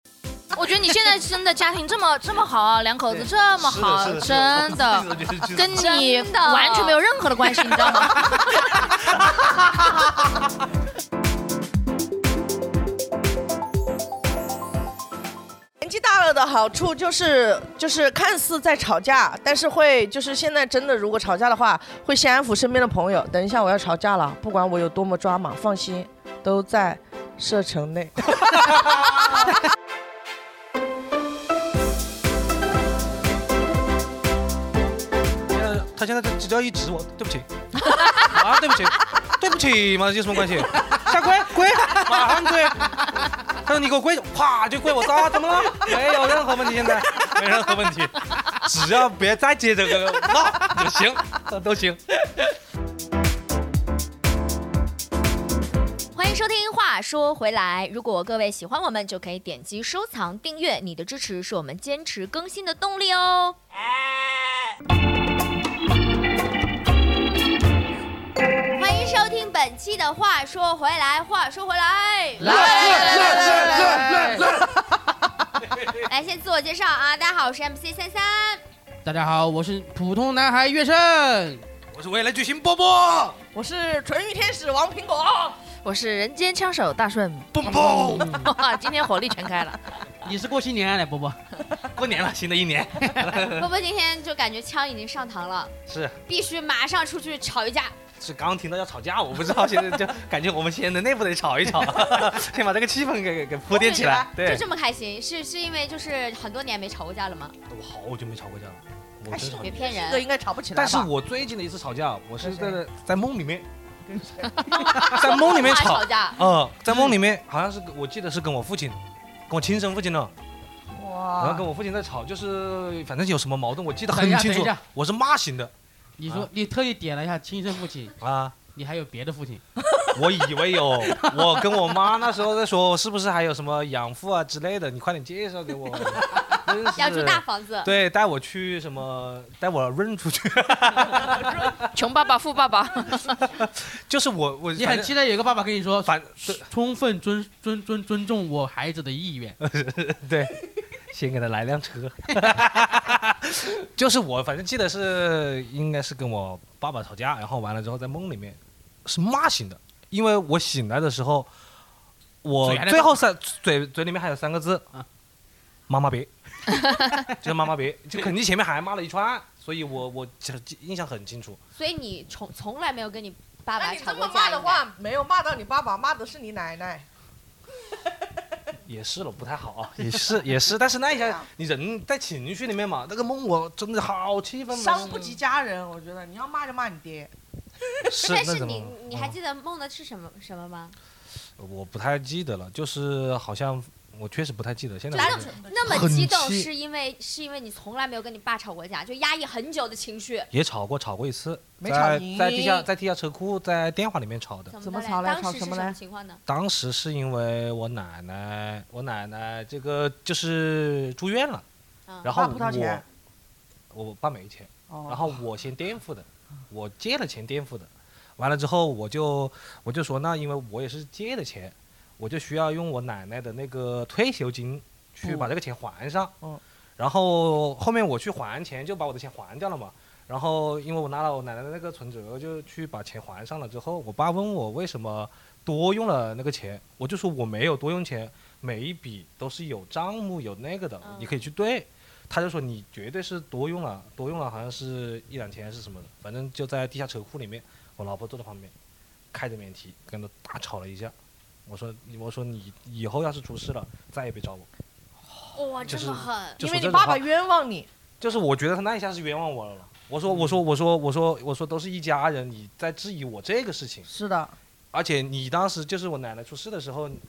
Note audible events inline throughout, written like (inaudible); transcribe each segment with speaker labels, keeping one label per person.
Speaker 1: (laughs) 我觉得你现在真的家庭这么这么好啊，两口子这么好，
Speaker 2: 是的是的
Speaker 1: 真
Speaker 2: (laughs) 是的
Speaker 1: 的
Speaker 2: 我自己都觉得是
Speaker 1: 跟你
Speaker 3: 真的
Speaker 1: 完全没有任何的关系，你知道吗？
Speaker 4: 年纪大了的好处就是，就是看似在吵架，但是会就是现在真的，如果吵架的话，会先安抚身边的朋友。等一下我要吵架了，不管我有多么抓马，放心，都在射程内。
Speaker 2: 呃他现在只只要一指我，对
Speaker 1: (laughs)
Speaker 2: 不起，啊，对不起，对不起嘛，有什么关系？下跪跪，马上跪。他说你给我跪，啪就跪我操，怎么了？没有任何问题，现在没任何问题，只要别再接这个闹就行，呃都行。
Speaker 3: 欢迎收听。话说回来，如果各位喜欢我们，就可以点击收藏、订阅。你的支持是我们坚持更新的动力哦。欢迎收听本期的《话说回来》，话说回来，来来来来来来来，来先自我介绍啊，大家好，我是 MC 三三。
Speaker 5: 大家好，我是普通男孩月胜。
Speaker 2: 我是未来巨星波波，
Speaker 4: 我是纯欲天使王苹果，
Speaker 1: 我是人间枪手大顺，
Speaker 2: 蹦蹦，
Speaker 1: 哇， (laughs) 今天火力全开了。
Speaker 5: 你是过新年来，波波？
Speaker 2: 过年了，新的一年
Speaker 3: 波波今天就感觉枪已经上膛了，
Speaker 2: 是
Speaker 3: 必须马上出去吵一架。
Speaker 2: 是刚刚听到要吵架，我不知道，现在就感觉我们先在内部得吵 (laughs) 一吵，先把这个气氛给给给铺垫起来。
Speaker 3: 就
Speaker 2: 对，
Speaker 3: 这么开心，是是因为就是很多年没吵过架了吗？
Speaker 2: 我好久没吵过架了，我真吵
Speaker 3: 别骗
Speaker 4: 这
Speaker 3: 人，
Speaker 4: 应该吵不起来
Speaker 2: 但
Speaker 4: 吧？
Speaker 2: 是我最近的一次吵架，我是在
Speaker 4: 跟
Speaker 2: 在梦里面，在梦里面
Speaker 3: 干嘛
Speaker 2: 吵
Speaker 3: 吵，架，
Speaker 2: 呃，在梦里面好像是我记得是跟我父亲，跟我亲生父亲呢，然后
Speaker 4: 哇
Speaker 2: 跟，我父亲在吵，就是反正有什么矛盾，我记得很
Speaker 5: 等一下
Speaker 2: 清楚
Speaker 5: 等一下，
Speaker 2: 我是骂醒的
Speaker 5: 你说、
Speaker 2: 啊
Speaker 5: 你特意点了一下亲生父亲，
Speaker 2: 啊，
Speaker 5: 你还有别的父亲？
Speaker 2: 我以为有，我跟我妈那时候在说，是不是还有什么养父啊之类的，你快点介绍给我，真是
Speaker 3: 要住大房子，
Speaker 2: 对，带我去什么，带我扔出去， (laughs)
Speaker 1: 穷爸爸、富爸爸，
Speaker 2: 就是我我
Speaker 5: 你
Speaker 2: 反
Speaker 5: 很
Speaker 2: 正
Speaker 5: 期待有个爸爸跟你说，
Speaker 2: 反
Speaker 5: 充分尊尊尊尊重我孩子的意愿。
Speaker 2: 对，先给他来辆车。 (laughs) 就是我反正记得是应该是跟我爸爸吵架，然后完了之后在梦里面是骂醒的，因为我醒来的时候，我
Speaker 5: 嘴还在
Speaker 2: 最后三嘴嘴里面还有三个字
Speaker 5: 啊，
Speaker 2: 妈妈
Speaker 5: (laughs)
Speaker 2: 别，就是妈妈别，就肯定前面还骂了一串，所以我我其实印象很清楚。
Speaker 3: 所以你从从来没有跟你爸
Speaker 4: 那
Speaker 3: 爸
Speaker 4: 哎你
Speaker 3: 吵
Speaker 4: 这
Speaker 3: 过
Speaker 4: 么
Speaker 3: 架
Speaker 4: 骂的话，没有骂到你爸爸，骂的是你奶奶。
Speaker 2: 也是了，不太好啊，也是也是，但是那一
Speaker 4: 对
Speaker 2: 下
Speaker 4: 啊
Speaker 2: 你人在情绪里面嘛，那个梦我真的好气愤，
Speaker 4: 伤不及家人，我觉得你要骂就骂你爹。
Speaker 2: 是
Speaker 3: 应该。但
Speaker 2: 那
Speaker 3: 是
Speaker 2: 怎么
Speaker 3: 你你还
Speaker 2: 嗯
Speaker 3: 记得梦的是什么什么吗？
Speaker 2: 我不太记得了，就是好像我确实不太记得。现在
Speaker 3: 就那
Speaker 2: 我
Speaker 3: 么那么
Speaker 2: 很
Speaker 3: 激动，
Speaker 2: 气
Speaker 3: 是因为是因为你从来没有跟你爸吵过架，就压抑很久的情绪，
Speaker 2: 也吵过，吵过一次，
Speaker 4: 没吵
Speaker 2: 在
Speaker 4: 赢
Speaker 2: 在地下在地下车库，在电话里面吵的。
Speaker 3: 怎
Speaker 4: 怎
Speaker 3: 么
Speaker 4: 么
Speaker 3: 的
Speaker 4: 吵嘞
Speaker 3: 当时
Speaker 4: 吵
Speaker 3: 是
Speaker 4: 什么
Speaker 3: 什么
Speaker 4: 嘞
Speaker 3: 情况呢？
Speaker 2: 当时是因为我奶奶，我奶奶这个就是住院了，
Speaker 3: 嗯
Speaker 2: 然后
Speaker 4: 爸不掏钱
Speaker 2: 我，我爸没钱，
Speaker 4: 哦
Speaker 2: 然后我先垫付的，我借了钱垫付的，完了之后我就我就说那因为我也是借的钱，我就需要用我奶奶的那个退休金去把这个钱还上，
Speaker 4: 嗯
Speaker 2: 然后后面我去还钱就把我的钱还掉了嘛，然后因为我拿了我奶奶的那个存折就去把钱还上了之后，我爸问我为什么多用了那个钱，我就说我没有多用钱，每一笔都是有账目有那个的，
Speaker 3: 嗯
Speaker 2: 你可以去对。他就说你绝对是多用了，多用了好像是一两千还是什么的，反正就在地下车库里面，我老婆坐在旁边，开着免提跟他大吵了一架。我说我说你以后要是出事了，再也别找我。
Speaker 3: 哇，
Speaker 2: 就
Speaker 3: 这
Speaker 2: 是
Speaker 3: 么狠！
Speaker 2: 就说
Speaker 4: 因为
Speaker 2: 这
Speaker 4: 你
Speaker 2: 种
Speaker 4: 爸
Speaker 2: 话
Speaker 4: 爸冤枉你，
Speaker 2: 就是我觉得他那一下是冤枉我了。我说我说
Speaker 4: 嗯
Speaker 2: 我说我说我说都是一家人，你在质疑我这个事情，
Speaker 4: 是的，
Speaker 2: 而且你当时就是我奶奶出事的时候，你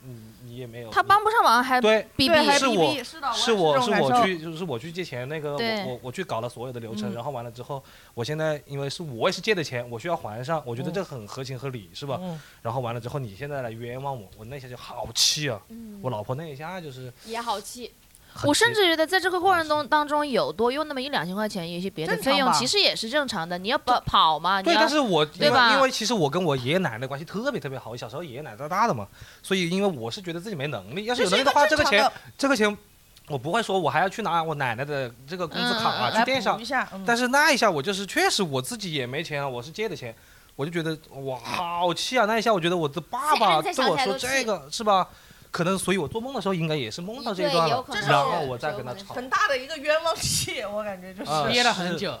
Speaker 2: 你也没
Speaker 1: (laughs)
Speaker 2: 有
Speaker 1: 他帮不上忙还
Speaker 2: 对。
Speaker 1: 逼
Speaker 4: 对，还
Speaker 2: 是
Speaker 1: 逼，
Speaker 4: 逼
Speaker 2: 我
Speaker 4: 逼是的，
Speaker 2: 是
Speaker 4: 我
Speaker 2: 我
Speaker 4: 也
Speaker 2: 是
Speaker 4: 这种
Speaker 2: 我
Speaker 4: 感受
Speaker 2: 去就是我去借钱那个
Speaker 1: 对
Speaker 2: 我我我去搞了所有的流程，
Speaker 4: 嗯
Speaker 2: 然后完了之后，我现在因为是我也是借的钱，我需要还上，我觉得这很合情合理，是吧？
Speaker 4: 嗯
Speaker 2: 然后完了之后你现在来冤枉我，我那下就好气啊！
Speaker 3: 嗯
Speaker 2: 我老婆那一下就是
Speaker 3: 也好气，
Speaker 2: 很
Speaker 1: 我甚
Speaker 2: 气
Speaker 1: 至觉得在这个过程中当中有多用那么一两千块钱，有一些别的
Speaker 4: 正常
Speaker 1: 费用
Speaker 4: 吧
Speaker 1: 其实也是正常的。你要跑跑嘛，你
Speaker 2: 对，
Speaker 1: 要
Speaker 2: 但是我
Speaker 1: 对
Speaker 2: 因为
Speaker 1: 吧
Speaker 2: 因为其实我跟我爷爷奶奶的关系特别特别好，我小时候爷爷奶奶带大的嘛，所以因为我是觉得自己没能力，要是有
Speaker 4: 这
Speaker 2: 能力
Speaker 4: 是一
Speaker 2: 的
Speaker 4: 个
Speaker 2: 话，这
Speaker 4: 正
Speaker 2: 个
Speaker 4: 常
Speaker 2: 钱
Speaker 4: 的，
Speaker 2: 这个钱我不会说我还要去拿我奶奶的这个工资卡
Speaker 1: 嗯
Speaker 2: 啊，
Speaker 1: 嗯
Speaker 2: 去
Speaker 4: 来
Speaker 2: 垫上
Speaker 4: 补一。下。嗯
Speaker 2: 但是那一下我就是确实我自己也没钱啊，我是借的钱，我就觉得哇好气啊！那一下我觉得我的爸
Speaker 3: 现在
Speaker 2: 爸对
Speaker 3: 想起
Speaker 2: 我
Speaker 3: 来
Speaker 2: 说
Speaker 3: 都气
Speaker 2: 这个是吧？可能所以我做梦的时候应该也是梦到这一
Speaker 3: 对
Speaker 2: 段
Speaker 3: 有
Speaker 2: 了
Speaker 3: 可能，是
Speaker 2: 然后我再跟他
Speaker 3: 有可能
Speaker 2: 吵
Speaker 3: 是。
Speaker 4: 很大的一个冤枉气，我感觉就是。
Speaker 2: 啊
Speaker 5: 憋了很久，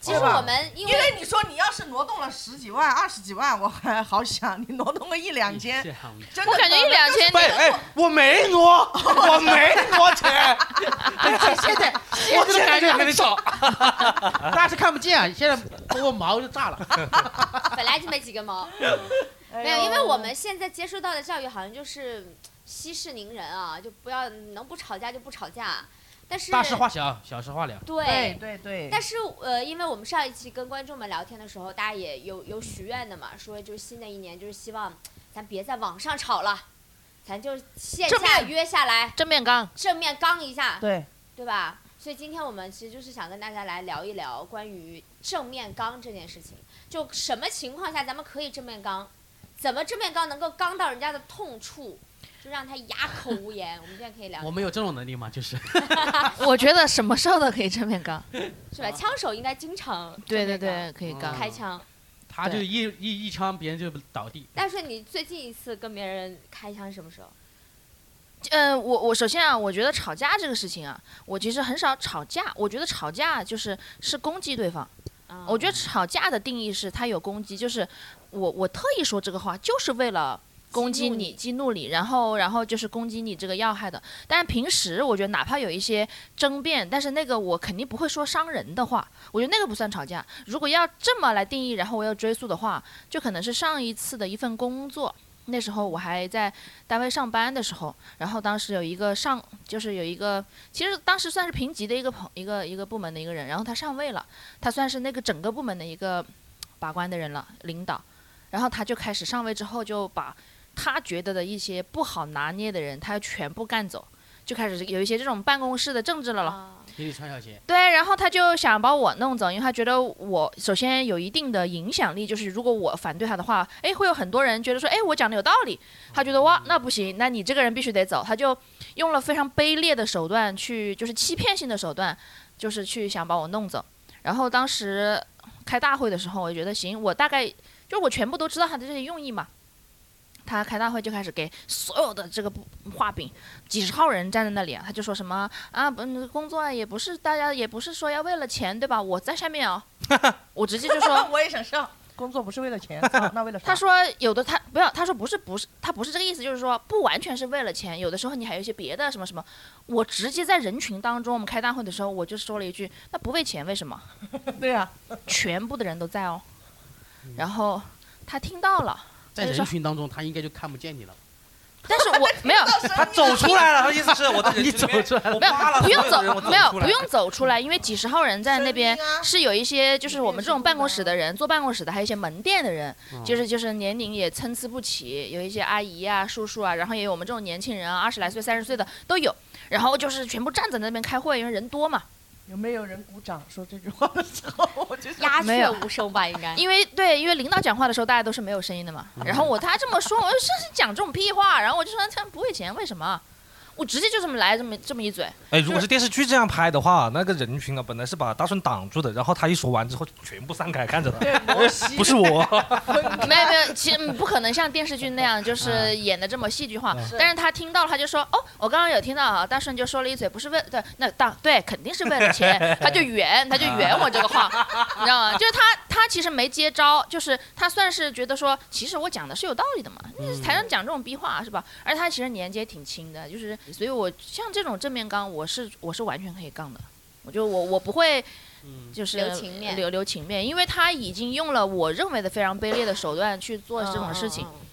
Speaker 3: 其实
Speaker 2: 好吧
Speaker 3: 我们因
Speaker 4: 因
Speaker 3: 为
Speaker 4: 为你说你要是挪动了十几万、二十几万，我还好想；你挪动个一两千，
Speaker 5: 这行业
Speaker 4: 真的
Speaker 1: 我感觉一两千
Speaker 2: 喂，哎，我没挪，
Speaker 5: (laughs)
Speaker 2: 我没挪钱，
Speaker 5: 哎现在
Speaker 2: 我
Speaker 5: 现在
Speaker 2: 现在就
Speaker 5: 感觉还
Speaker 2: 跟你
Speaker 5: 没
Speaker 2: 吵。
Speaker 5: 大家是看不见啊，现在不过毛就炸了。
Speaker 3: (laughs)
Speaker 2: (laughs)
Speaker 3: 本来就没几根毛，
Speaker 4: 哎呦
Speaker 3: 没有，因为我们现在接收到的教育好像就是息事宁人啊，就不要能不吵架就不吵架，但是
Speaker 5: 大事化小，小事化了。
Speaker 4: 对对对，
Speaker 3: 但是呃，因为我们上一期跟观众们聊天的时候，大家也有有许愿的嘛，说就是新的一年就是希望咱别在网上吵了，咱就线
Speaker 4: 正
Speaker 3: 下
Speaker 4: 面
Speaker 3: 约下来，
Speaker 1: 正面
Speaker 6: (laughs)
Speaker 1: 刚，
Speaker 3: 正面刚一下，
Speaker 4: 对
Speaker 3: 对吧？所以今天我们其实就是想跟大家来聊一聊关于正面刚这件事情，就什么情况下咱们可以正面刚，怎么正面刚能够刚到人家的痛处，就让他哑口无言。我们今天可以聊
Speaker 5: 我，们有这种能力吗？就是
Speaker 1: 我觉得什么时候都可以正面刚。
Speaker 3: 是吧？枪手应该经常
Speaker 1: (laughs) 对对
Speaker 3: 正面
Speaker 1: 对，可以
Speaker 3: 刚
Speaker 6: 嗯
Speaker 1: 刚。
Speaker 3: 开枪。
Speaker 5: 他就一一一枪，别人就倒地。
Speaker 6: 哎
Speaker 3: 但是你最近一次跟别人开枪是什么时候？
Speaker 1: 嗯，我我首先啊，我觉得吵架这个事情啊，我其实很少吵架。我觉得吵架就是是攻击对方。
Speaker 3: 啊
Speaker 1: 我觉得吵架的定义是它有攻击，就是我我特意说这个话就是为了。攻击
Speaker 3: 激怒
Speaker 1: 你，
Speaker 3: 你
Speaker 1: 激怒你，然后，然后就是攻击你这个要害的。但是平时我觉得，哪怕有一些争辩，但是那个我肯定不会说伤人的话，我觉得那个不算吵架。如果要这么来定义，然后我要追溯的话，就可能是上一次的一份工作，那时候我还在单位上班的时候，然后当时有一个上，就是有一个，其实当时算是评级的一个朋一个一个部门的一个人，然后他上位了。他算是那个整个部门的一个把关的人了，领导。然后他就开始上位之后，就把他觉得的一些不好拿捏的人，他要全部干走，就开始有一些这种办公室的政治了了。
Speaker 3: 啊
Speaker 5: 给你穿小鞋，
Speaker 1: 对，然后他就想把我弄走，因为他觉得我首先有一定的影响力，就是如果我反对他的话，诶，会有很多人觉得说，诶，我讲的有道理，他觉得哇，那不行，那你这个人必须得走，他就用了非常卑劣的手段去，就是欺骗性的手段，就是去想把我弄走。然后当时开大会的时候，我就觉得行，我大概就是我全部都知道他的这些用意嘛。他开大会就开始给所有的这个部画饼，几十号人站在那里啊，他就说什么啊，不，嗯工作也不是大家也不是说要为了钱，对吧？我在下面啊、我直接就说，
Speaker 4: (laughs) 我也想笑。工作不是为了钱，操那为了啥
Speaker 1: 他说有的他不要，他说不是不是，他不是这个意思，就是说不完全是为了钱，有的时候你还有一些别的什么什么。我直接在人群当中，我们开大会的时候，我就说了一句，那不为钱为什么？
Speaker 4: 对啊呀、
Speaker 1: 全部的人都在哦。然后他听到了，
Speaker 5: 在人群当中，他应该就看不见你了。
Speaker 1: 但是我没有。
Speaker 2: 他走出来了，他意思是我在人
Speaker 5: (laughs) 你
Speaker 2: 群里
Speaker 5: 走
Speaker 2: 面
Speaker 5: 出来
Speaker 2: 我
Speaker 1: 没有
Speaker 2: 扒了，
Speaker 1: 不用
Speaker 2: 所
Speaker 1: 走
Speaker 2: 有人我，走
Speaker 1: 没有
Speaker 2: 出来
Speaker 1: 不用走出来，因为几十号人在那边
Speaker 4: 声音啊
Speaker 1: 是有一些，就是我们这种办公室
Speaker 4: 你
Speaker 1: 的人，做办公室的，还有一些门店的人，
Speaker 5: 嗯
Speaker 1: 就是就是年龄也参差不齐，有一些阿姨啊、叔叔啊，然后也有我们这种年轻人啊，二十来岁、三十岁的都有。然后就是全部站在那边开会，因为人多嘛。
Speaker 4: 有没有人鼓掌说这句话的时候，我就想
Speaker 3: 鸦
Speaker 1: 没
Speaker 3: 雀
Speaker 1: 有
Speaker 3: 无声吧，应该。
Speaker 1: (laughs) 因为对，因为领导讲话的时候大家都是没有声音的嘛。 (laughs) 然后我他这么说，我说是讲这种屁话，然后我就说他不会钱，为什么？我直接就这么来这么这么一嘴，
Speaker 2: 哎，如果是电视剧这样拍的话，那个人群啊，本来是把大顺挡住的，然后他一说完之后，全部散开看
Speaker 5: (laughs)
Speaker 2: 着他。
Speaker 4: 对摩西
Speaker 2: 不是我， (laughs)
Speaker 1: (laughs) 没有没有，其实不可能像电视剧那样，就是演的这么戏剧化。
Speaker 2: 嗯
Speaker 1: 但是他听到了，他就说：“哦，我刚刚有听到啊。”大顺就说了一嘴，不是为对，那当对，肯定是为了钱。他就圆，他就圆我这个话，你知道吗？就是他他其实没接招，就是他算是觉得说，其实我讲的是有道理的嘛。你台上讲这种逼话是吧？而且他其实年纪也挺轻的，就是所以我像这种正面刚，我是我是完全可以杠的。我就我我不会
Speaker 5: 嗯，
Speaker 1: 就是
Speaker 3: 留情面
Speaker 1: 留留情面，因为他已经用了我认为的非常卑劣的手段去做这种事情，
Speaker 3: 嗯，嗯嗯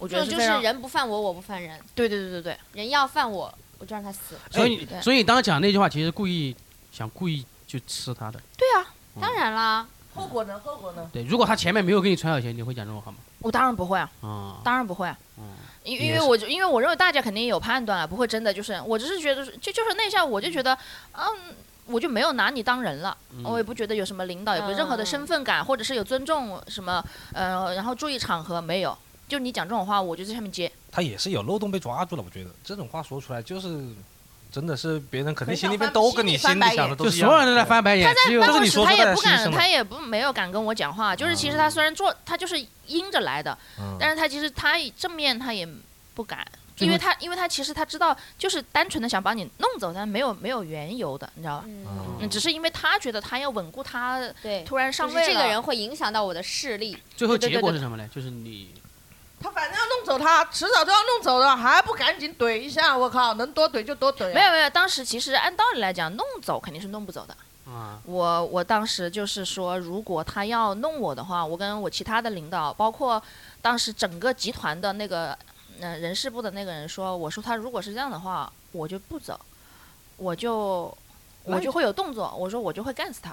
Speaker 1: 我觉
Speaker 3: 这
Speaker 1: 得
Speaker 3: 种
Speaker 1: 是
Speaker 3: 就
Speaker 1: 非
Speaker 3: 是
Speaker 1: 常
Speaker 3: 人不犯我，我不犯人，
Speaker 1: 对对对对对，
Speaker 3: 人要犯我，我就让他死。
Speaker 5: 所以
Speaker 1: 对
Speaker 5: 所以当时讲那句话，其实故意想故意就吃他的。
Speaker 1: 对啊，
Speaker 5: 嗯
Speaker 3: 当然啦，
Speaker 4: 后果呢？后果呢？
Speaker 5: 对，如果他前面没有给你穿小鞋，你会讲这种话吗？
Speaker 1: 我当然不会啊，
Speaker 5: 啊，
Speaker 1: 当然不会啊。
Speaker 5: 嗯
Speaker 1: 因
Speaker 5: 也
Speaker 1: 因为
Speaker 5: 是
Speaker 1: 我就因为我认为大家肯定有判断啊，不会真的就是，我只是觉得是就就是那一下我就觉得，嗯，我就没有拿你当人了，
Speaker 5: 嗯
Speaker 1: 我也不觉得有什么领导，也不任何的
Speaker 3: 嗯
Speaker 1: 身份感，或者是有尊重什么，呃，然后注意场合没有，就你讲这种话，我就在下面接，
Speaker 2: 他也是有漏洞被抓住了。我觉得这种话说出来就是真的是别人肯定
Speaker 4: 很少
Speaker 2: 心里面
Speaker 4: 翻
Speaker 2: 都
Speaker 4: 心
Speaker 2: 跟
Speaker 4: 里
Speaker 2: 你
Speaker 4: 翻
Speaker 2: 心里
Speaker 4: 白
Speaker 2: 想
Speaker 4: 眼
Speaker 2: 的都
Speaker 5: 就是
Speaker 2: 一
Speaker 5: 所
Speaker 2: 样
Speaker 5: 有
Speaker 2: 的
Speaker 5: 人都在翻白
Speaker 1: 他
Speaker 5: 眼，只
Speaker 1: 在
Speaker 5: 有
Speaker 2: 办
Speaker 1: 办
Speaker 2: 公
Speaker 1: 公
Speaker 2: 室
Speaker 1: 室，
Speaker 2: 他
Speaker 1: 他
Speaker 2: 也
Speaker 1: 也
Speaker 2: 不
Speaker 1: 不敢，他也不
Speaker 2: 敢
Speaker 1: 没有敢跟我讲话，就是其实他虽然做，他就是阴着来的，
Speaker 2: 嗯
Speaker 1: 但是他其实他正面他也不敢，
Speaker 5: 最
Speaker 1: 因为
Speaker 5: 后
Speaker 1: 他因为他其实他知道，就是单纯的想把你弄走，但没有没有缘由的，你知道吧？
Speaker 3: 嗯，
Speaker 1: 嗯，只是因为他觉得他要稳固他
Speaker 3: 对，
Speaker 1: 突然
Speaker 3: 就
Speaker 1: 上
Speaker 3: 是
Speaker 1: 位了，
Speaker 3: 这个人会影响到我的视力。
Speaker 5: 最后
Speaker 1: 对对
Speaker 5: 结
Speaker 1: 对
Speaker 5: 果
Speaker 1: 对
Speaker 5: 是什么呢？就是你
Speaker 4: 他反正要弄走他，迟早都要弄走的，还不赶紧怼一下？我靠，能多怼就多怼、
Speaker 1: 没有没有，当时其实按道理来讲，弄走肯定是弄不走的。
Speaker 5: 啊，
Speaker 1: 我我当时就是说，如果他要弄我的话，我跟我其他的领导，包括当时整个集团的那个嗯、呃人事部的那个人说，我说他如果是这样的话，我就不走，我就我就会有动作，我说我就会干死他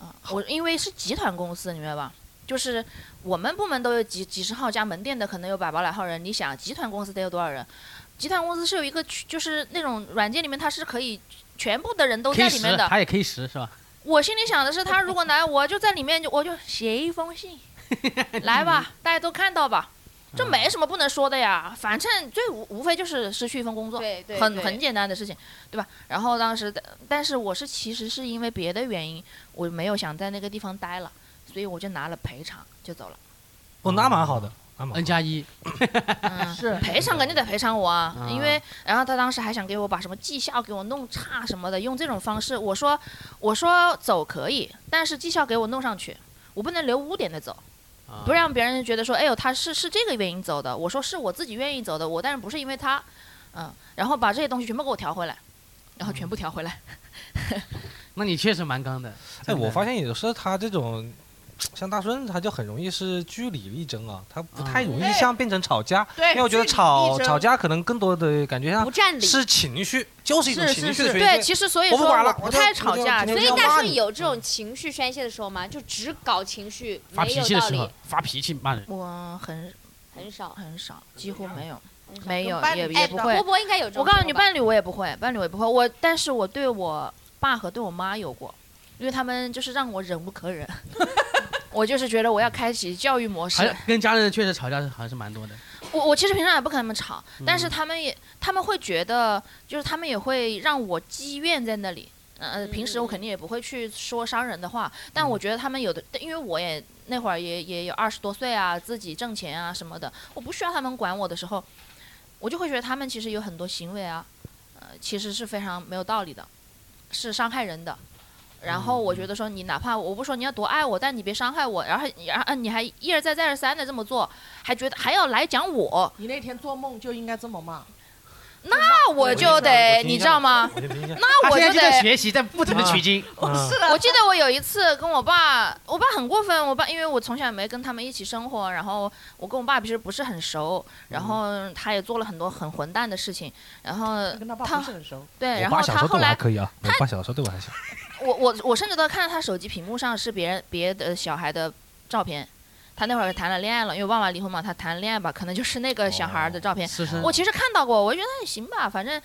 Speaker 1: 啊、我因为是集团公司，你明白吧？就是我们部门都有几几十号家门店的，可能有百把来号人。你想，集团公司得有多少人？集团公司是有一个区，就是那种软件里面，它是可以全部的人都
Speaker 5: K
Speaker 1: 在里面
Speaker 5: 十，
Speaker 1: 的。
Speaker 5: 他也 K 十是吧？
Speaker 1: 我心里想的是，他如果来，我就在里面就我就写一封信，来吧，大家都看到吧，这没什么不能说的呀，反正最无无非就是失去一份工作，
Speaker 3: 对对，
Speaker 1: 很
Speaker 3: 对
Speaker 1: 很简单的事情，对吧？然后当时，但是我是其实是因为别的原因，我没有想在那个地方待了，所以我就拿了赔偿就走了。
Speaker 2: 哦，那蛮好的，那蛮好
Speaker 5: n 加一，
Speaker 1: 嗯，
Speaker 4: 是
Speaker 1: 赔偿肯定得赔偿我啊，
Speaker 5: 啊
Speaker 1: 因为然后他当时还想给我把什么绩效给我弄差什么的，用这种方式，我说我说走可以，但是绩效给我弄上去，我不能留污点的走，
Speaker 5: 啊
Speaker 1: 不让别人觉得说，哎呦他是是这个原因走的，我说是我自己愿意走的，我但是不是因为他，嗯，然后把这些东西全部给我调回来，然后全部调回来，
Speaker 5: 那你确实蛮刚的。
Speaker 2: 哎，
Speaker 5: 真的
Speaker 2: 我发现有时候他这种，像大顺，他就很容易是据理力争啊，他不
Speaker 1: 哦
Speaker 2: 太容易
Speaker 4: 嗯
Speaker 2: 像变成吵架，
Speaker 4: 对，
Speaker 1: 哎
Speaker 2: 因为我觉得
Speaker 4: 据理力
Speaker 2: 吵
Speaker 4: 争
Speaker 2: 吵架可能更多的感觉像
Speaker 3: 不占理。
Speaker 2: 是情绪，就是一种
Speaker 4: 是
Speaker 2: 情绪
Speaker 4: 是
Speaker 2: 的
Speaker 4: 是
Speaker 2: 宣
Speaker 1: 对，
Speaker 2: 泄。
Speaker 1: 其实所以
Speaker 2: 我
Speaker 1: 说
Speaker 2: 不管了
Speaker 1: 我不太
Speaker 2: 我就我
Speaker 1: 吵
Speaker 2: 就
Speaker 1: 架，
Speaker 2: 今
Speaker 3: 所
Speaker 1: 所以
Speaker 2: 天
Speaker 3: 以
Speaker 2: 要
Speaker 3: 大
Speaker 2: 骂
Speaker 3: 顺
Speaker 2: 你
Speaker 3: 有这种
Speaker 1: 嗯
Speaker 3: 情绪宣泄的时候吗？就只搞情绪，
Speaker 5: 发
Speaker 3: 没
Speaker 5: 脾
Speaker 3: 有
Speaker 5: 气的
Speaker 3: 道
Speaker 5: 时
Speaker 3: 理
Speaker 5: 候，，发脾气骂人，
Speaker 1: 我很
Speaker 3: 很少，
Speaker 1: 很少，几乎没有，
Speaker 3: 很少
Speaker 1: 没有
Speaker 4: 跟班
Speaker 1: 也
Speaker 4: 里
Speaker 1: 也
Speaker 3: 哎，
Speaker 1: 不会
Speaker 3: 波。波应该有这种情
Speaker 1: 我
Speaker 3: 况吧。
Speaker 1: 告诉你，伴侣我也不会，伴侣我也不会。我但是我对我爸和对我妈有过，因为他们就是让我忍无可忍， (laughs) 我就是觉得我要开启教育模
Speaker 5: 还
Speaker 1: 式
Speaker 5: 是。跟家人确实吵架是好像是蛮多的。
Speaker 1: 我我其实平常也不跟他们吵，但是
Speaker 5: 嗯
Speaker 1: 他们也他们会觉得，就是他们也会让我积怨在那里。呃，
Speaker 3: 嗯
Speaker 1: 平时我肯定也不会去说伤人的话，但我觉得他们有的，因为我也那会儿也也有二十多岁啊，自己挣钱啊什么的，我不需要他们管我的时候，我就会觉得他们其实有很多行为啊，呃，其实是非常没有道理的，是伤害人的。然后我觉得说你哪怕我不说你要多爱我，但你别伤害我，然后然后呃你还一而再再而三的这么做，还觉得还要来讲我，
Speaker 2: 哦
Speaker 4: 你那天做梦就应该这么骂，
Speaker 1: 那我就得，你知道吗？
Speaker 2: 我先啊听一下，
Speaker 1: 那
Speaker 5: 他
Speaker 1: 我
Speaker 5: 现
Speaker 1: 就
Speaker 5: 在就在
Speaker 1: 得，
Speaker 5: 学习，在不停的取经。
Speaker 2: 嗯
Speaker 1: 我记得我有一次跟我爸，我爸很过分，我爸因为我从小也没跟他们一起生活，然后我跟我爸其实不是很熟，
Speaker 2: 嗯
Speaker 1: 然后他也做了很多很混蛋的事情，然后
Speaker 4: 跟他爸
Speaker 1: 他
Speaker 4: 不是很熟。
Speaker 1: 对，
Speaker 2: 我
Speaker 1: 然
Speaker 2: 爸
Speaker 1: 后
Speaker 2: 小时
Speaker 1: 他
Speaker 2: 候
Speaker 1: 后
Speaker 2: 对我还
Speaker 1: 来，
Speaker 2: 可以啊，我爸小时候对我还行。
Speaker 1: 我我我甚至都看到他手机屏幕上是别人别的小孩的照片，他那会儿谈了恋爱了，因为我爸妈离婚嘛，他谈恋爱吧，可能就是那个小孩
Speaker 2: 哦
Speaker 1: 的照片，
Speaker 5: 私生
Speaker 1: 我其实看到过，我觉得哎行吧，反正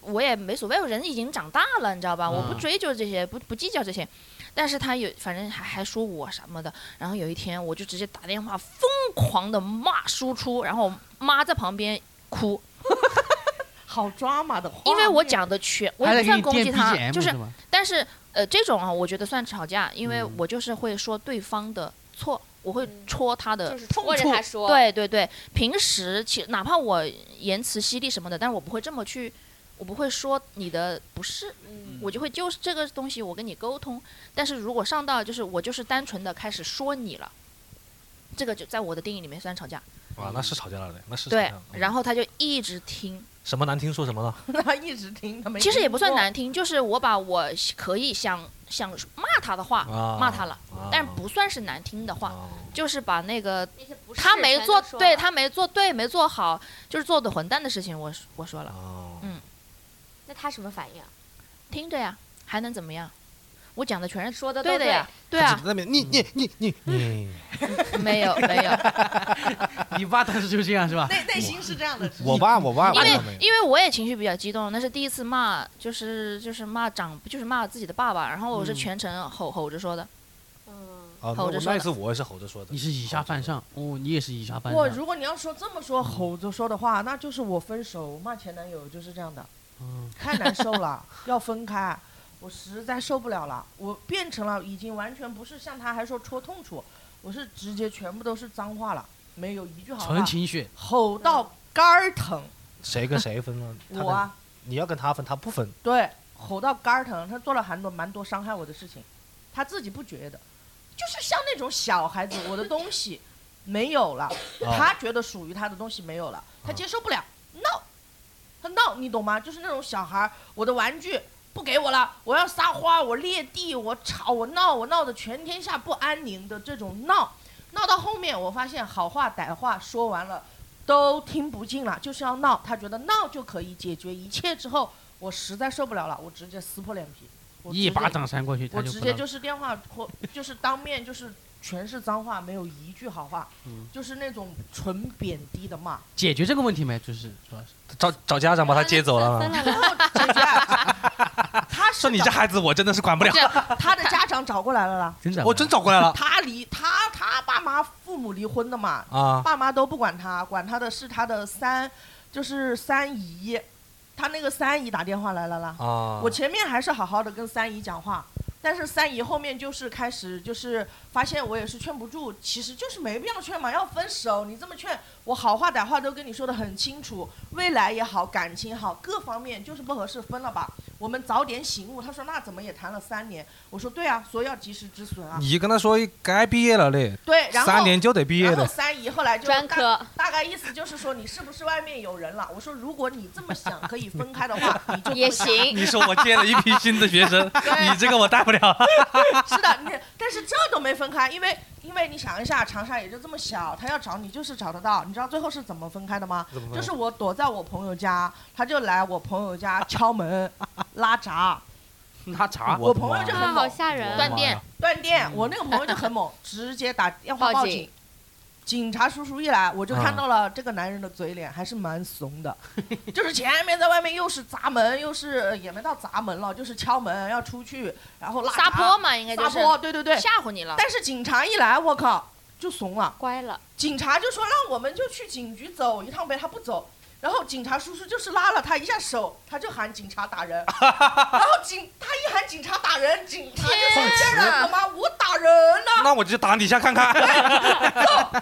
Speaker 1: 我也没所谓，人已经长大了，你知道吧？我不
Speaker 5: 嗯
Speaker 1: 追究这些，不不计较这些。但是他有，反正还还说我什么的。然后有一天，我就直接打电话疯狂的骂输出，然后我妈在旁边哭，
Speaker 4: 好抓马的话，
Speaker 1: 因为我讲的全，我
Speaker 5: 还
Speaker 1: 也不
Speaker 5: 在
Speaker 1: 算
Speaker 5: 给你
Speaker 1: 攻
Speaker 5: 垫
Speaker 1: 击他，
Speaker 5: BGM
Speaker 1: 就是
Speaker 5: 是吧
Speaker 1: 但是呃，这种啊，我觉得算吵架，因为
Speaker 5: 嗯
Speaker 1: 我就是会说对方的错，我会
Speaker 3: 嗯
Speaker 1: 戳他的
Speaker 3: 就是戳着
Speaker 1: 痛
Speaker 3: 他
Speaker 1: 处
Speaker 3: 说，，
Speaker 1: 对对对，平时其哪怕我言辞犀利什么的，但是我不会这么去，我不会说你的不是，
Speaker 3: 嗯，
Speaker 1: 我就会就是这个东西我跟你沟通。但是如果上到就是我就是单纯的开始说你了，这个就在我的定义里面算吵架。
Speaker 2: 哇，那是吵架了嘞，那是吵
Speaker 1: 对
Speaker 2: 架嗯了，
Speaker 1: 然后他就一直听，
Speaker 2: 什么难听说什么了，
Speaker 4: 他一直听，他没
Speaker 1: 其实也
Speaker 4: 听
Speaker 1: 不算
Speaker 4: 过。
Speaker 1: 难听，就是我把我可以想想骂他的话
Speaker 2: 啊
Speaker 1: 骂他了，
Speaker 2: 啊
Speaker 1: 但是不算是难听的话，
Speaker 2: 啊
Speaker 1: 就是把那个
Speaker 3: 那些不是
Speaker 1: 他没
Speaker 3: 全
Speaker 1: 做
Speaker 3: 都说
Speaker 1: 对
Speaker 3: 了
Speaker 1: 他没做对没做好，就是做的混蛋的事情，我我说了，
Speaker 2: 啊
Speaker 3: 那他什么反应啊？
Speaker 1: 听着呀，还能怎么样？我讲的全是
Speaker 3: 说的
Speaker 1: 对的
Speaker 3: 对
Speaker 1: 呀，，对
Speaker 2: 他只
Speaker 1: 啊嗯
Speaker 2: 在，那边你你你你你，
Speaker 1: 没 (laughs) 有没有，
Speaker 5: 你爸当时就这样是吧？
Speaker 4: 内内心是这样的，
Speaker 6: 我爸，我爸，
Speaker 1: 因
Speaker 6: 我
Speaker 1: 为
Speaker 6: 爸没有
Speaker 1: 因为我也情绪比较激动，那是第一次骂，就是就是骂长，就是骂自己的爸爸，然后我是
Speaker 5: 嗯
Speaker 1: 全程吼吼着说的，
Speaker 3: 嗯，
Speaker 2: 啊，那
Speaker 1: 吼
Speaker 2: 我
Speaker 1: 着说
Speaker 2: 那一
Speaker 1: 的
Speaker 2: 次我也是吼着说的
Speaker 5: 你，是以下犯上，哦，你也是以下犯
Speaker 4: 我
Speaker 5: 上
Speaker 4: 如果你要说这么说吼着说的话，那就是我分手骂前男友就是这样的。
Speaker 5: 嗯
Speaker 4: 太难受了，要分开，我实在受不了了，我变成了已经完全不是像他还说戳痛处，我是直接全部都是脏话了，没有一句好话
Speaker 5: 纯，情血，
Speaker 4: 吼到肝儿疼，
Speaker 2: 谁跟谁分了？他跟
Speaker 4: 我啊，
Speaker 2: 你要跟他分，他不分。
Speaker 4: 对，吼到肝儿疼，他做了很多蛮多伤害我的事情，他自己不觉得，就是像那种小孩子，我的东西没有了，
Speaker 5: 啊
Speaker 2: 啊
Speaker 4: 他觉得属于他的东西没有了，他接受不了，no，他 no，你懂吗？就是那种小孩儿，我的玩具不给我了，我要撒欢，我裂地，我吵，我闹，我闹得全天下不安宁的这种闹，闹到后面，我发现好话歹话说完了。都听不进了，就是要闹。他觉得闹就可以解决一切。之后我实在受不了了，我直接撕破脸皮，我直
Speaker 5: 一
Speaker 4: 接
Speaker 5: 巴掌扇过去，他
Speaker 4: 我
Speaker 5: 就
Speaker 4: 直
Speaker 5: 不
Speaker 4: 接
Speaker 5: 能
Speaker 4: 就是电话或就是当面就是全是脏话，没有一句好话，
Speaker 5: 嗯
Speaker 4: 就是那种纯贬低的骂。
Speaker 5: 解决这个问题没？就是主要是
Speaker 2: 找找家长把他接走了
Speaker 6: 分
Speaker 2: 嘛。
Speaker 6: 了
Speaker 4: 然
Speaker 6: 啦，
Speaker 4: 后解决，他是
Speaker 2: 说你这
Speaker 4: 找
Speaker 2: 孩子，我真的是管不了。
Speaker 4: 他的家长找过来了啦，
Speaker 5: 真的，
Speaker 2: 我真找过来了
Speaker 4: 他离他他爸妈父母离婚的嘛，
Speaker 2: 啊！
Speaker 4: 爸妈都不管他，管他的是他的三，就是三姨，他那个三姨打电话来了啦。
Speaker 2: 啊！
Speaker 4: 我前面还是好好的跟三姨讲话，但是三姨后面就是开始就是发现我也是劝不住，其实就是没必要劝嘛，要分手你这么劝我好话歹话都跟你说的很清楚，未来也好，感情好，各方面就是不合适，分了吧，我们早点醒悟。他说那怎么也谈了三年，我说对啊，所以要及时止损啊。
Speaker 2: 你跟他说该毕业了嘞，
Speaker 4: 对，然后
Speaker 2: 三年就得毕业
Speaker 4: 然后
Speaker 2: 的。
Speaker 4: 三姨后来就
Speaker 6: 专
Speaker 4: 大
Speaker 6: 科
Speaker 4: 大概意思就是说你是不是外面有人了？我说如果你这么想可以分开的话，你
Speaker 3: (laughs)
Speaker 4: 就这么
Speaker 6: 也
Speaker 2: (laughs)
Speaker 4: 想
Speaker 6: 行。
Speaker 2: 你说我接了一批新的学
Speaker 4: (laughs)
Speaker 2: 生，你这个我带不了。
Speaker 4: 是的，你但是这都没分开，因为因为你想一下，长沙也就这么小，他要找你就是找得到。你知道最后是怎么分开的吗？
Speaker 2: 怎么分
Speaker 4: 就是我躲在我朋友家，他就来我朋友家敲门、拉闸，
Speaker 2: 嗯
Speaker 5: 拉闸，
Speaker 4: 我
Speaker 2: 的
Speaker 4: 朋友
Speaker 2: 妈
Speaker 4: 就
Speaker 2: 呀
Speaker 6: 啊，好吓人
Speaker 1: 断
Speaker 6: 啊！
Speaker 1: 电
Speaker 2: 嗯
Speaker 4: 断电。我那个朋友就很猛，直接打电话
Speaker 6: 报
Speaker 4: 报
Speaker 6: 警
Speaker 4: 警。警察叔叔一来，我就看到了这个男人的嘴脸，还是蛮怂的，就是前面在外面又是砸门，又是呃也没到砸门了，就是敲门要出去，然后拉闸
Speaker 1: 撒泼嘛，应该就
Speaker 4: 撒
Speaker 1: 是
Speaker 4: 泼，对对对，
Speaker 1: 吓唬你了。
Speaker 4: 但是警察一来，我靠，就怂了。
Speaker 6: 乖了，
Speaker 4: 警察就说让我们就去警局走一趟呗，他不走。然后警察叔叔就是拉了他一下手，他就喊警察打人。然后警他一喊警察打人，警察就说
Speaker 2: 碰瓷
Speaker 4: 这人怎么我打人呢？
Speaker 2: 那我就打你一下看看。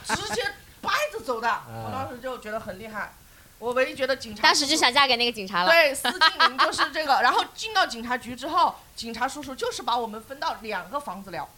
Speaker 4: 直接掰着走的。我当时就觉得很厉害，我唯一觉得警察
Speaker 6: 当时就
Speaker 4: 叔叔
Speaker 6: 想嫁给那个警察了。
Speaker 4: 对，司机林就是这个。然后进到警察局之后，警察叔叔就是把我们分到两个房子聊，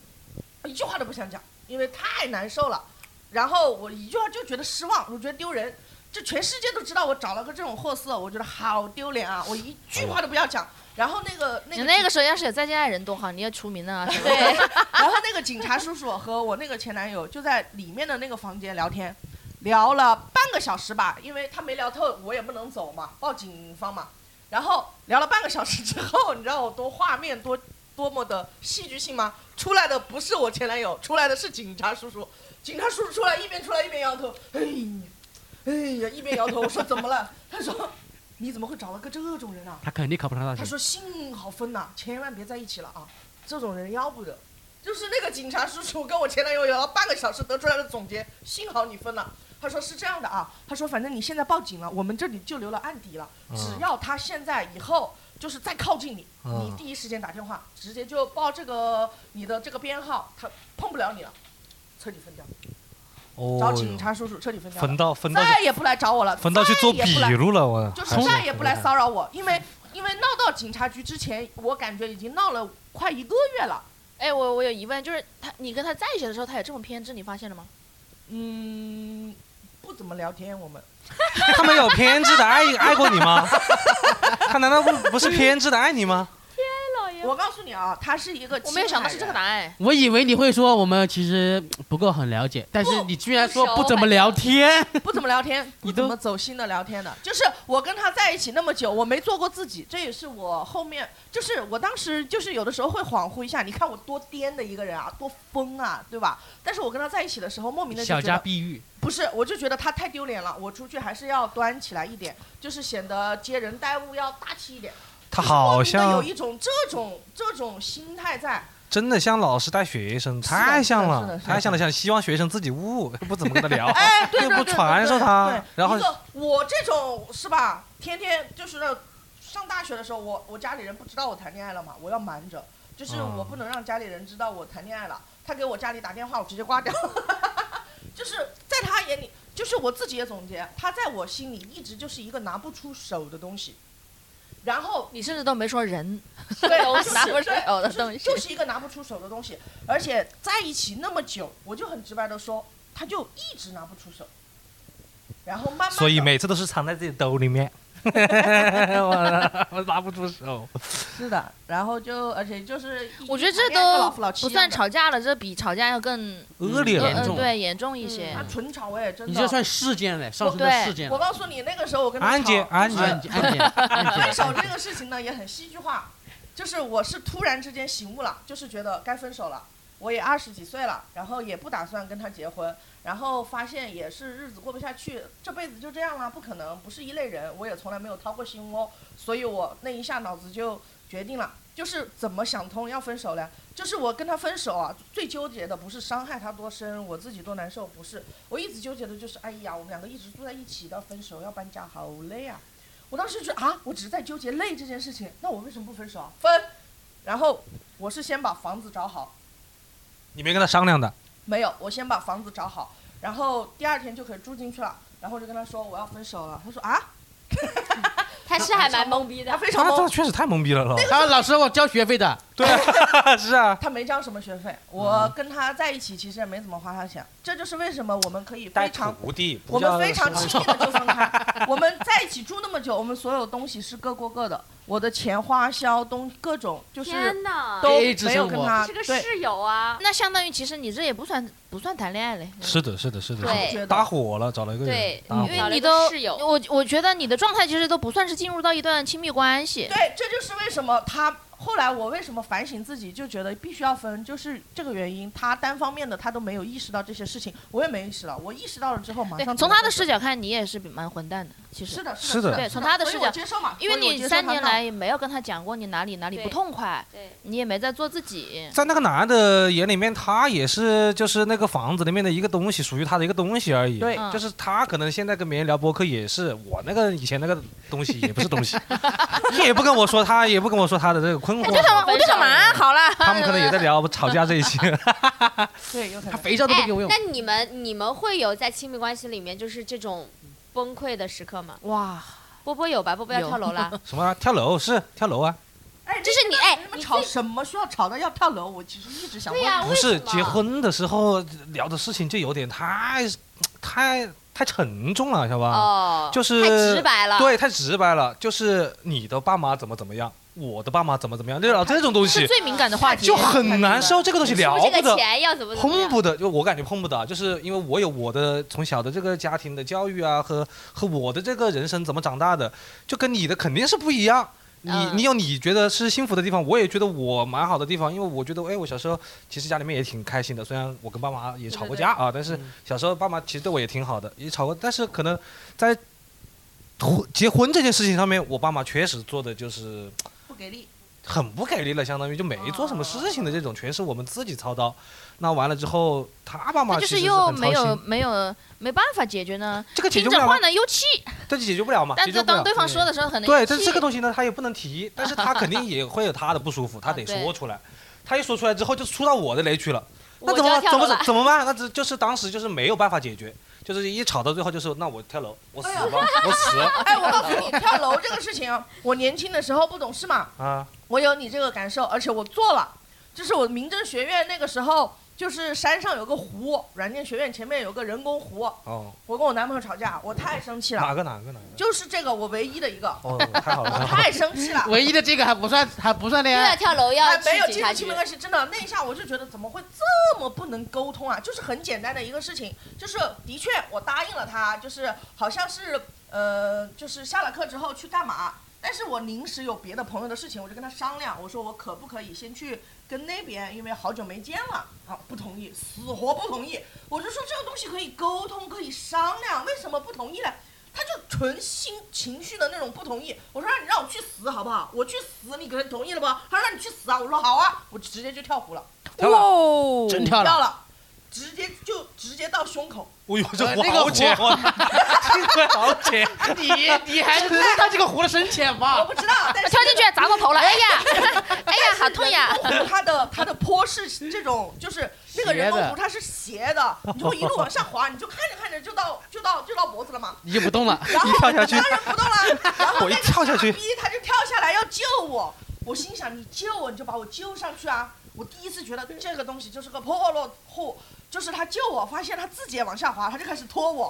Speaker 4: 一句话都不想讲，因为太难受了。然后我一句话就觉得失望，我觉得丢人，这全世界都知道我找了个这种货色，我觉得好丢脸啊！我一句话都不要讲。然后那个那
Speaker 1: 你
Speaker 4: 个
Speaker 1: 那
Speaker 4: 警
Speaker 1: 个时候要是有再见爱人多好，你要除名了啊！ (laughs) 是吧
Speaker 4: 对， (laughs) 然后那个警察叔叔和我那个前男友就在里面的那个房间聊天，聊了半个小时吧，因为他没聊透，我也不能走嘛，报警方嘛。然后聊了半个小时之后，你知道我多画面多多么的戏剧性吗？出来的不是我前男友，出来的是警察叔叔。警察叔叔出来一边出来一边摇头，哎呀，哎呀，一边摇头。我说怎么了？ (laughs) 他说你怎么会找了个这种人啊？
Speaker 5: 他肯定考不上大
Speaker 4: 他
Speaker 5: 学。
Speaker 4: 说幸好分呐、千万别在一起了啊，这种人要不得。就是那个警察叔叔跟我前男友聊了半个小时，得出来的总结，幸好你分了。他说是这样的啊，他说反正你现在报警了，我们这里就留了案底了，
Speaker 2: 啊
Speaker 4: 只要他现在以后就是再靠近你，你第一时间打电话，直接就报这个你的这个编号，他碰不了你了，彻底分掉， (laughs) 找
Speaker 2: 哦
Speaker 4: 警察叔叔彻底分掉了，
Speaker 2: 分到分到
Speaker 4: 再也不来找我了，
Speaker 2: 分到去做
Speaker 4: 再也
Speaker 2: 笔
Speaker 4: 不来
Speaker 2: 录了，我
Speaker 4: 就是
Speaker 2: 还
Speaker 4: 再也不来骚扰我，因为因为闹到警察局之前，我感觉已经闹了快一个月了。
Speaker 1: 哎，我我有疑问，就是他，你跟他在一起的时候，他有这么偏执，你发现了吗？
Speaker 4: 嗯，不怎么聊天，我们
Speaker 2: 他们有偏执的爱爱过你
Speaker 4: (laughs)
Speaker 2: 吗？他难道不不是偏执的爱你吗？
Speaker 4: 我告诉你啊，他是一个
Speaker 1: 哎我没有想到是这个答案。
Speaker 5: 我以为你会说我们其实不够很了解，但是你居然说不怎么聊天，
Speaker 4: 案，不怎么聊天，不
Speaker 5: 你
Speaker 4: 怎
Speaker 5: 都
Speaker 4: 么走心的聊天的。就是我跟他在一起那么久，我没做过自己，这也是我后面就是我当时就是有的时候会恍惚一下，你看我多癫的一个人啊，多疯啊，对吧？但是我跟他在一起的时候，莫名的
Speaker 5: (laughs) 小家碧玉，
Speaker 4: 不是，我就觉得他太丢脸了，我出去还是要端起来一点，就是显得接人待物要大气一点。
Speaker 2: 他好
Speaker 4: 就是莫
Speaker 2: 像
Speaker 4: 名地有一种这种这种心态在，
Speaker 2: 真的像老师带学生，
Speaker 4: 是的
Speaker 2: 太像
Speaker 4: 是的
Speaker 2: 了
Speaker 4: 是，的
Speaker 2: 太像了，像希望学生自己悟， (laughs) 不怎么跟他
Speaker 4: (laughs)
Speaker 2: 聊，
Speaker 4: 哎，对对
Speaker 2: 又
Speaker 4: 对
Speaker 2: 不
Speaker 4: 对
Speaker 2: 传授
Speaker 4: 对
Speaker 2: 他
Speaker 4: 对
Speaker 2: 然后
Speaker 4: 一个我这种是吧，天天就是那种上大学的时候，我我家里人不知道我谈恋爱了嘛，我要瞒着，就是
Speaker 2: 嗯
Speaker 5: 哦
Speaker 4: 我不能让家里人知道我谈恋爱了。他给我家里打电话，我直接挂掉。 (laughs) 就是在他眼里，就是我自己也总结，他在我心里一直就是一个拿不出手的东西。然后
Speaker 1: 你甚至都没说人， (laughs)
Speaker 4: 对
Speaker 1: 拿不出手的
Speaker 4: 就是
Speaker 1: 东西
Speaker 4: 就是一个拿不出手的东西。而且在一起那么久，我就很直白的说，他就一直拿不出手。然后慢慢地，
Speaker 2: 所以每次都是藏在自己兜里 (laughs) 面，我我拿不出手。
Speaker 4: 是的，然后就而且就是一，
Speaker 1: 我觉得这
Speaker 4: 谈恋爱和
Speaker 1: 都
Speaker 4: 老夫老妻
Speaker 1: 不算
Speaker 4: 一样的
Speaker 1: 吵架了，这比吵架要更
Speaker 2: 恶劣
Speaker 1: 呃
Speaker 5: 对严
Speaker 1: 呃
Speaker 5: 重
Speaker 2: 了，
Speaker 1: 对严重一嗯些
Speaker 4: 他。纯吵哎，真的。
Speaker 5: 你这算事件嘞，上升的
Speaker 1: 对
Speaker 5: 事件
Speaker 4: 我
Speaker 5: 了。
Speaker 4: 告诉你，那个时候我跟他
Speaker 2: 安姐，
Speaker 4: 吵
Speaker 2: 安
Speaker 5: 啊
Speaker 4: (laughs)
Speaker 2: 姐，
Speaker 5: 你按键，按
Speaker 4: 分手
Speaker 5: 键，
Speaker 4: 这个事情呢也很戏剧化，就是我是突然之间醒悟了，就是觉得该分手了。我也二十几岁了，然后也不打算跟他结婚，然后发现也是日子过不下去，这辈子就这样了，不可能，不是一类人，我也从来没有掏过心窝，所以我那一下脑子就决定了，就是怎么想通要分手嘞。就是我跟他分手啊，最纠结的不是伤害他多深，我自己多难受，不是，我一直纠结的就是，哎呀，我们两个一直住在一起，到分手要搬家，好累啊。我当时觉得啊，我只是在纠结累这件事情，那我为什么不分手啊？分。然后我是先把房子找好，
Speaker 2: 你没跟他商量的，
Speaker 4: 没有，我先把房子找好，然后第二天就可以住进去了。然后我就跟他说我要分手了，他说啊，
Speaker 3: 他是还蛮懵逼
Speaker 4: 他
Speaker 3: 的，
Speaker 4: 非常
Speaker 2: 啊他这
Speaker 4: 懵，
Speaker 2: 确实太懵逼了了。
Speaker 5: 啊，老师，我交学费的，
Speaker 2: 对啊， (laughs) 是啊，
Speaker 4: 他没交什么学费，我跟他在一起其实也没怎么花他钱，这就是为什么我们可以非常
Speaker 2: 徒弟，
Speaker 4: 我们非常轻易的就分开。我们在一起住那么久，我们所有东西是各过各的。我的钱花销东各种就是
Speaker 3: 天哪，
Speaker 4: 都
Speaker 5: AA 制
Speaker 4: 没有
Speaker 5: 生
Speaker 4: 跟
Speaker 5: 活
Speaker 4: 他
Speaker 3: 是个
Speaker 4: 对
Speaker 3: 室友啊，
Speaker 1: 那相当于其实你这也不算不算谈恋爱嘞，
Speaker 2: 是的，是的，是的，
Speaker 3: 对
Speaker 4: 觉得
Speaker 2: 搭伙了，找了一个人
Speaker 3: 对，
Speaker 2: 搭伙
Speaker 3: 找
Speaker 1: 因为
Speaker 3: 了
Speaker 1: 你
Speaker 3: 一
Speaker 1: 都
Speaker 3: 个室友，
Speaker 1: 我我觉得你的状态其实都不算是进入到一段亲密关系。
Speaker 4: 对，这就是为什么他后来我为什么反省自己，就觉得必须要分，就是这个原因。他单方面的他都没有意识到这些事情，我也没意识到。我意识到了之后，马
Speaker 1: 对
Speaker 4: 上，
Speaker 1: 从他的视
Speaker 4: 事
Speaker 1: 角看，你也是蛮混蛋的，其实
Speaker 4: 是。的，
Speaker 2: 是的
Speaker 4: 的，
Speaker 1: 对从他的
Speaker 4: 所以
Speaker 1: 视角
Speaker 4: 我接受嘛，
Speaker 1: 因为
Speaker 4: 所以我
Speaker 1: 你
Speaker 4: 接受
Speaker 1: 三
Speaker 4: 他
Speaker 1: 年
Speaker 4: 闹
Speaker 1: 来也没有跟他讲过你哪里哪里不
Speaker 3: 对
Speaker 1: 痛快，
Speaker 3: 对，
Speaker 1: 你也没在做自己。
Speaker 2: 在那个男的眼里面，他也是就是那个房子里面的一个东西，属于他的一个东西而已。
Speaker 4: 对
Speaker 1: 嗯
Speaker 2: 就是他可能现在跟别人聊播客也是我那个以前那个东西也不是东西，也不跟我说他，也不跟我说他的这个
Speaker 3: 哎
Speaker 1: 嘛
Speaker 2: 困惑。
Speaker 6: 哎
Speaker 1: 我就想玩好了。
Speaker 2: 他们可能也在聊吵架这一些。
Speaker 4: 对有可
Speaker 5: 他
Speaker 4: 能。
Speaker 5: 肥皂都没
Speaker 3: 哎
Speaker 5: 给我，用。
Speaker 3: 那你们你们会有在亲密关系里面就是这种崩溃的时刻吗？
Speaker 1: 哇，
Speaker 3: 波波有吧？波波要
Speaker 1: 有
Speaker 3: 跳楼啦！
Speaker 2: 什么啊、跳楼是跳楼啊？
Speaker 4: 哎，
Speaker 3: 就是你哎，
Speaker 4: 你们
Speaker 3: 你
Speaker 4: 吵
Speaker 3: 最
Speaker 4: 什么需要吵到要跳楼？我其实一直想
Speaker 3: 对
Speaker 4: 问。
Speaker 3: 呀、
Speaker 2: 不
Speaker 3: 为
Speaker 2: 是
Speaker 3: 什么
Speaker 2: 结婚的时候聊的事情就有点太太太沉重了，晓得吧？
Speaker 3: 哦，
Speaker 2: 啊就是
Speaker 3: 太直白了，
Speaker 2: 对，太直白了，就是你的爸妈怎么怎么样，我的爸妈怎么怎么样，就聊这种东
Speaker 1: 是
Speaker 2: 西
Speaker 1: 最敏感的话题，
Speaker 2: 就很难受，这个东西聊
Speaker 3: 这
Speaker 2: 不
Speaker 3: 个
Speaker 2: 得。
Speaker 3: 钱要怎么怎么
Speaker 2: 碰
Speaker 3: 样？
Speaker 2: 不得，就我感觉碰不得，就是因为我有我的从小的这个家庭的教育啊，和和我的这个人生怎么长大的，就跟你的肯定是不一样。你
Speaker 3: 嗯
Speaker 2: 你有你觉得是幸福的地方，我也觉得我蛮好的地方，因为我觉得，哎，我小时候其实家里面也挺开心的，虽然我跟爸妈也吵过架啊，但是
Speaker 5: 嗯
Speaker 2: 小时候爸妈其实对我也挺好的，也吵过，但是可能在婚结婚这件事情上面，我爸妈确实做的就是
Speaker 4: 不给力。
Speaker 2: 很不给力了，相当于就没
Speaker 1: 哦
Speaker 2: 做什么事情的这种，全是我们自己操刀。那完了之后，他爸妈
Speaker 1: 那就
Speaker 2: 其实
Speaker 1: 又
Speaker 2: 很操
Speaker 1: 没有
Speaker 2: 心
Speaker 1: 没有没办法解决呢，
Speaker 2: 这个解
Speaker 1: 听
Speaker 2: 决
Speaker 1: 着
Speaker 2: 不了
Speaker 1: 话
Speaker 2: 吗？
Speaker 1: 呢又气，
Speaker 2: 这就解决不了嘛，
Speaker 1: 但
Speaker 2: 解
Speaker 1: 是
Speaker 2: 决不了
Speaker 1: 当。对方说的时候，可能
Speaker 2: 对，
Speaker 1: 又
Speaker 2: 但
Speaker 1: 气
Speaker 2: 是这个东西呢，他也不能
Speaker 1: (laughs)
Speaker 2: 提，但是他肯定也会有他的不舒服，他
Speaker 1: 啊
Speaker 2: 得说出来。他一说出来之后，就出到我的雷区了。那
Speaker 3: 我
Speaker 2: 怎
Speaker 3: 就
Speaker 2: 么
Speaker 3: 要
Speaker 2: 办？
Speaker 3: 跳
Speaker 2: 怎
Speaker 3: 楼
Speaker 2: 么
Speaker 3: 了
Speaker 2: 怎么办？那只就是当时就是没有办法解决，就是一吵到最后就是那我跳楼，我死
Speaker 4: 哎呦
Speaker 2: 吧，
Speaker 1: (laughs)
Speaker 2: 我死
Speaker 4: 哎，我告诉你，跳楼这个事情啊，我年轻的时候不懂事嘛，
Speaker 2: 啊！
Speaker 4: 我有你这个感受，而且我做了，就是我民政学院那个时候，就是山上有个湖，软件学院前面有个人工湖，
Speaker 2: 哦，
Speaker 4: 我跟我男朋友吵架，我太生气了，
Speaker 2: 哪个哪个哪个？
Speaker 4: 就是这个我唯一的一个，
Speaker 2: 哦，
Speaker 1: (laughs)
Speaker 2: 太好了，
Speaker 4: 我
Speaker 2: 太好了
Speaker 4: 太生气了。
Speaker 5: 唯一的这个还不算，还不算恋
Speaker 3: 又要
Speaker 5: 爱。
Speaker 3: 跳楼，又要
Speaker 4: 哎，
Speaker 3: 去
Speaker 4: 没有
Speaker 3: 警
Speaker 4: 进
Speaker 3: 察
Speaker 4: 入
Speaker 3: 局
Speaker 4: 亲密。关系，真的那一下我就觉得怎么会这么不能沟通啊？就是很简单的一个事情，就是的确我答应了他，就是好像是呃，就是下了课之后去干嘛？但是我临时有别的朋友的事情，我就跟他商量，我说我可不可以先去跟那边，因为好久没见了啊，不同意，死活不同意。我就说这个东西可以沟通，可以商量，为什么不同意呢？他就纯心情绪的那种不同意。我说让你让我去死好不好？我去死，你可能同意了吧？他说让你去死啊！我说好啊，我直接就跳湖了，
Speaker 2: 跳了
Speaker 1: 哦
Speaker 5: 真
Speaker 4: 跳
Speaker 5: 跳了，
Speaker 4: 了。直接就直接到胸口。
Speaker 2: 哎呦，这
Speaker 5: 呃
Speaker 2: 壶
Speaker 5: 那个
Speaker 2: 好浅，
Speaker 5: 壶
Speaker 2: 哇 (laughs) 这个好浅。
Speaker 5: 你你还是知道这个壶的深浅
Speaker 4: 我
Speaker 5: 吧？
Speaker 4: 不知道，
Speaker 1: 他
Speaker 4: 但是
Speaker 1: 跳进去砸到头了，哎呀，哎呀，好痛呀！
Speaker 4: 它的它的坡是这种，就是那个人
Speaker 5: 斜
Speaker 4: 工
Speaker 5: 的
Speaker 4: 湖它是斜的，你就会一路往下滑，你就看着看着就到就到就到脖子了嘛。
Speaker 5: 你就不动了，
Speaker 4: (laughs) 然后
Speaker 2: 一跳下去
Speaker 4: 当然不动
Speaker 2: (laughs)
Speaker 4: 了，然后
Speaker 2: 我一跳下去
Speaker 4: 那个傻逼他就跳下来要救我，我心想你救我你就把我救上去啊！我第一次觉得这个东西就是个破落户，就是他救我，发现他自己也往下滑，他就开始拖
Speaker 2: (laughs)
Speaker 4: 我。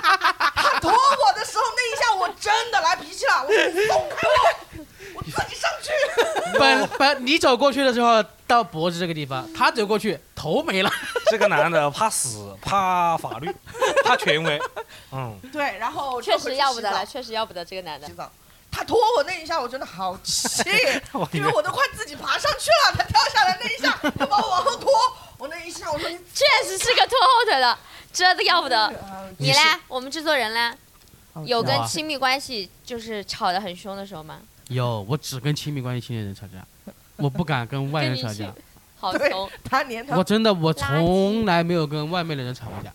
Speaker 4: 他拖我的时候那一下我真的来脾气了，我说你松开
Speaker 2: (laughs)
Speaker 4: 我，我自己上去。
Speaker 5: 本本你走过去的时候到脖子这个地方，他走过去头没了，
Speaker 2: (laughs) 这个男的怕死，怕法 (laughs) 律，怕权威。嗯，
Speaker 4: 对，然后就
Speaker 6: 确
Speaker 4: 回
Speaker 6: 实
Speaker 4: 去
Speaker 6: 要不得
Speaker 4: 洗澡
Speaker 6: 了，确实要不得这个男的
Speaker 4: 洗。澡。他拖我那一下，我真的好气
Speaker 2: (laughs) 我，以为
Speaker 4: 因为我都快自己爬上去了，他跳下来那一下，他把我往后拖，我那一下，我说你
Speaker 6: 确实是个拖后腿的，真的要
Speaker 4: 嗯
Speaker 6: 不得。你嘞
Speaker 2: 是？
Speaker 6: 我们制作人嘞？有
Speaker 5: 我
Speaker 6: 跟
Speaker 5: 啊
Speaker 6: 亲密关系就是吵得很凶的时候吗？
Speaker 5: 有，我只跟亲密关系亲的人吵架，我不敢跟外人吵架。
Speaker 6: 好
Speaker 4: 对
Speaker 6: 怂，
Speaker 4: 他连他
Speaker 5: 我真的我
Speaker 6: 垃圾
Speaker 5: 从来没有跟外面的人吵过架，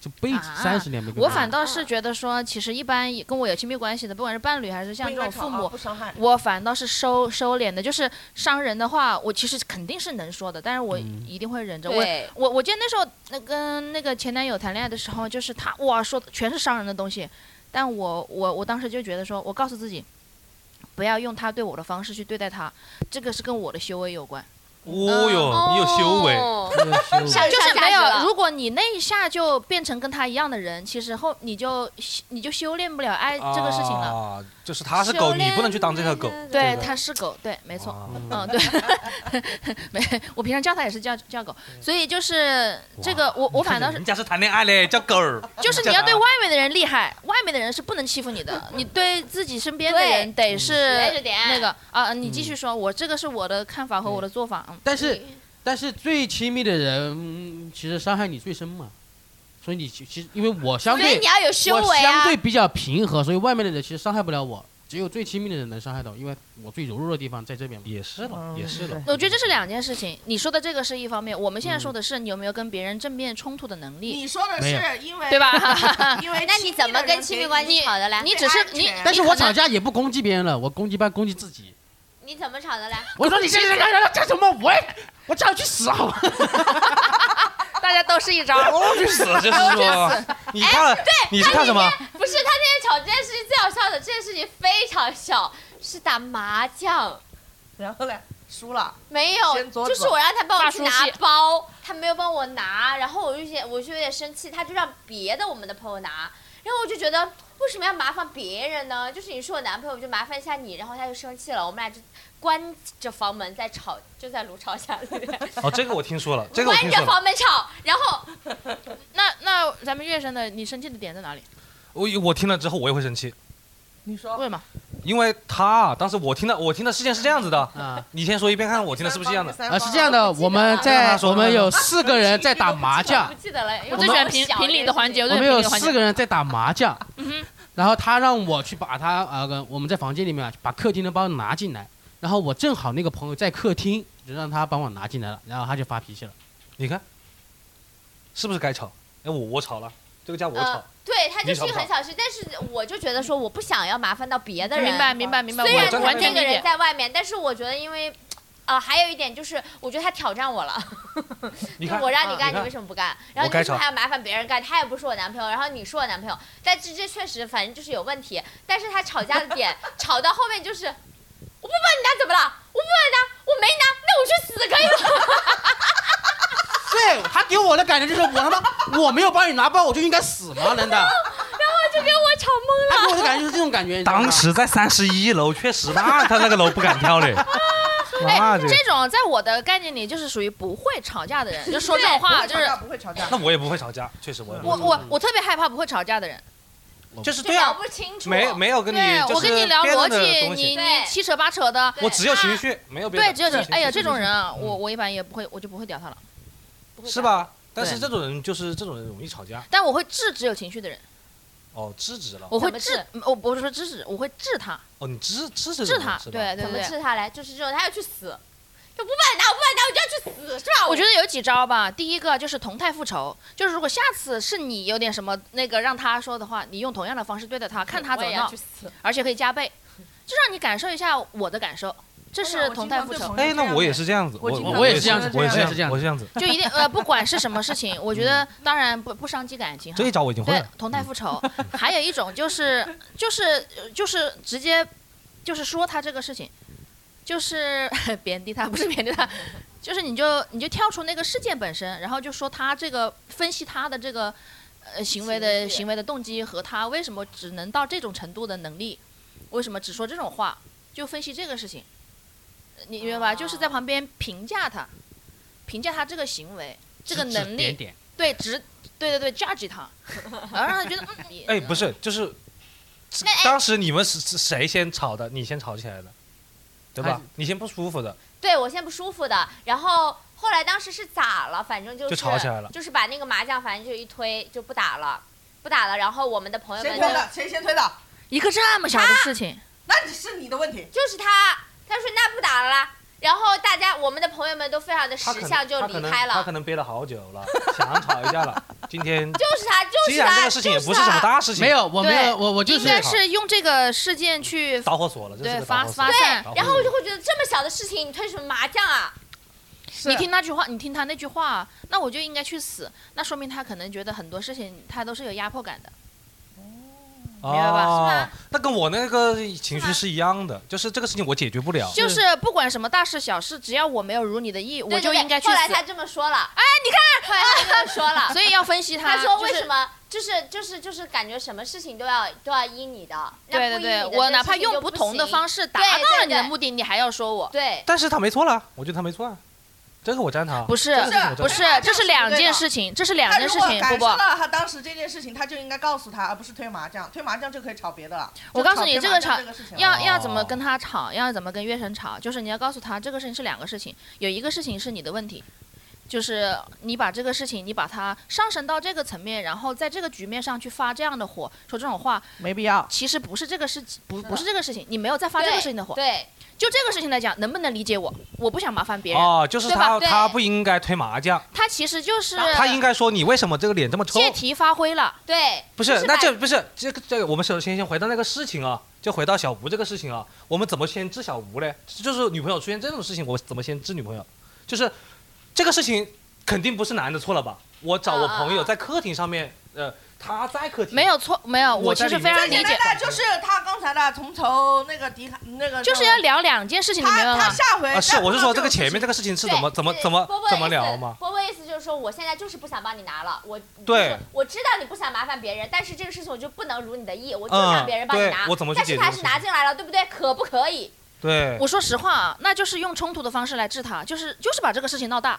Speaker 5: 就辈子
Speaker 1: 啊
Speaker 5: 三十年没跟
Speaker 1: 我
Speaker 4: 嗯
Speaker 5: 外面。
Speaker 1: 反倒是觉得说，其实一般跟我有亲密关系的，不管是伴侣还是像这种父母
Speaker 4: 啊不，伤害，
Speaker 1: 我反倒是收收敛的。就是伤人的话，我其实肯定是能说的，但是我
Speaker 5: 嗯
Speaker 1: 一定会忍着。我
Speaker 6: 对，
Speaker 1: 我我记得那时候那跟那个前男友谈恋爱的时候，就是他哇说的全是伤人的东西，但我我我当时就觉得说，我告诉自己，不要用他对我的方式去对待他，这个是跟我的修为有关。
Speaker 2: 哦哟，你有修为。
Speaker 6: 哦
Speaker 1: (laughs)
Speaker 5: 这个修为
Speaker 6: 上
Speaker 1: 就是
Speaker 6: 上价
Speaker 1: 没
Speaker 6: 值
Speaker 1: 有，
Speaker 6: 了
Speaker 1: 如果你那一下就变成跟他一样的人，其实后你就你就修炼不了爱哎这个事情了。
Speaker 2: 啊，就是他是狗，你不能去当这条狗。
Speaker 1: 对
Speaker 2: 对，的
Speaker 1: 他是狗，对，没错。
Speaker 2: 啊
Speaker 1: 嗯，对， (laughs) 没，我平常叫它也是叫叫狗，
Speaker 2: 嗯
Speaker 1: 所以就是这个，我我反倒是
Speaker 2: 人家是谈恋爱嘞，叫狗儿。
Speaker 1: 就是你要对外面的人厉害，外面的人是不能欺负你
Speaker 2: (laughs)
Speaker 1: 的，你对自己身边的人得
Speaker 6: 学着
Speaker 1: 是
Speaker 6: 点
Speaker 1: 那个啊，你继
Speaker 2: 嗯
Speaker 1: 续说，我这个是我的看法和我的做法，嗯，
Speaker 5: 但是但是最亲密的人，嗯其实伤害你最深嘛。所以你其其实因为我相
Speaker 6: 所以
Speaker 5: 对
Speaker 6: 你要有修
Speaker 5: 我
Speaker 6: 为
Speaker 5: 相
Speaker 6: 啊
Speaker 5: 对。比较平和，所以外面的人其实伤害不了我，只有最亲密的人能伤害到，因为我最柔弱的地方在这边嘛。
Speaker 2: 也是了，
Speaker 4: 嗯
Speaker 2: 也是了。
Speaker 1: 我觉得这是两件事情。你说的这个是一方面，我们现在
Speaker 2: 嗯
Speaker 1: 说的是你有没有跟别人正面冲突的能力，
Speaker 4: 你说的
Speaker 5: 没
Speaker 4: 是
Speaker 5: 有
Speaker 4: 因为
Speaker 1: 对？吧？
Speaker 4: 因为
Speaker 6: 那你怎么跟亲密关系吵的嘞？啊
Speaker 1: 你只是
Speaker 4: 安
Speaker 1: 你
Speaker 4: 全，
Speaker 5: 但是
Speaker 1: 你
Speaker 5: 我
Speaker 1: 可能
Speaker 5: 吵架也不攻击别人了，我攻击般攻击自己。
Speaker 6: 你怎么吵的嘞？
Speaker 5: 我说你这这这干什么？我也我叫你去死好吗？
Speaker 1: 大家都是一招。
Speaker 2: 我去死，就是说， (laughs) 你看，你是看什么？
Speaker 6: 不是他那天吵这件事情最好笑的，这件事情非常小，是打麻将。
Speaker 4: 然后呢，输了，
Speaker 6: 没有，
Speaker 4: 先左
Speaker 6: 就是
Speaker 4: 左
Speaker 6: 我让他帮我
Speaker 1: 大
Speaker 6: 去
Speaker 1: 叔
Speaker 6: 拿
Speaker 1: 系
Speaker 6: 包，他没有帮我拿，然后我就有点我就有点生气，他就让别的我们的朋友拿，然后我就觉得为什么要麻烦别人呢？就是你是我男朋友，我就麻烦一下你，然后他就生气了，我们俩就关着房门在吵，就在炉吵架里面，
Speaker 2: 哦，这个我听说了，这个我
Speaker 6: 关
Speaker 2: 听说了。
Speaker 6: 着房门吵，然后
Speaker 1: 那那咱们月生的，你生气的点在哪里？
Speaker 2: 我我听了之后我也会生气，
Speaker 4: 你
Speaker 1: 为
Speaker 4: 说
Speaker 1: 什么？
Speaker 2: 因为他啊当时我听的我听的事件是这样子的，
Speaker 5: 啊
Speaker 2: 你先说一遍看看我听的是不是这样的。
Speaker 5: 啊，是这样的，我们
Speaker 2: 让
Speaker 5: 在
Speaker 2: 他说
Speaker 5: 我们
Speaker 2: 让他
Speaker 5: 有四个人在打麻将
Speaker 6: 不，记得了，因为
Speaker 1: 我
Speaker 6: 哎我
Speaker 1: 最喜欢
Speaker 6: 小
Speaker 1: 评
Speaker 6: 这个
Speaker 1: 评理的环节，
Speaker 6: 事
Speaker 1: 最
Speaker 5: (laughs) 我
Speaker 1: 喜欢评理
Speaker 5: 们有
Speaker 1: 的环
Speaker 5: 四
Speaker 1: 节。
Speaker 5: 个人在打麻将，然后他让我去把他呃，我们在房间里面啊，把客厅的包拿进来，然后我正好那个朋友在客厅，就让他帮我拿进来了，然后他就发脾气了。
Speaker 2: 你看，是不是该吵？哎，我我吵了，这个家我吵
Speaker 6: 呃。，对他就是一
Speaker 2: 你吵
Speaker 6: 个
Speaker 2: 不
Speaker 6: 很小事，但是我就觉得说我不想要麻烦到别的人，
Speaker 1: 明白明白明白，
Speaker 6: 虽
Speaker 1: 我
Speaker 6: 然
Speaker 2: 真的
Speaker 1: 完
Speaker 6: 那
Speaker 1: 全理
Speaker 6: 个人
Speaker 1: 解。
Speaker 6: 在外面，但是我觉得因为。呃，还有一点就是，我觉得他挑战我了，
Speaker 2: 你
Speaker 6: 就
Speaker 2: 看
Speaker 6: 我，让你
Speaker 2: 啊
Speaker 6: 干，
Speaker 2: 你看
Speaker 6: 为什么不干？
Speaker 2: 我
Speaker 6: 然后你
Speaker 2: 该
Speaker 6: 为什么
Speaker 2: 吵
Speaker 6: 还要麻烦别人干？他也不是我男朋友，然后你是我男朋友，但这这确实，反正就是有问题。但是他吵架的
Speaker 2: (laughs)
Speaker 6: 点，吵到后面就是，我不帮你拿怎么了？我不帮你拿，我没拿，那我去死可以吗？
Speaker 5: 对他给我的感觉就是我他妈我没有帮你拿包，我就应该死吗？难道？
Speaker 6: 就给我吵懵了。
Speaker 5: 他给我的感觉就是这种感觉。你知道吗
Speaker 2: (laughs) 当时在三十一楼，确实，那他那个楼不
Speaker 1: (laughs)
Speaker 2: 敢跳嘞。那
Speaker 1: 哎，
Speaker 2: 这，
Speaker 1: 这种在我的概念里就是属于不会吵架的人，就说这种话就是
Speaker 4: 不会吵架，
Speaker 2: 那我也不会吵架，确实我也不
Speaker 1: 我
Speaker 2: 会
Speaker 1: 我我特别害怕不会吵架的人。
Speaker 2: 就是
Speaker 6: 就
Speaker 2: (laughs) 对
Speaker 6: 搞
Speaker 2: 啊，
Speaker 6: 不清楚，
Speaker 2: 没没有跟你
Speaker 1: 对，
Speaker 2: 就
Speaker 1: 我
Speaker 2: 是
Speaker 1: 跟你聊
Speaker 2: 辩
Speaker 1: 逻
Speaker 2: 论的
Speaker 1: 辑，
Speaker 2: 东西
Speaker 1: 你
Speaker 6: 对
Speaker 1: 你七扯八扯的。
Speaker 6: 对
Speaker 2: 我只有情绪，没有别的。
Speaker 1: 对，只有
Speaker 2: 情
Speaker 1: 你
Speaker 2: 绪。
Speaker 1: 哎呀，这种人啊，我我一般也不会，我就不会屌他了。
Speaker 6: 不会
Speaker 2: 是
Speaker 6: 的？
Speaker 2: 吧？但是
Speaker 1: 对
Speaker 2: 这种人就是这种人容易吵架
Speaker 1: 但我会制止有情绪的人，
Speaker 2: 哦，制止了
Speaker 1: 我会
Speaker 6: 怎么
Speaker 1: 制，嗯我不是说制止，我会治他，
Speaker 2: 哦，你制制止
Speaker 1: 治
Speaker 2: 了
Speaker 1: 他。
Speaker 2: 是吧
Speaker 1: 对对
Speaker 6: 怎么
Speaker 1: 对，
Speaker 6: 治他嘞？就是这种，他要去死，就不把你拿，我不把你拿，我就要去死，是吧？
Speaker 1: 我觉
Speaker 6: 得
Speaker 1: 得有几招吧。第一个就是同态复仇，就是如果下次是你有点什么那个让他说的话，你用同样的方式对待他，看他
Speaker 6: 我
Speaker 1: 怎么
Speaker 6: 也要
Speaker 1: 闹
Speaker 6: 去，死。
Speaker 1: 而且可以加倍，就让你感受一下我的感受，这
Speaker 4: 哦我
Speaker 1: 是
Speaker 4: 经
Speaker 1: 同态
Speaker 4: 常
Speaker 1: 复
Speaker 4: 对
Speaker 1: 仇
Speaker 4: 朋。友
Speaker 2: 哎，
Speaker 4: 这
Speaker 2: 那
Speaker 4: 样
Speaker 2: 我
Speaker 4: 的
Speaker 2: 也是这样子，
Speaker 4: 我经常
Speaker 2: 我
Speaker 5: 也是这样子
Speaker 2: 我也是
Speaker 5: 我也是这样子
Speaker 2: 我是这样子。
Speaker 1: 就一定呃，不管是什么事情，我觉
Speaker 4: 嗯
Speaker 1: 得当然不不伤及感情哈
Speaker 2: 这。一招我已经会
Speaker 1: 对
Speaker 2: 了，，嗯
Speaker 1: 同态复仇。还有一种就是就是呃就是直接就是说他这个事情，就是 (laughs) 贬低他，不是贬低他，就是你就你就跳出那个事件本身，然后就说他这个分析他的这个呃行为的
Speaker 6: 情绪
Speaker 1: 行为的动机和他为什么只能到这种程度的能力，为什么只说这种话，就分析这个事情，你明白吧？就是在旁边评价他，评价他这个行为。这个
Speaker 5: 指指
Speaker 1: 能力
Speaker 5: 点，点，
Speaker 1: 对，只对对对，judge 他，然后让他觉得，嗯，也
Speaker 2: (laughs) 哎，不，是，就是是
Speaker 6: 哎
Speaker 2: 当时你们是是谁先吵的？你先吵起来的，对吧
Speaker 5: 还？
Speaker 2: 你先不舒服的，
Speaker 6: 对我先不舒服的，然后后来当时是咋了？反正就
Speaker 2: 就
Speaker 6: 是
Speaker 2: 吵起来了
Speaker 6: 就是把那个麻将反正就一推就不打了，不打了。然后我们的朋友们
Speaker 4: 谁
Speaker 6: 就
Speaker 4: 推的？谁先推的？
Speaker 1: 一个这么小的事情，
Speaker 4: 那你是你的问题。
Speaker 6: 就是他，他说那不打了啦。然后大家我们的朋友们都非常的
Speaker 2: 他
Speaker 6: 识
Speaker 2: 可
Speaker 6: 相，
Speaker 2: 能
Speaker 6: 就
Speaker 2: 他可
Speaker 6: 离
Speaker 2: 能
Speaker 6: 开
Speaker 2: 他
Speaker 6: 了
Speaker 2: 可。能憋了好久了，想吵一架了。今天
Speaker 6: 就是他，就
Speaker 2: 既
Speaker 6: 是
Speaker 2: 然这
Speaker 6: 他，
Speaker 2: 个事情也
Speaker 6: 就是
Speaker 2: 不是什么
Speaker 6: 他。
Speaker 2: 大事情，
Speaker 5: 没有，我没有，
Speaker 1: 对
Speaker 5: 我我就
Speaker 1: 应
Speaker 5: 是
Speaker 1: 该是用这个事件去
Speaker 2: 导火索了，这是
Speaker 1: 对
Speaker 2: 个
Speaker 1: 发
Speaker 2: 导火索
Speaker 1: 发。散
Speaker 2: 导。火
Speaker 6: 然后
Speaker 2: 索
Speaker 6: 我就会觉得这么小的事情，你推什么麻将啊？
Speaker 1: 你听那句话，你听他那句话，那我就应该去死，那说明他可能觉得很多事情他都是有压迫感的。明白吧
Speaker 2: 哦
Speaker 6: 是吧
Speaker 2: 那跟我那个情
Speaker 6: 是吧
Speaker 2: 绪是一样的，就是这个事情我解决不了。
Speaker 1: 就是不管什么大事小事，只要我没有如你的意，
Speaker 6: 对
Speaker 1: 我就
Speaker 6: 对对
Speaker 1: 应该去
Speaker 6: 后来
Speaker 1: 死
Speaker 6: 他。这么说了，哎，你看，后来他这么说了， (laughs)
Speaker 1: 所以要分析
Speaker 6: 他说
Speaker 1: 就
Speaker 6: 为
Speaker 1: 是
Speaker 6: 什么就是就是就是感觉什么事情都要都要依你的，那
Speaker 1: 对对
Speaker 6: 不依你
Speaker 1: 对，
Speaker 6: 的
Speaker 1: 我
Speaker 6: 这
Speaker 1: 哪
Speaker 6: 事
Speaker 1: 怕
Speaker 6: 情就
Speaker 1: 用
Speaker 6: 不
Speaker 1: 不同的
Speaker 6: 行
Speaker 1: 方式达
Speaker 6: 对
Speaker 1: 到了
Speaker 6: 对
Speaker 1: 你的
Speaker 6: 对
Speaker 1: 目的，你还要说我。
Speaker 6: 对，
Speaker 2: 但是他没错了，我觉得他没错啊，这个我赞他。
Speaker 1: 不是
Speaker 2: 这个事情我赞
Speaker 1: 不是，这是两件事情，这是两
Speaker 4: 他
Speaker 1: 件
Speaker 4: 如
Speaker 1: 事
Speaker 4: 果
Speaker 1: 情，
Speaker 4: 感
Speaker 1: 不
Speaker 4: 受
Speaker 1: 不，
Speaker 4: 到了他当时这件事情，他就应该告诉他，而不是推麻将。推麻将就可以吵别的了。
Speaker 1: 我告诉你
Speaker 4: 就
Speaker 1: 这
Speaker 4: 推
Speaker 1: 个
Speaker 4: 麻
Speaker 1: 吵
Speaker 4: 将这个事情了
Speaker 1: 要
Speaker 2: 哦
Speaker 1: 要怎么跟他吵，要怎么跟月神吵，就是你要告诉他这个事情是两个事情，有一个事情是你的问题，就是你把这个事情你把它上升到这个层面，然后在这个局面上去发这样的火，说这种话，
Speaker 4: 没必要。
Speaker 1: 其实不是这个事，不
Speaker 4: 的
Speaker 1: 不是这个事情，你没有在发这个事情的火。
Speaker 6: 对
Speaker 1: 就这个事情来讲，能不能理解我？我不想麻烦别人，
Speaker 2: 哦，就是
Speaker 1: 对吧
Speaker 2: 他
Speaker 6: 对
Speaker 2: 他不应该推麻将，
Speaker 1: 他其实就是
Speaker 2: 他应该说你为什么这个脸这么臭？
Speaker 1: 借题发挥了。
Speaker 6: 对，
Speaker 2: 不，
Speaker 6: 就是是
Speaker 2: 那
Speaker 6: 把
Speaker 2: 这不是这个这个，我们首先先回到那个事情啊，就回到小吴这个事情啊，我们怎么先治小吴嘞？就是女朋友出现这种事情，我怎么先治女朋友？就是这个事情肯定不是男的错了吧？我找我朋友在客厅上面，呃，他在客厅
Speaker 1: 啊没有错，没有，
Speaker 2: 我
Speaker 1: 我其
Speaker 2: 在
Speaker 1: 实
Speaker 2: 里
Speaker 1: 非
Speaker 2: 面
Speaker 1: 常
Speaker 4: 最
Speaker 1: 理
Speaker 4: 简单
Speaker 1: 解，
Speaker 4: 的就是他刚才的从头那个迪卡那个
Speaker 1: 就是要聊两件事情，你明白
Speaker 4: 他他
Speaker 1: 吗？
Speaker 4: 下回
Speaker 2: 啊，是
Speaker 4: 再
Speaker 2: 我是说
Speaker 4: 碰到
Speaker 2: 这个
Speaker 4: 种
Speaker 2: 前面这
Speaker 4: 事
Speaker 2: 个事情是
Speaker 6: 对
Speaker 2: 怎么怎么
Speaker 6: 对
Speaker 2: 怎么
Speaker 6: 波波
Speaker 2: 怎么
Speaker 6: 意思
Speaker 2: 聊嘛？
Speaker 6: 波波意思就是说，我现在就是不想帮你拿了，我
Speaker 2: 对，
Speaker 6: 就是我知道你不想麻烦别人，但是这个事情我就不能如你的意，我就
Speaker 2: 嗯
Speaker 6: 让别人帮你
Speaker 2: 对
Speaker 6: 拿。
Speaker 2: 我怎么去
Speaker 6: 但
Speaker 2: 解
Speaker 6: 是
Speaker 2: 决
Speaker 6: 他
Speaker 2: 这
Speaker 6: 是
Speaker 2: 个
Speaker 6: 拿进来了，对不对？可不可以？
Speaker 2: 对，
Speaker 1: 我说实话啊，那就是用冲突的方式来治他，就是就是把这个事情闹大。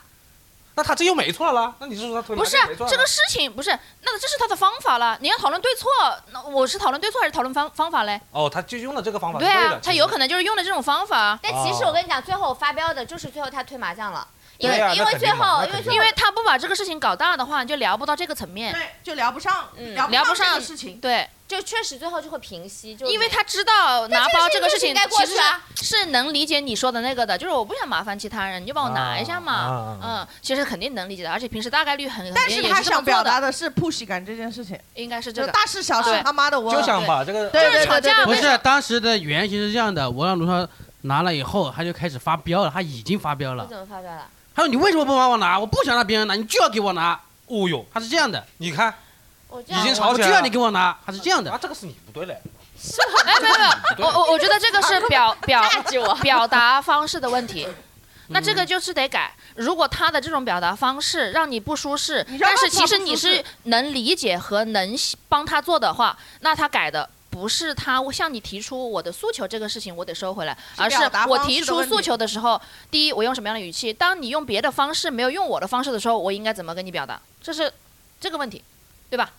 Speaker 2: 那他这又没错了，那你是说他推麻
Speaker 1: 不是
Speaker 2: 将没错了
Speaker 1: 这个事情，不是那这是他的方法了。你要讨论对错，那我是讨论对错还是讨论方方法嘞？
Speaker 2: 哦，他就用了这个方法是
Speaker 1: 对
Speaker 2: 的，
Speaker 1: 啊，
Speaker 2: 其
Speaker 1: 他
Speaker 2: 实
Speaker 1: 有可能就是用的这种方法，
Speaker 6: 但其实
Speaker 2: 哦
Speaker 6: 我跟你讲，最后我发飙的就是最后他推麻将了，因为
Speaker 2: 对啊
Speaker 6: 因
Speaker 2: 那
Speaker 6: 为
Speaker 2: 肯
Speaker 6: 最
Speaker 2: 定嘛那
Speaker 6: 后因为
Speaker 2: 肯定
Speaker 6: 最后
Speaker 1: 因为他不把这个事情搞大的话，你就聊不到这个层
Speaker 4: 情
Speaker 1: 面。
Speaker 4: 对就聊不上，
Speaker 6: 嗯
Speaker 4: 聊
Speaker 1: 聊
Speaker 4: 不
Speaker 1: 不
Speaker 4: 上这
Speaker 1: 上
Speaker 4: 个事情。
Speaker 1: 对，
Speaker 6: 就确实最后就会平息，就
Speaker 1: 因为
Speaker 6: 没
Speaker 1: 他知道拿包这个事情
Speaker 6: 但这个
Speaker 1: 其
Speaker 6: 事
Speaker 1: 实
Speaker 6: 情就是应该过去啊
Speaker 1: 是是能理解你说的那个的，就是我不想麻烦其他人，你就帮我拿一下
Speaker 2: 啊
Speaker 1: 嘛。
Speaker 2: 啊啊
Speaker 1: 嗯，其实肯定能理解的，而且平时大概率很，
Speaker 4: 但是
Speaker 1: 嗯也也
Speaker 4: 他
Speaker 1: 这么
Speaker 4: 想表
Speaker 1: 做的
Speaker 4: 达的是 push 感这件事情，
Speaker 1: 应该是这
Speaker 4: 就
Speaker 1: 个。
Speaker 4: 大事小
Speaker 1: 嗯
Speaker 4: 事
Speaker 1: 对
Speaker 4: 他妈的我
Speaker 2: 就想把这个
Speaker 4: 对对对
Speaker 1: 吵架
Speaker 4: 对
Speaker 5: 不
Speaker 4: 对对
Speaker 5: 是当时的原型是这样的，我让卢超拿了以后，他就开始发飙了，他已经发飙
Speaker 6: 不
Speaker 5: 了，
Speaker 6: 怎么发飙了。
Speaker 5: 他说你为什么不帮我拿？我不想让别人拿，你就要给我拿，
Speaker 2: 哦呦，
Speaker 5: 他是这样的，
Speaker 2: 你看
Speaker 6: 我嗯这
Speaker 2: 已经
Speaker 6: 样
Speaker 2: 吵
Speaker 5: 我
Speaker 2: 起
Speaker 5: 就
Speaker 4: 啊
Speaker 2: 来了
Speaker 5: 要你给我拿，他是这样的
Speaker 2: 啊，，这个是你不对嘞。
Speaker 1: 哎，没有没
Speaker 4: (laughs)
Speaker 1: 有，我我我觉得这个是表表
Speaker 6: 骂起我
Speaker 1: 表达方式的问题。那这
Speaker 4: 嗯
Speaker 1: 个就是得改。如果他的这种表达方式让你不舒适
Speaker 4: 你，让
Speaker 1: 但
Speaker 4: 他
Speaker 1: 是其实
Speaker 4: 不舒
Speaker 1: 你
Speaker 4: 适
Speaker 1: 是能理解和能帮他做的话，那他改的不是他向你提出我的诉求这个事情我得收回来，而是
Speaker 4: 表达
Speaker 1: 我
Speaker 4: 方
Speaker 1: 提
Speaker 4: 式的
Speaker 1: 出
Speaker 4: 问
Speaker 1: 诉
Speaker 4: 题
Speaker 1: 求的时候，第一我用什么样的语气？当你用别的方式没有用我的方式的时候，我应该怎么跟你表达？这是这个问题，对吧？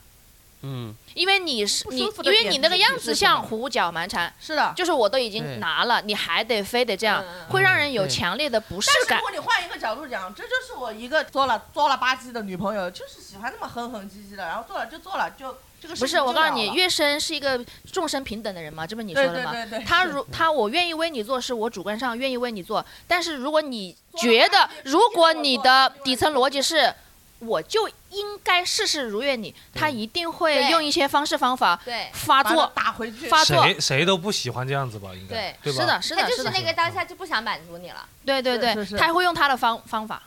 Speaker 5: 嗯，
Speaker 1: 因为你是
Speaker 4: 不
Speaker 1: 你
Speaker 4: 舒服，的
Speaker 1: 因为
Speaker 4: 点
Speaker 1: 你那个
Speaker 4: 是
Speaker 1: 样
Speaker 4: 是
Speaker 1: 子
Speaker 4: 什么
Speaker 1: 像胡搅蛮缠，
Speaker 4: 是的，
Speaker 1: 就是我都已经
Speaker 5: 对
Speaker 1: 拿了，你还得非得这样
Speaker 6: 嗯嗯，
Speaker 1: 会让人有
Speaker 5: 对
Speaker 1: 强烈的不适
Speaker 4: 但是
Speaker 1: 感
Speaker 4: 如。果你换一个角度讲，这就是我一个做了做了吧唧的女朋友，就是喜欢那么哼哼唧唧的，然后做了就做了，就这个事
Speaker 1: 不是，
Speaker 4: 情
Speaker 1: 我
Speaker 4: 就
Speaker 1: 告诉
Speaker 4: 了
Speaker 1: 你，
Speaker 4: 了
Speaker 1: 月生是一个众生平等的人嘛，这不是你说
Speaker 4: 对
Speaker 1: 的
Speaker 4: 对
Speaker 1: 吗？
Speaker 4: 对对，
Speaker 1: 他
Speaker 4: 是
Speaker 1: 如他我愿意为你做事，我主观上愿意为你做，但是如果你
Speaker 4: 做了
Speaker 1: 觉
Speaker 4: 他
Speaker 1: 得
Speaker 4: 也，不
Speaker 1: 如
Speaker 4: 一定
Speaker 1: 果
Speaker 4: 能
Speaker 1: 你
Speaker 4: 做
Speaker 1: 的
Speaker 4: 另外
Speaker 1: 底
Speaker 4: 一
Speaker 1: 层
Speaker 4: 个
Speaker 1: 逻辑是，我就应该事事如愿你，他
Speaker 5: 对
Speaker 1: 一定会
Speaker 6: 对
Speaker 1: 用一些方式方法
Speaker 6: 对
Speaker 1: 发
Speaker 4: 把它
Speaker 1: 作
Speaker 4: 打回去，
Speaker 1: 发作。
Speaker 2: 谁谁都不喜欢这样子吧，应该对吧？
Speaker 1: 是的，是嗯
Speaker 6: 他
Speaker 1: 的，
Speaker 6: 就是是
Speaker 1: 的，
Speaker 6: 那个当下就不想满足你了，
Speaker 1: 对对
Speaker 4: 是
Speaker 1: 对
Speaker 4: 是，是
Speaker 1: 他会用他的方方法，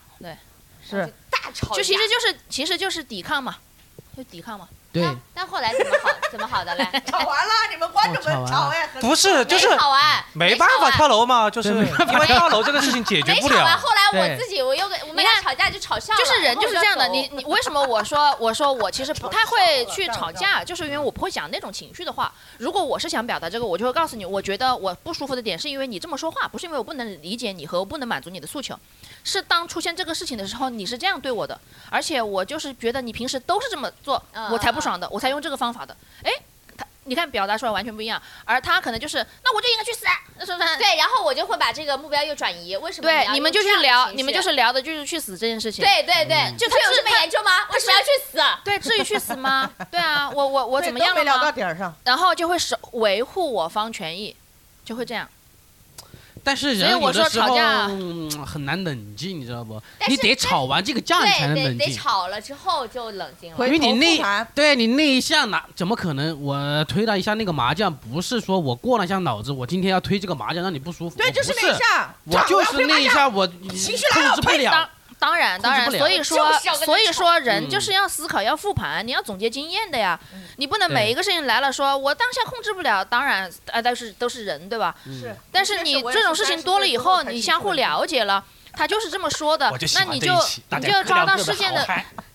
Speaker 4: 是
Speaker 6: 大吵
Speaker 1: 就
Speaker 6: 一
Speaker 1: 其
Speaker 6: 架
Speaker 1: 实。就是其实就是抵抗嘛，就抵抗嘛。
Speaker 5: 对，
Speaker 6: 但但后来怎么好怎么好的嘞？
Speaker 4: (laughs)
Speaker 5: (laughs)
Speaker 4: 吵完了，你们观众
Speaker 5: 哦
Speaker 4: 们
Speaker 5: 吵 (laughs)
Speaker 4: 吵
Speaker 5: 完
Speaker 4: 哎，很
Speaker 2: 不是就是
Speaker 6: 没吵完，
Speaker 2: 没办
Speaker 6: 吵
Speaker 1: 啊
Speaker 2: 法
Speaker 6: 完
Speaker 2: 跳楼嘛，就是因
Speaker 5: 对没
Speaker 2: 为跳楼这个事情解决
Speaker 6: 没
Speaker 2: 不
Speaker 6: 吵完，
Speaker 2: 了。
Speaker 6: 后来我
Speaker 5: 对
Speaker 6: 自己我又跟我们
Speaker 1: 你
Speaker 6: 俩
Speaker 1: 看
Speaker 6: 吵架就吵上了，
Speaker 1: 就是人
Speaker 6: 然后
Speaker 1: 就
Speaker 6: 我
Speaker 1: 是这样的，
Speaker 6: 走
Speaker 1: 你你为什么我
Speaker 6: (laughs)
Speaker 1: 说我说我其实不太会去吵架，就是因为我不会讲那种情绪的话。如果我是想表达这个，我就会告诉你，我觉得我不舒服的点是因为你这么说话，不是因为我不能理解你和我不能满足你的诉求，是当出现这个事情的时候，你是这样对我的，而且我就是觉得你平时都是这么做，
Speaker 6: 嗯
Speaker 1: 我才不爽的，我才用这个方法的。哎，他你看表达出来完全不一样，而他可能就是那我就应该去死啊，那是不是？
Speaker 6: 对，然后我就会把这个目标又转移。为什么要
Speaker 1: 对，
Speaker 6: 用
Speaker 1: 你们就
Speaker 6: 这
Speaker 1: 去
Speaker 6: 样的
Speaker 1: 聊，
Speaker 6: 情
Speaker 1: 你们
Speaker 6: 绪
Speaker 1: 就是聊的就是去死这件事情。
Speaker 6: 对对
Speaker 5: 嗯
Speaker 6: 对，就
Speaker 1: 他
Speaker 6: 这有
Speaker 1: 是
Speaker 6: 这么严重吗？为什么要去死？啊
Speaker 1: 对，至于去死吗？对啊，我我我
Speaker 4: 对
Speaker 1: 怎么
Speaker 4: 都
Speaker 1: 样
Speaker 4: 没
Speaker 1: 了
Speaker 4: 聊到
Speaker 1: 吗？
Speaker 4: 点儿上，
Speaker 1: 然后就会守维护我方权益，就会这样。
Speaker 5: 但是
Speaker 1: 所以
Speaker 5: 人
Speaker 1: 我
Speaker 5: 有
Speaker 1: 说
Speaker 5: 的时
Speaker 1: 吵
Speaker 5: 候
Speaker 1: 架
Speaker 5: 嗯很难冷静，你知道不
Speaker 6: 但？是
Speaker 5: 你得吵完这个架，你
Speaker 6: 对，
Speaker 5: 才能
Speaker 6: 得
Speaker 5: 冷
Speaker 6: 得
Speaker 5: 静。
Speaker 6: 吵了之后就冷静了。
Speaker 4: 回
Speaker 5: 因为
Speaker 4: 头
Speaker 5: 你那
Speaker 4: 复盘
Speaker 5: 对你那一下哪怎么可能？我推了一下那个麻将，不是说我过了一下脑子，我今天要推这个麻将让你不舒服。
Speaker 4: 对，
Speaker 5: 我
Speaker 4: 就是
Speaker 5: 不
Speaker 4: 那一下，
Speaker 5: 我就是那一下，我
Speaker 4: 情
Speaker 5: 情
Speaker 4: 绪来了
Speaker 5: 控制不
Speaker 1: 当
Speaker 5: 了。
Speaker 1: 当然，当然，
Speaker 5: 控制不了
Speaker 1: 所以说
Speaker 6: 就是要跟，他
Speaker 1: 所以
Speaker 6: 吵
Speaker 1: 说人就是要思考，要复盘，你要总结经验的呀。你不能
Speaker 5: 对
Speaker 1: 每一个事情来了说，我当下控制不了。当然，呃，但是都是人，对吧？
Speaker 5: 是
Speaker 1: 但是你这种事情多了以后，你相互了解了，他就是这么说的，那你就你就抓到事件的，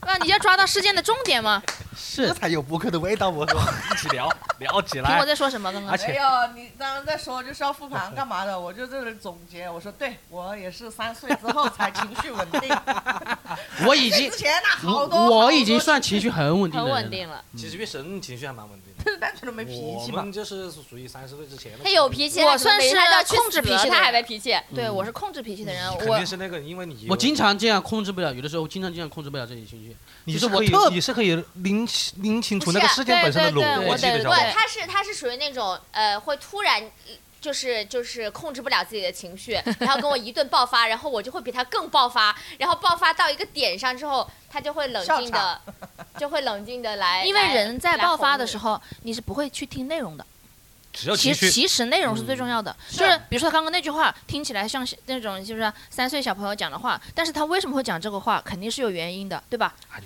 Speaker 1: 那你就抓到事件的重点嘛。
Speaker 5: (laughs) 是
Speaker 7: 才有播客的味道，我
Speaker 1: (laughs)
Speaker 7: 说一起聊聊起
Speaker 1: 听我。在说什么？刚刚
Speaker 7: 而
Speaker 4: 没
Speaker 7: 且
Speaker 4: 有，哎你当时在说就是要复盘干嘛的，我就在这里总结，我说对我也是三岁之后才情绪稳定，
Speaker 5: 我已经
Speaker 4: 之前那好多，
Speaker 5: 我已经
Speaker 4: 好多
Speaker 5: 算情绪很稳定
Speaker 6: 很
Speaker 5: 的人
Speaker 6: 稳
Speaker 5: 了。
Speaker 6: 定了，
Speaker 2: 嗯其实月神情绪还蛮稳定
Speaker 1: (laughs)
Speaker 2: 的，
Speaker 4: 就是单纯的没脾气
Speaker 2: 我
Speaker 4: 嘛
Speaker 2: 们。就是属于三十岁之前的。
Speaker 6: 他有脾气，
Speaker 1: 我
Speaker 6: 他可能
Speaker 1: 算
Speaker 6: 没
Speaker 1: 是
Speaker 6: 他都要去
Speaker 1: 控制
Speaker 6: 死
Speaker 1: 脾
Speaker 6: 了
Speaker 1: 气的
Speaker 6: 他还
Speaker 1: 人
Speaker 6: 没脾气。
Speaker 1: 对我是控制脾气的人，
Speaker 2: 肯
Speaker 1: 我
Speaker 2: 定是那个，因为你
Speaker 5: 我经常这样控制不了，有的时候经常这样控制不了自己情绪。
Speaker 2: 你
Speaker 5: 就是是我
Speaker 2: 可以
Speaker 5: 特
Speaker 2: 你是可以拎清拎清楚
Speaker 6: 不是
Speaker 2: 那个事件本身的
Speaker 1: 啊对对对
Speaker 2: 逻辑
Speaker 5: 我
Speaker 2: 的，
Speaker 1: 得
Speaker 2: 知
Speaker 6: 不
Speaker 2: 道吧？，
Speaker 6: 他是他是属于那种呃，会突然呃就是就是控制不了自己的
Speaker 1: (laughs)
Speaker 6: 情绪，然后跟我一顿爆发，然后我就会比他更爆发，然后爆发到一个点上之后，他就会冷静的，就会冷静的来。
Speaker 1: 因为人在爆发的时
Speaker 6: 候，
Speaker 1: 候，你是不会去听内容的，
Speaker 2: 只要
Speaker 1: 其
Speaker 2: 情
Speaker 1: 实
Speaker 2: 绪，嗯
Speaker 1: 其实内容是最重要的。就是比如说他刚刚那句话，听起来像是那种就是三岁小朋友讲的话，但是他为什么会讲这个话，肯定是有原因的，对吧？
Speaker 2: 哎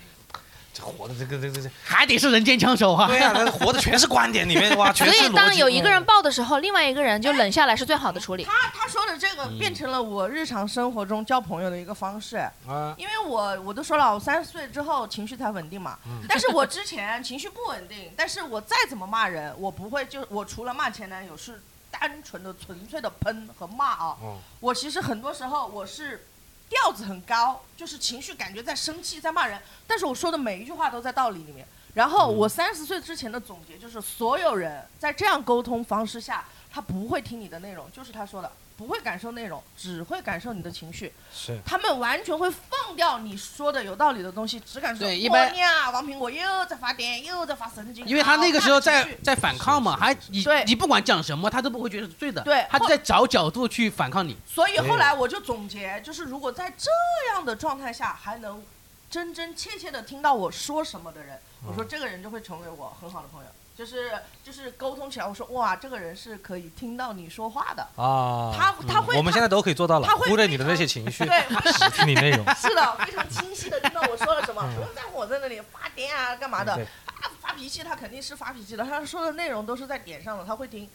Speaker 2: 这活的这个这这这，
Speaker 5: 还得是人间枪手啊！
Speaker 2: 对呀，他活的全是观点里面哇，
Speaker 1: (laughs) 所
Speaker 2: 全是
Speaker 1: 以
Speaker 2: 逻
Speaker 1: 当
Speaker 2: 辑。嗯
Speaker 1: 有一个人爆的时候，另外一个人就冷下来是最好的处理。
Speaker 4: 他他说的这个
Speaker 2: 嗯
Speaker 4: 变成了我日常生活中交朋友的一个方式，
Speaker 2: 啊，
Speaker 4: 因为我我都说了，我三十岁之后情绪才稳定嘛。但是我之前情绪不稳定，但是我再怎么骂人，我不会就我除了骂前男友是单纯的、纯粹的喷和骂啊。
Speaker 2: 哦
Speaker 4: 我其实很多时候我是调子很高，就是情绪感觉在生气、在骂人，但是我说的每一句话都在道理里面。然后我三十岁之前的总结就是，所有人在这样沟通方式下，他不会听你的内容，就是他说的，不会感受内容，只会感受你的情绪。
Speaker 2: 是
Speaker 4: 他们完全会放掉你说的有道理的东西，只敢说
Speaker 5: 对一般
Speaker 4: 我呀，王苹果又在发癫，又在发神经，
Speaker 5: 因为啊他那个时候在在反抗嘛，
Speaker 2: 是是
Speaker 5: 还
Speaker 2: 是
Speaker 5: 你
Speaker 4: 对
Speaker 5: 你不管讲什么，他都不会觉得是对的，
Speaker 4: 对
Speaker 5: 他就在找角度去反抗你。
Speaker 4: 所以后来我就总结，就是如果在这样的状态下还能真真切切的听到我说什么的人，我
Speaker 5: 嗯
Speaker 4: 说这个人就会成为我很好的朋友，就是就是沟通起来，我说哇，这个人是可以听到你说话的，
Speaker 2: 啊，
Speaker 4: 他他会
Speaker 2: 我们现在都可以做到了
Speaker 4: 他，会
Speaker 2: 忽略你的那些
Speaker 6: (laughs)
Speaker 2: 情绪，
Speaker 4: 对。
Speaker 2: 只听你内容。
Speaker 4: 是的，非常清晰的听到我说了什
Speaker 5: 嗯
Speaker 4: 么，不用在乎我在那里发癫啊，干嘛的
Speaker 2: 对？
Speaker 4: 他发脾气，他肯定是发脾气的，他说的内容都是在点上的，他会听。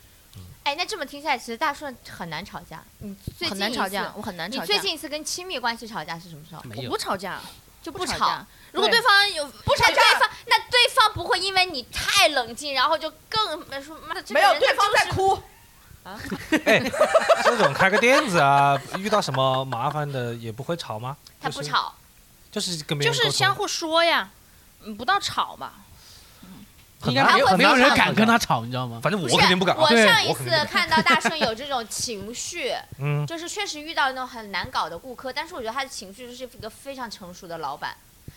Speaker 6: 哎，那这么听下来，其实大顺很难吵架。你最近
Speaker 1: 很难
Speaker 6: 一
Speaker 1: 吵
Speaker 6: 次
Speaker 1: 架，，我很难
Speaker 6: 你
Speaker 1: 吵架。
Speaker 6: 最近一次跟亲密关系吵架是什么时候？
Speaker 5: 没
Speaker 1: 我
Speaker 5: 有
Speaker 1: 不，吵架，
Speaker 6: 就
Speaker 1: 不
Speaker 6: 吵。
Speaker 1: 架。如果
Speaker 4: 对
Speaker 1: 对方有不
Speaker 6: 那对方那对方不会因为你太冷静，然后就更说妈的这个
Speaker 4: 没有，
Speaker 6: 人
Speaker 4: 对
Speaker 6: 他
Speaker 4: 方
Speaker 6: 就
Speaker 4: 在
Speaker 6: 是
Speaker 4: 哭，
Speaker 2: 哎，这种开个店子啊，遇到什么麻烦的也不会吵吗？
Speaker 6: 他
Speaker 2: 就
Speaker 6: 不
Speaker 2: 是，
Speaker 6: 吵，
Speaker 2: 就是跟别
Speaker 1: 就
Speaker 2: 人
Speaker 1: 是
Speaker 2: 沟通
Speaker 1: 相互说呀，嗯不到吵吧。
Speaker 7: 很
Speaker 5: 应该
Speaker 7: 难
Speaker 5: 没有
Speaker 7: 很
Speaker 5: 没有
Speaker 7: 难
Speaker 5: 人
Speaker 7: 看
Speaker 5: 敢
Speaker 7: 的
Speaker 5: 跟他吵，你知道 (laughs) 吗？
Speaker 2: 反正我
Speaker 6: 不是
Speaker 2: 肯定不敢啊。
Speaker 6: 我
Speaker 5: 对
Speaker 6: 上一
Speaker 2: 我肯定
Speaker 6: 次看到大圣有这种情绪，
Speaker 2: 嗯，
Speaker 6: 就是确实遇到那种很难搞的顾客，但是我觉得他的情绪就是一个非常成熟的老板，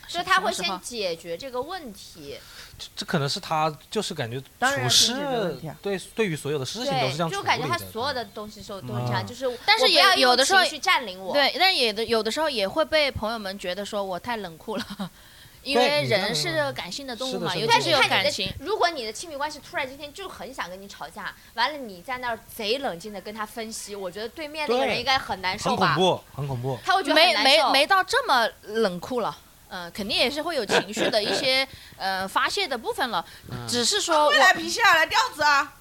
Speaker 6: 就是他会
Speaker 1: 什么时候
Speaker 6: 先解决这个问题，
Speaker 2: 这这可能是他就是感觉
Speaker 4: 当然
Speaker 2: 处
Speaker 4: 要
Speaker 2: 事
Speaker 4: 先解决问题啊
Speaker 2: 对对于所有的事情都是这样
Speaker 6: 对，
Speaker 2: 处
Speaker 6: 就
Speaker 2: 理
Speaker 6: 感觉他
Speaker 2: 的
Speaker 6: 所有的东西都都是这样，
Speaker 2: 嗯
Speaker 6: 就是我
Speaker 1: 但是
Speaker 6: 不
Speaker 1: 也
Speaker 6: 要
Speaker 1: 有
Speaker 6: 用
Speaker 1: 的时候
Speaker 6: 情绪占领我，
Speaker 1: 对，但是也的有的时候也会被朋友们觉得说我太冷酷了，因为
Speaker 2: 你这样
Speaker 1: 人是
Speaker 2: 的
Speaker 1: 感性的动
Speaker 2: 是
Speaker 1: 物
Speaker 2: 的
Speaker 1: 嘛，
Speaker 2: 是的
Speaker 1: 尤
Speaker 6: 但
Speaker 1: 其
Speaker 2: 是
Speaker 1: 是
Speaker 6: 你
Speaker 1: 有
Speaker 6: 看
Speaker 1: 感
Speaker 6: 你
Speaker 1: 情
Speaker 6: 的，。如果你的亲密关系突然今天就很想跟你吵架，完了你在那儿贼冷静的跟他分析，我觉得对面那个
Speaker 2: 对
Speaker 6: 人应该很难
Speaker 2: 很
Speaker 6: 受
Speaker 2: 恐
Speaker 6: 吧？
Speaker 2: 怖，很恐怖。
Speaker 6: 他会觉得很
Speaker 1: 没
Speaker 6: 难
Speaker 1: 没
Speaker 6: 受
Speaker 1: 没到这么冷酷了。嗯，肯定也是会有情绪的一些呃发泄的部分了，
Speaker 5: 嗯
Speaker 1: 只是
Speaker 6: (laughs)
Speaker 1: 说我
Speaker 4: 会来脾气啊，来调子啊，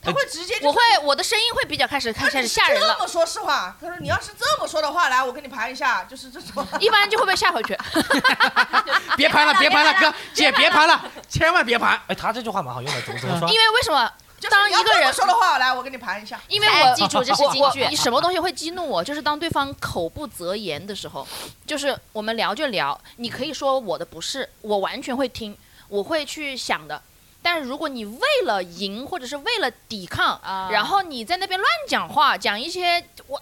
Speaker 4: 他会直接就
Speaker 1: 我会我的声音会比较开始开
Speaker 4: 他
Speaker 1: 开始
Speaker 4: 只是
Speaker 1: 吓人
Speaker 4: 这
Speaker 1: 了，
Speaker 4: 么说实话，他说你要是这么说的话，来，我给你盘一下，就是这种。
Speaker 1: (laughs) 一般就会被吓回去。
Speaker 5: 别盘了，别盘了，哥姐别盘了，千万别 (laughs) 盘。
Speaker 2: 哎，他这句话蛮好用的，怎么怎
Speaker 6: 嗯
Speaker 2: 么说？
Speaker 1: 因为为什么？
Speaker 4: (laughs) 就是
Speaker 1: 当
Speaker 4: 你要
Speaker 1: 一个
Speaker 4: 这么
Speaker 1: 人
Speaker 4: 说的话，来，我给你盘一下。
Speaker 1: 因为
Speaker 6: 哎
Speaker 1: 我
Speaker 6: 记住这是
Speaker 1: 我
Speaker 6: 金
Speaker 1: 我
Speaker 6: 句
Speaker 1: 你什么东西会激怒我？就是当对方口不择言的时候，就是我们聊就聊，你可以说我的不是，我完全会听，我会去想的。但是如果你为了赢或者是为了抵抗，
Speaker 6: 啊
Speaker 1: 然后你在那边乱讲话，讲一些我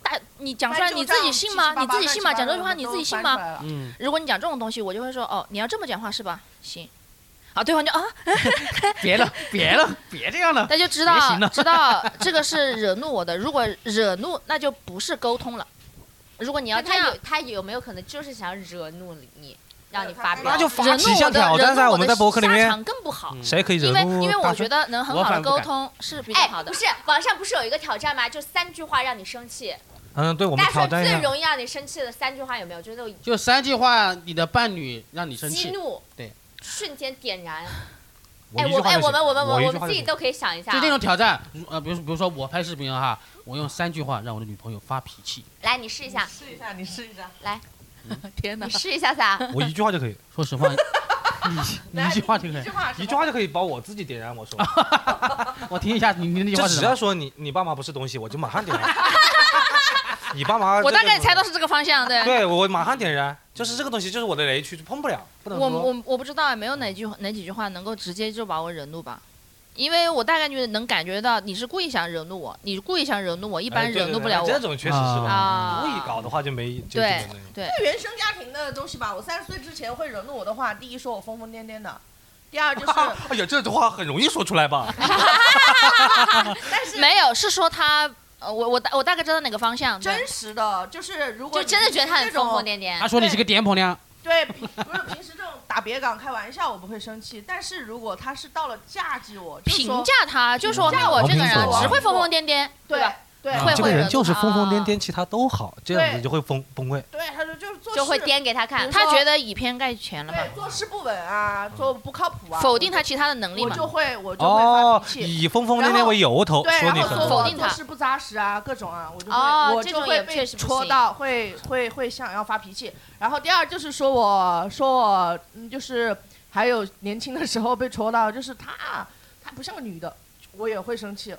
Speaker 1: 大你讲出来你自己信吗？你自己信吗？讲这句话你自己信吗？？
Speaker 5: 嗯，
Speaker 1: 如果你讲这种东西，我就会说哦，你要这么讲话是吧？行，啊，对方就啊，
Speaker 5: 别了，别了，别这样了。
Speaker 1: 那就知
Speaker 5: 别行
Speaker 2: 啊
Speaker 1: 道
Speaker 5: 了
Speaker 1: 知道这个是惹怒我的。如果惹怒，那就不是沟通了。如果你要
Speaker 6: 那
Speaker 1: 这
Speaker 6: 他
Speaker 1: 样
Speaker 6: 有，他有没有可能就是想惹怒你，让你
Speaker 4: 他
Speaker 6: 发
Speaker 4: 他
Speaker 6: 飙？
Speaker 2: 那就
Speaker 1: 惹
Speaker 2: 发
Speaker 1: 怒
Speaker 2: 起一
Speaker 1: 我
Speaker 2: 项
Speaker 1: 的
Speaker 2: 挑战
Speaker 1: 惹
Speaker 2: 噻，
Speaker 1: 怒
Speaker 2: 我
Speaker 1: 我
Speaker 2: 们在博客里
Speaker 1: 下
Speaker 2: 面，
Speaker 1: 场更不好，
Speaker 2: 谁可以嗯惹
Speaker 1: 因为
Speaker 2: 怒？
Speaker 1: 因为我觉
Speaker 2: 得，
Speaker 1: 得能很
Speaker 5: 我
Speaker 1: 好的
Speaker 5: 反不
Speaker 1: 沟
Speaker 5: 敢
Speaker 1: 通是比较
Speaker 6: 哎
Speaker 1: 好，的
Speaker 2: (laughs)
Speaker 6: 不。是，网上不是有一个挑战吗？就三句话让你生气。
Speaker 2: 嗯，对，我们
Speaker 6: 大
Speaker 2: 挑
Speaker 6: 家
Speaker 2: 战
Speaker 6: 说
Speaker 2: 一
Speaker 6: 最
Speaker 2: 下。
Speaker 6: 容易让你生气的三句话有没有？就是那种
Speaker 5: 就三句话，你的伴侣让你生
Speaker 6: 激
Speaker 5: 气，
Speaker 6: 怒，
Speaker 5: 对，
Speaker 6: 瞬间点燃。
Speaker 2: 我
Speaker 6: 哎，
Speaker 2: 一
Speaker 6: 我
Speaker 2: 句话
Speaker 6: 哎，
Speaker 2: 就行
Speaker 6: 我们我们
Speaker 2: 我一
Speaker 6: 我
Speaker 2: 句话就
Speaker 6: 们自己
Speaker 2: 行
Speaker 6: 都可以想一下
Speaker 5: 就
Speaker 6: 啊。
Speaker 5: 这种挑战。如呃，比如比如说我拍视频了哈，我用三句话让我的女朋友发脾气，
Speaker 6: 来，你试一下，嗯
Speaker 4: 试一下，你试一下。
Speaker 1: 天
Speaker 6: (laughs) 你试一下噻。
Speaker 2: 我一句话就可以，
Speaker 5: 说
Speaker 6: (laughs)
Speaker 5: 实话，你你一句话就可
Speaker 4: 一
Speaker 5: 以
Speaker 4: 句。话，
Speaker 2: 一句话就可以把我自己点燃。我说，
Speaker 5: 我听一下你你那句
Speaker 2: 这
Speaker 5: 话是
Speaker 2: 只
Speaker 5: 什
Speaker 2: 要
Speaker 5: 么？
Speaker 2: 说你你爸妈不是东西，我就马上点
Speaker 1: (laughs)
Speaker 2: 燃。你爸妈，
Speaker 1: (laughs) 我大概猜到。是这个方向，对。
Speaker 2: 对，我马上点燃，就是这个东西，就是我的雷区，就碰不了， (laughs) 不能
Speaker 1: 我
Speaker 2: 说。
Speaker 1: 我我不知道，啊没有哪句哪几句话能够直接就把我惹怒吧。因为我大概觉得能感觉到你是故意想惹怒我，你故意想惹怒我，一
Speaker 2: 一
Speaker 1: 般惹怒不了我。
Speaker 2: 哎这种确实是吧？
Speaker 1: 啊
Speaker 2: 故意搞的话就没就
Speaker 1: 对
Speaker 2: 就没那个
Speaker 1: 对，
Speaker 4: 原生家庭的东西吧。我三十岁之前会惹怒我的话，第一说我疯疯癫癫的，第二就是，
Speaker 2: 哎呀，这句话很容易说出来吧？
Speaker 4: 但是
Speaker 1: 没有是说他，呃，我我大我大概知道哪个方向。对
Speaker 4: 真实的就是，如果
Speaker 6: 就真的觉得他很疯疯
Speaker 4: 癫，
Speaker 6: 癫癫
Speaker 5: 他。说你是个点捧娘，
Speaker 4: 对，平不是平时这种打别岗开玩笑我不会生气，但是如果他是到了嫁接我，就是
Speaker 1: 评
Speaker 4: 说
Speaker 1: 价他，就说
Speaker 4: 评
Speaker 1: 那
Speaker 4: 价
Speaker 1: 我这个
Speaker 5: 哦
Speaker 1: 人
Speaker 2: 我
Speaker 1: 啊
Speaker 2: 评
Speaker 1: 只会
Speaker 4: 说
Speaker 1: 疯疯癫癫，
Speaker 4: 对
Speaker 1: 吧？
Speaker 4: 对
Speaker 5: 啊
Speaker 1: 会
Speaker 2: 这个人
Speaker 1: 会
Speaker 2: 就是疯疯癫
Speaker 6: 啊
Speaker 2: 癫，其他都好，这样
Speaker 4: 对
Speaker 2: 子就会崩崩溃。
Speaker 4: 对，他说就是做事
Speaker 6: 就会颠给他看
Speaker 4: 嗯，
Speaker 1: 他觉得以偏概全了
Speaker 4: 对
Speaker 1: 嘛，
Speaker 4: 做事不稳啊，做不靠谱啊，
Speaker 1: 否定他其他的能力
Speaker 4: 我
Speaker 1: 嘛
Speaker 4: 就，会我就会发
Speaker 2: 哦，
Speaker 4: 脾气。
Speaker 2: 以疯疯癫
Speaker 4: 然
Speaker 2: 癫
Speaker 4: 后
Speaker 2: 为由头，
Speaker 4: 对，
Speaker 2: 说
Speaker 4: 然
Speaker 2: 你
Speaker 4: 后
Speaker 2: 很
Speaker 4: 说
Speaker 1: 否
Speaker 4: 我
Speaker 1: 定
Speaker 4: 做
Speaker 1: 他
Speaker 4: 事不扎实啊，各种啊，我就会、
Speaker 6: 哦
Speaker 4: 我
Speaker 6: 这
Speaker 4: 就
Speaker 6: 种
Speaker 4: 会
Speaker 6: 也
Speaker 4: 被
Speaker 6: 确实不
Speaker 4: 戳
Speaker 6: 行
Speaker 4: 到，会会会想要发脾气。然后第二就是说我说我嗯就是还有年轻的时候被戳到，就是他他不像个女的，我也会生气。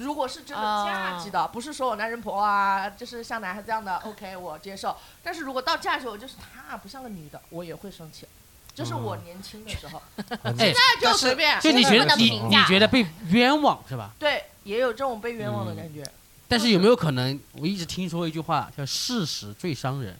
Speaker 4: 如果是真的
Speaker 6: 哦
Speaker 4: 嫁接的，不是说我男人婆啊，就是像男孩子这样的，OK，我接受。但是如果到嫁接我，就是他不像个女的，我也会生气。就是我
Speaker 2: 哦
Speaker 4: 年轻的
Speaker 2: (laughs)
Speaker 4: 时候，
Speaker 5: 哎，
Speaker 4: 那就随便。
Speaker 5: 就你觉
Speaker 6: 不
Speaker 5: 得
Speaker 6: 能
Speaker 5: 你
Speaker 6: 评
Speaker 5: 你
Speaker 6: 价
Speaker 5: 觉得被冤枉是吧？
Speaker 4: 对，也有这种被冤枉的
Speaker 5: 嗯
Speaker 4: 感觉。
Speaker 5: 但是有没有可能？我一直听说一句话叫“事实最伤人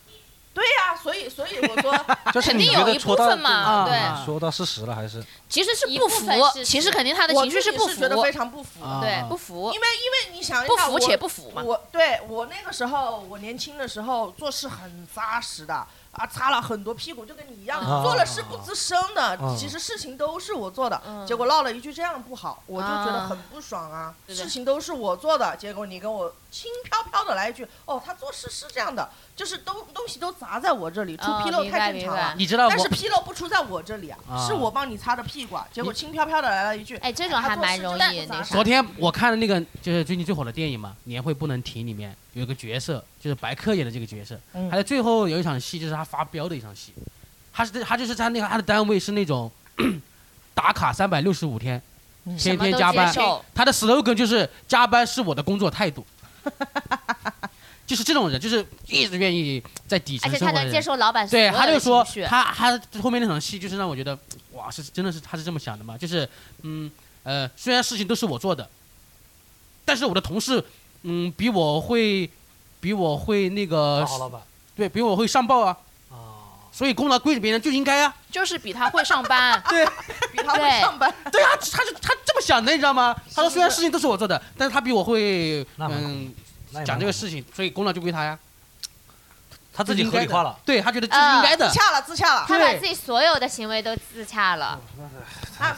Speaker 4: 对呀、啊所以所以我说，
Speaker 2: 就是
Speaker 1: 肯
Speaker 2: 你
Speaker 1: 定
Speaker 2: 觉
Speaker 1: 有
Speaker 2: 得
Speaker 1: 一
Speaker 2: 戳
Speaker 1: 部
Speaker 2: 到
Speaker 1: 分嘛，
Speaker 5: 对
Speaker 1: 对，
Speaker 5: 啊
Speaker 2: 说到事实了还是？
Speaker 1: 其实是
Speaker 6: 一
Speaker 1: 不
Speaker 6: 部
Speaker 1: 服
Speaker 6: 分是，
Speaker 1: 其实
Speaker 6: 是
Speaker 1: 肯定他的
Speaker 4: 我
Speaker 1: 情绪
Speaker 4: 自己
Speaker 1: 不
Speaker 4: 觉得
Speaker 1: 服
Speaker 4: 非，常不服”的。
Speaker 5: 啊。
Speaker 1: 对，不服
Speaker 4: 因，为因为你想一
Speaker 1: 不
Speaker 4: 下，
Speaker 1: 服
Speaker 4: 我
Speaker 1: 且不服嘛，
Speaker 4: 我对我那个时候，我年轻的时候做事很扎实的啊，擦了很多屁股，就跟你一样，
Speaker 2: 啊
Speaker 4: 做了事不吱声的。
Speaker 2: 啊
Speaker 4: 其实事情都是我做的，
Speaker 6: 嗯
Speaker 4: 结果落了一句这样不好，我就觉得
Speaker 1: 啊
Speaker 4: 很不爽啊。
Speaker 6: 对的
Speaker 4: 事情都是我做的，结果你跟我轻飘飘的来一句，哦，他做事是这样的，就是东东西都砸在我这里，出
Speaker 6: 哦
Speaker 4: 纰漏
Speaker 6: 明
Speaker 4: 太
Speaker 6: 白
Speaker 4: 正
Speaker 6: 明
Speaker 4: 常
Speaker 6: 白
Speaker 4: 了。
Speaker 5: 你知道
Speaker 4: 但是
Speaker 5: 呃我
Speaker 4: 纰漏不出在我这里啊，
Speaker 5: 啊
Speaker 4: 是我帮你擦的屁股啊，结果轻飘飘的来了一句，
Speaker 6: 哎，这种还蛮容易那啥
Speaker 5: 昨。天我看的那个就是最近最火的电影嘛，《年会不能停》里面有一个角色，就是白客演的这个角色，
Speaker 4: 嗯
Speaker 5: 他在最后有一场戏，就是他发飙的一场戏。他是他就是在那个他的单位是那种 (clears throat) 打卡三百六十五天，天天加班
Speaker 1: 什么都接。
Speaker 2: 嗯
Speaker 1: 受
Speaker 5: 他的 slogan 就是“加班是我的工作态度”， (laughs) 就是这种人，就是一直愿意在底
Speaker 6: 而
Speaker 5: 层
Speaker 6: 且
Speaker 5: 生
Speaker 6: 他
Speaker 5: 活的
Speaker 6: 能
Speaker 5: 人。
Speaker 6: 接受老板所
Speaker 5: 对，
Speaker 6: 有
Speaker 5: 他就
Speaker 6: 的
Speaker 5: 说
Speaker 6: 情绪，
Speaker 5: 他他后面那场戏就是让我觉得哇，啊，是真的是他是这么想的吗？就是嗯呃，虽然事情都是我做的，但是我的同事嗯比我会比我会那个
Speaker 2: 好老板
Speaker 5: 对比我会上报啊，
Speaker 2: 啊，
Speaker 5: 所以功劳归于别人就应该啊。，
Speaker 1: 就是比他会上班
Speaker 5: 对
Speaker 4: 比他会上班，
Speaker 5: 对啊，他就他这么想的，你知道吗？他说虽然事情都是我做的，但是他比我会
Speaker 2: 那蛮恐
Speaker 5: 嗯讲这个事情，所以功劳就归他呀。
Speaker 2: 他自己合理化了，
Speaker 5: 对他觉得这
Speaker 4: 嗯
Speaker 5: 是应该的
Speaker 4: 自。洽了，自洽了。
Speaker 6: 他把
Speaker 5: 对
Speaker 6: 自己所有的行为都自洽
Speaker 2: 啊嗯
Speaker 6: 了，
Speaker 4: 哎
Speaker 2: 哎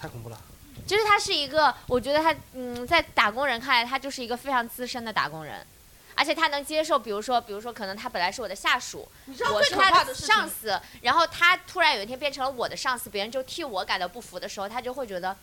Speaker 2: 太恐怖了。
Speaker 6: 就是他是一个，我觉得他嗯，在打工人看来，他就是一个非常资深的打工人，而且他能接受，比如说，比如说，可能他本来是我的下属，
Speaker 4: 你知道
Speaker 6: 我
Speaker 4: 最
Speaker 6: 是
Speaker 4: 可
Speaker 6: 他
Speaker 4: 怕
Speaker 6: 的
Speaker 4: 的是
Speaker 6: 上司，然后他突然有一天变成了我的上司，别人就替我感到不服的时候，他就会觉得，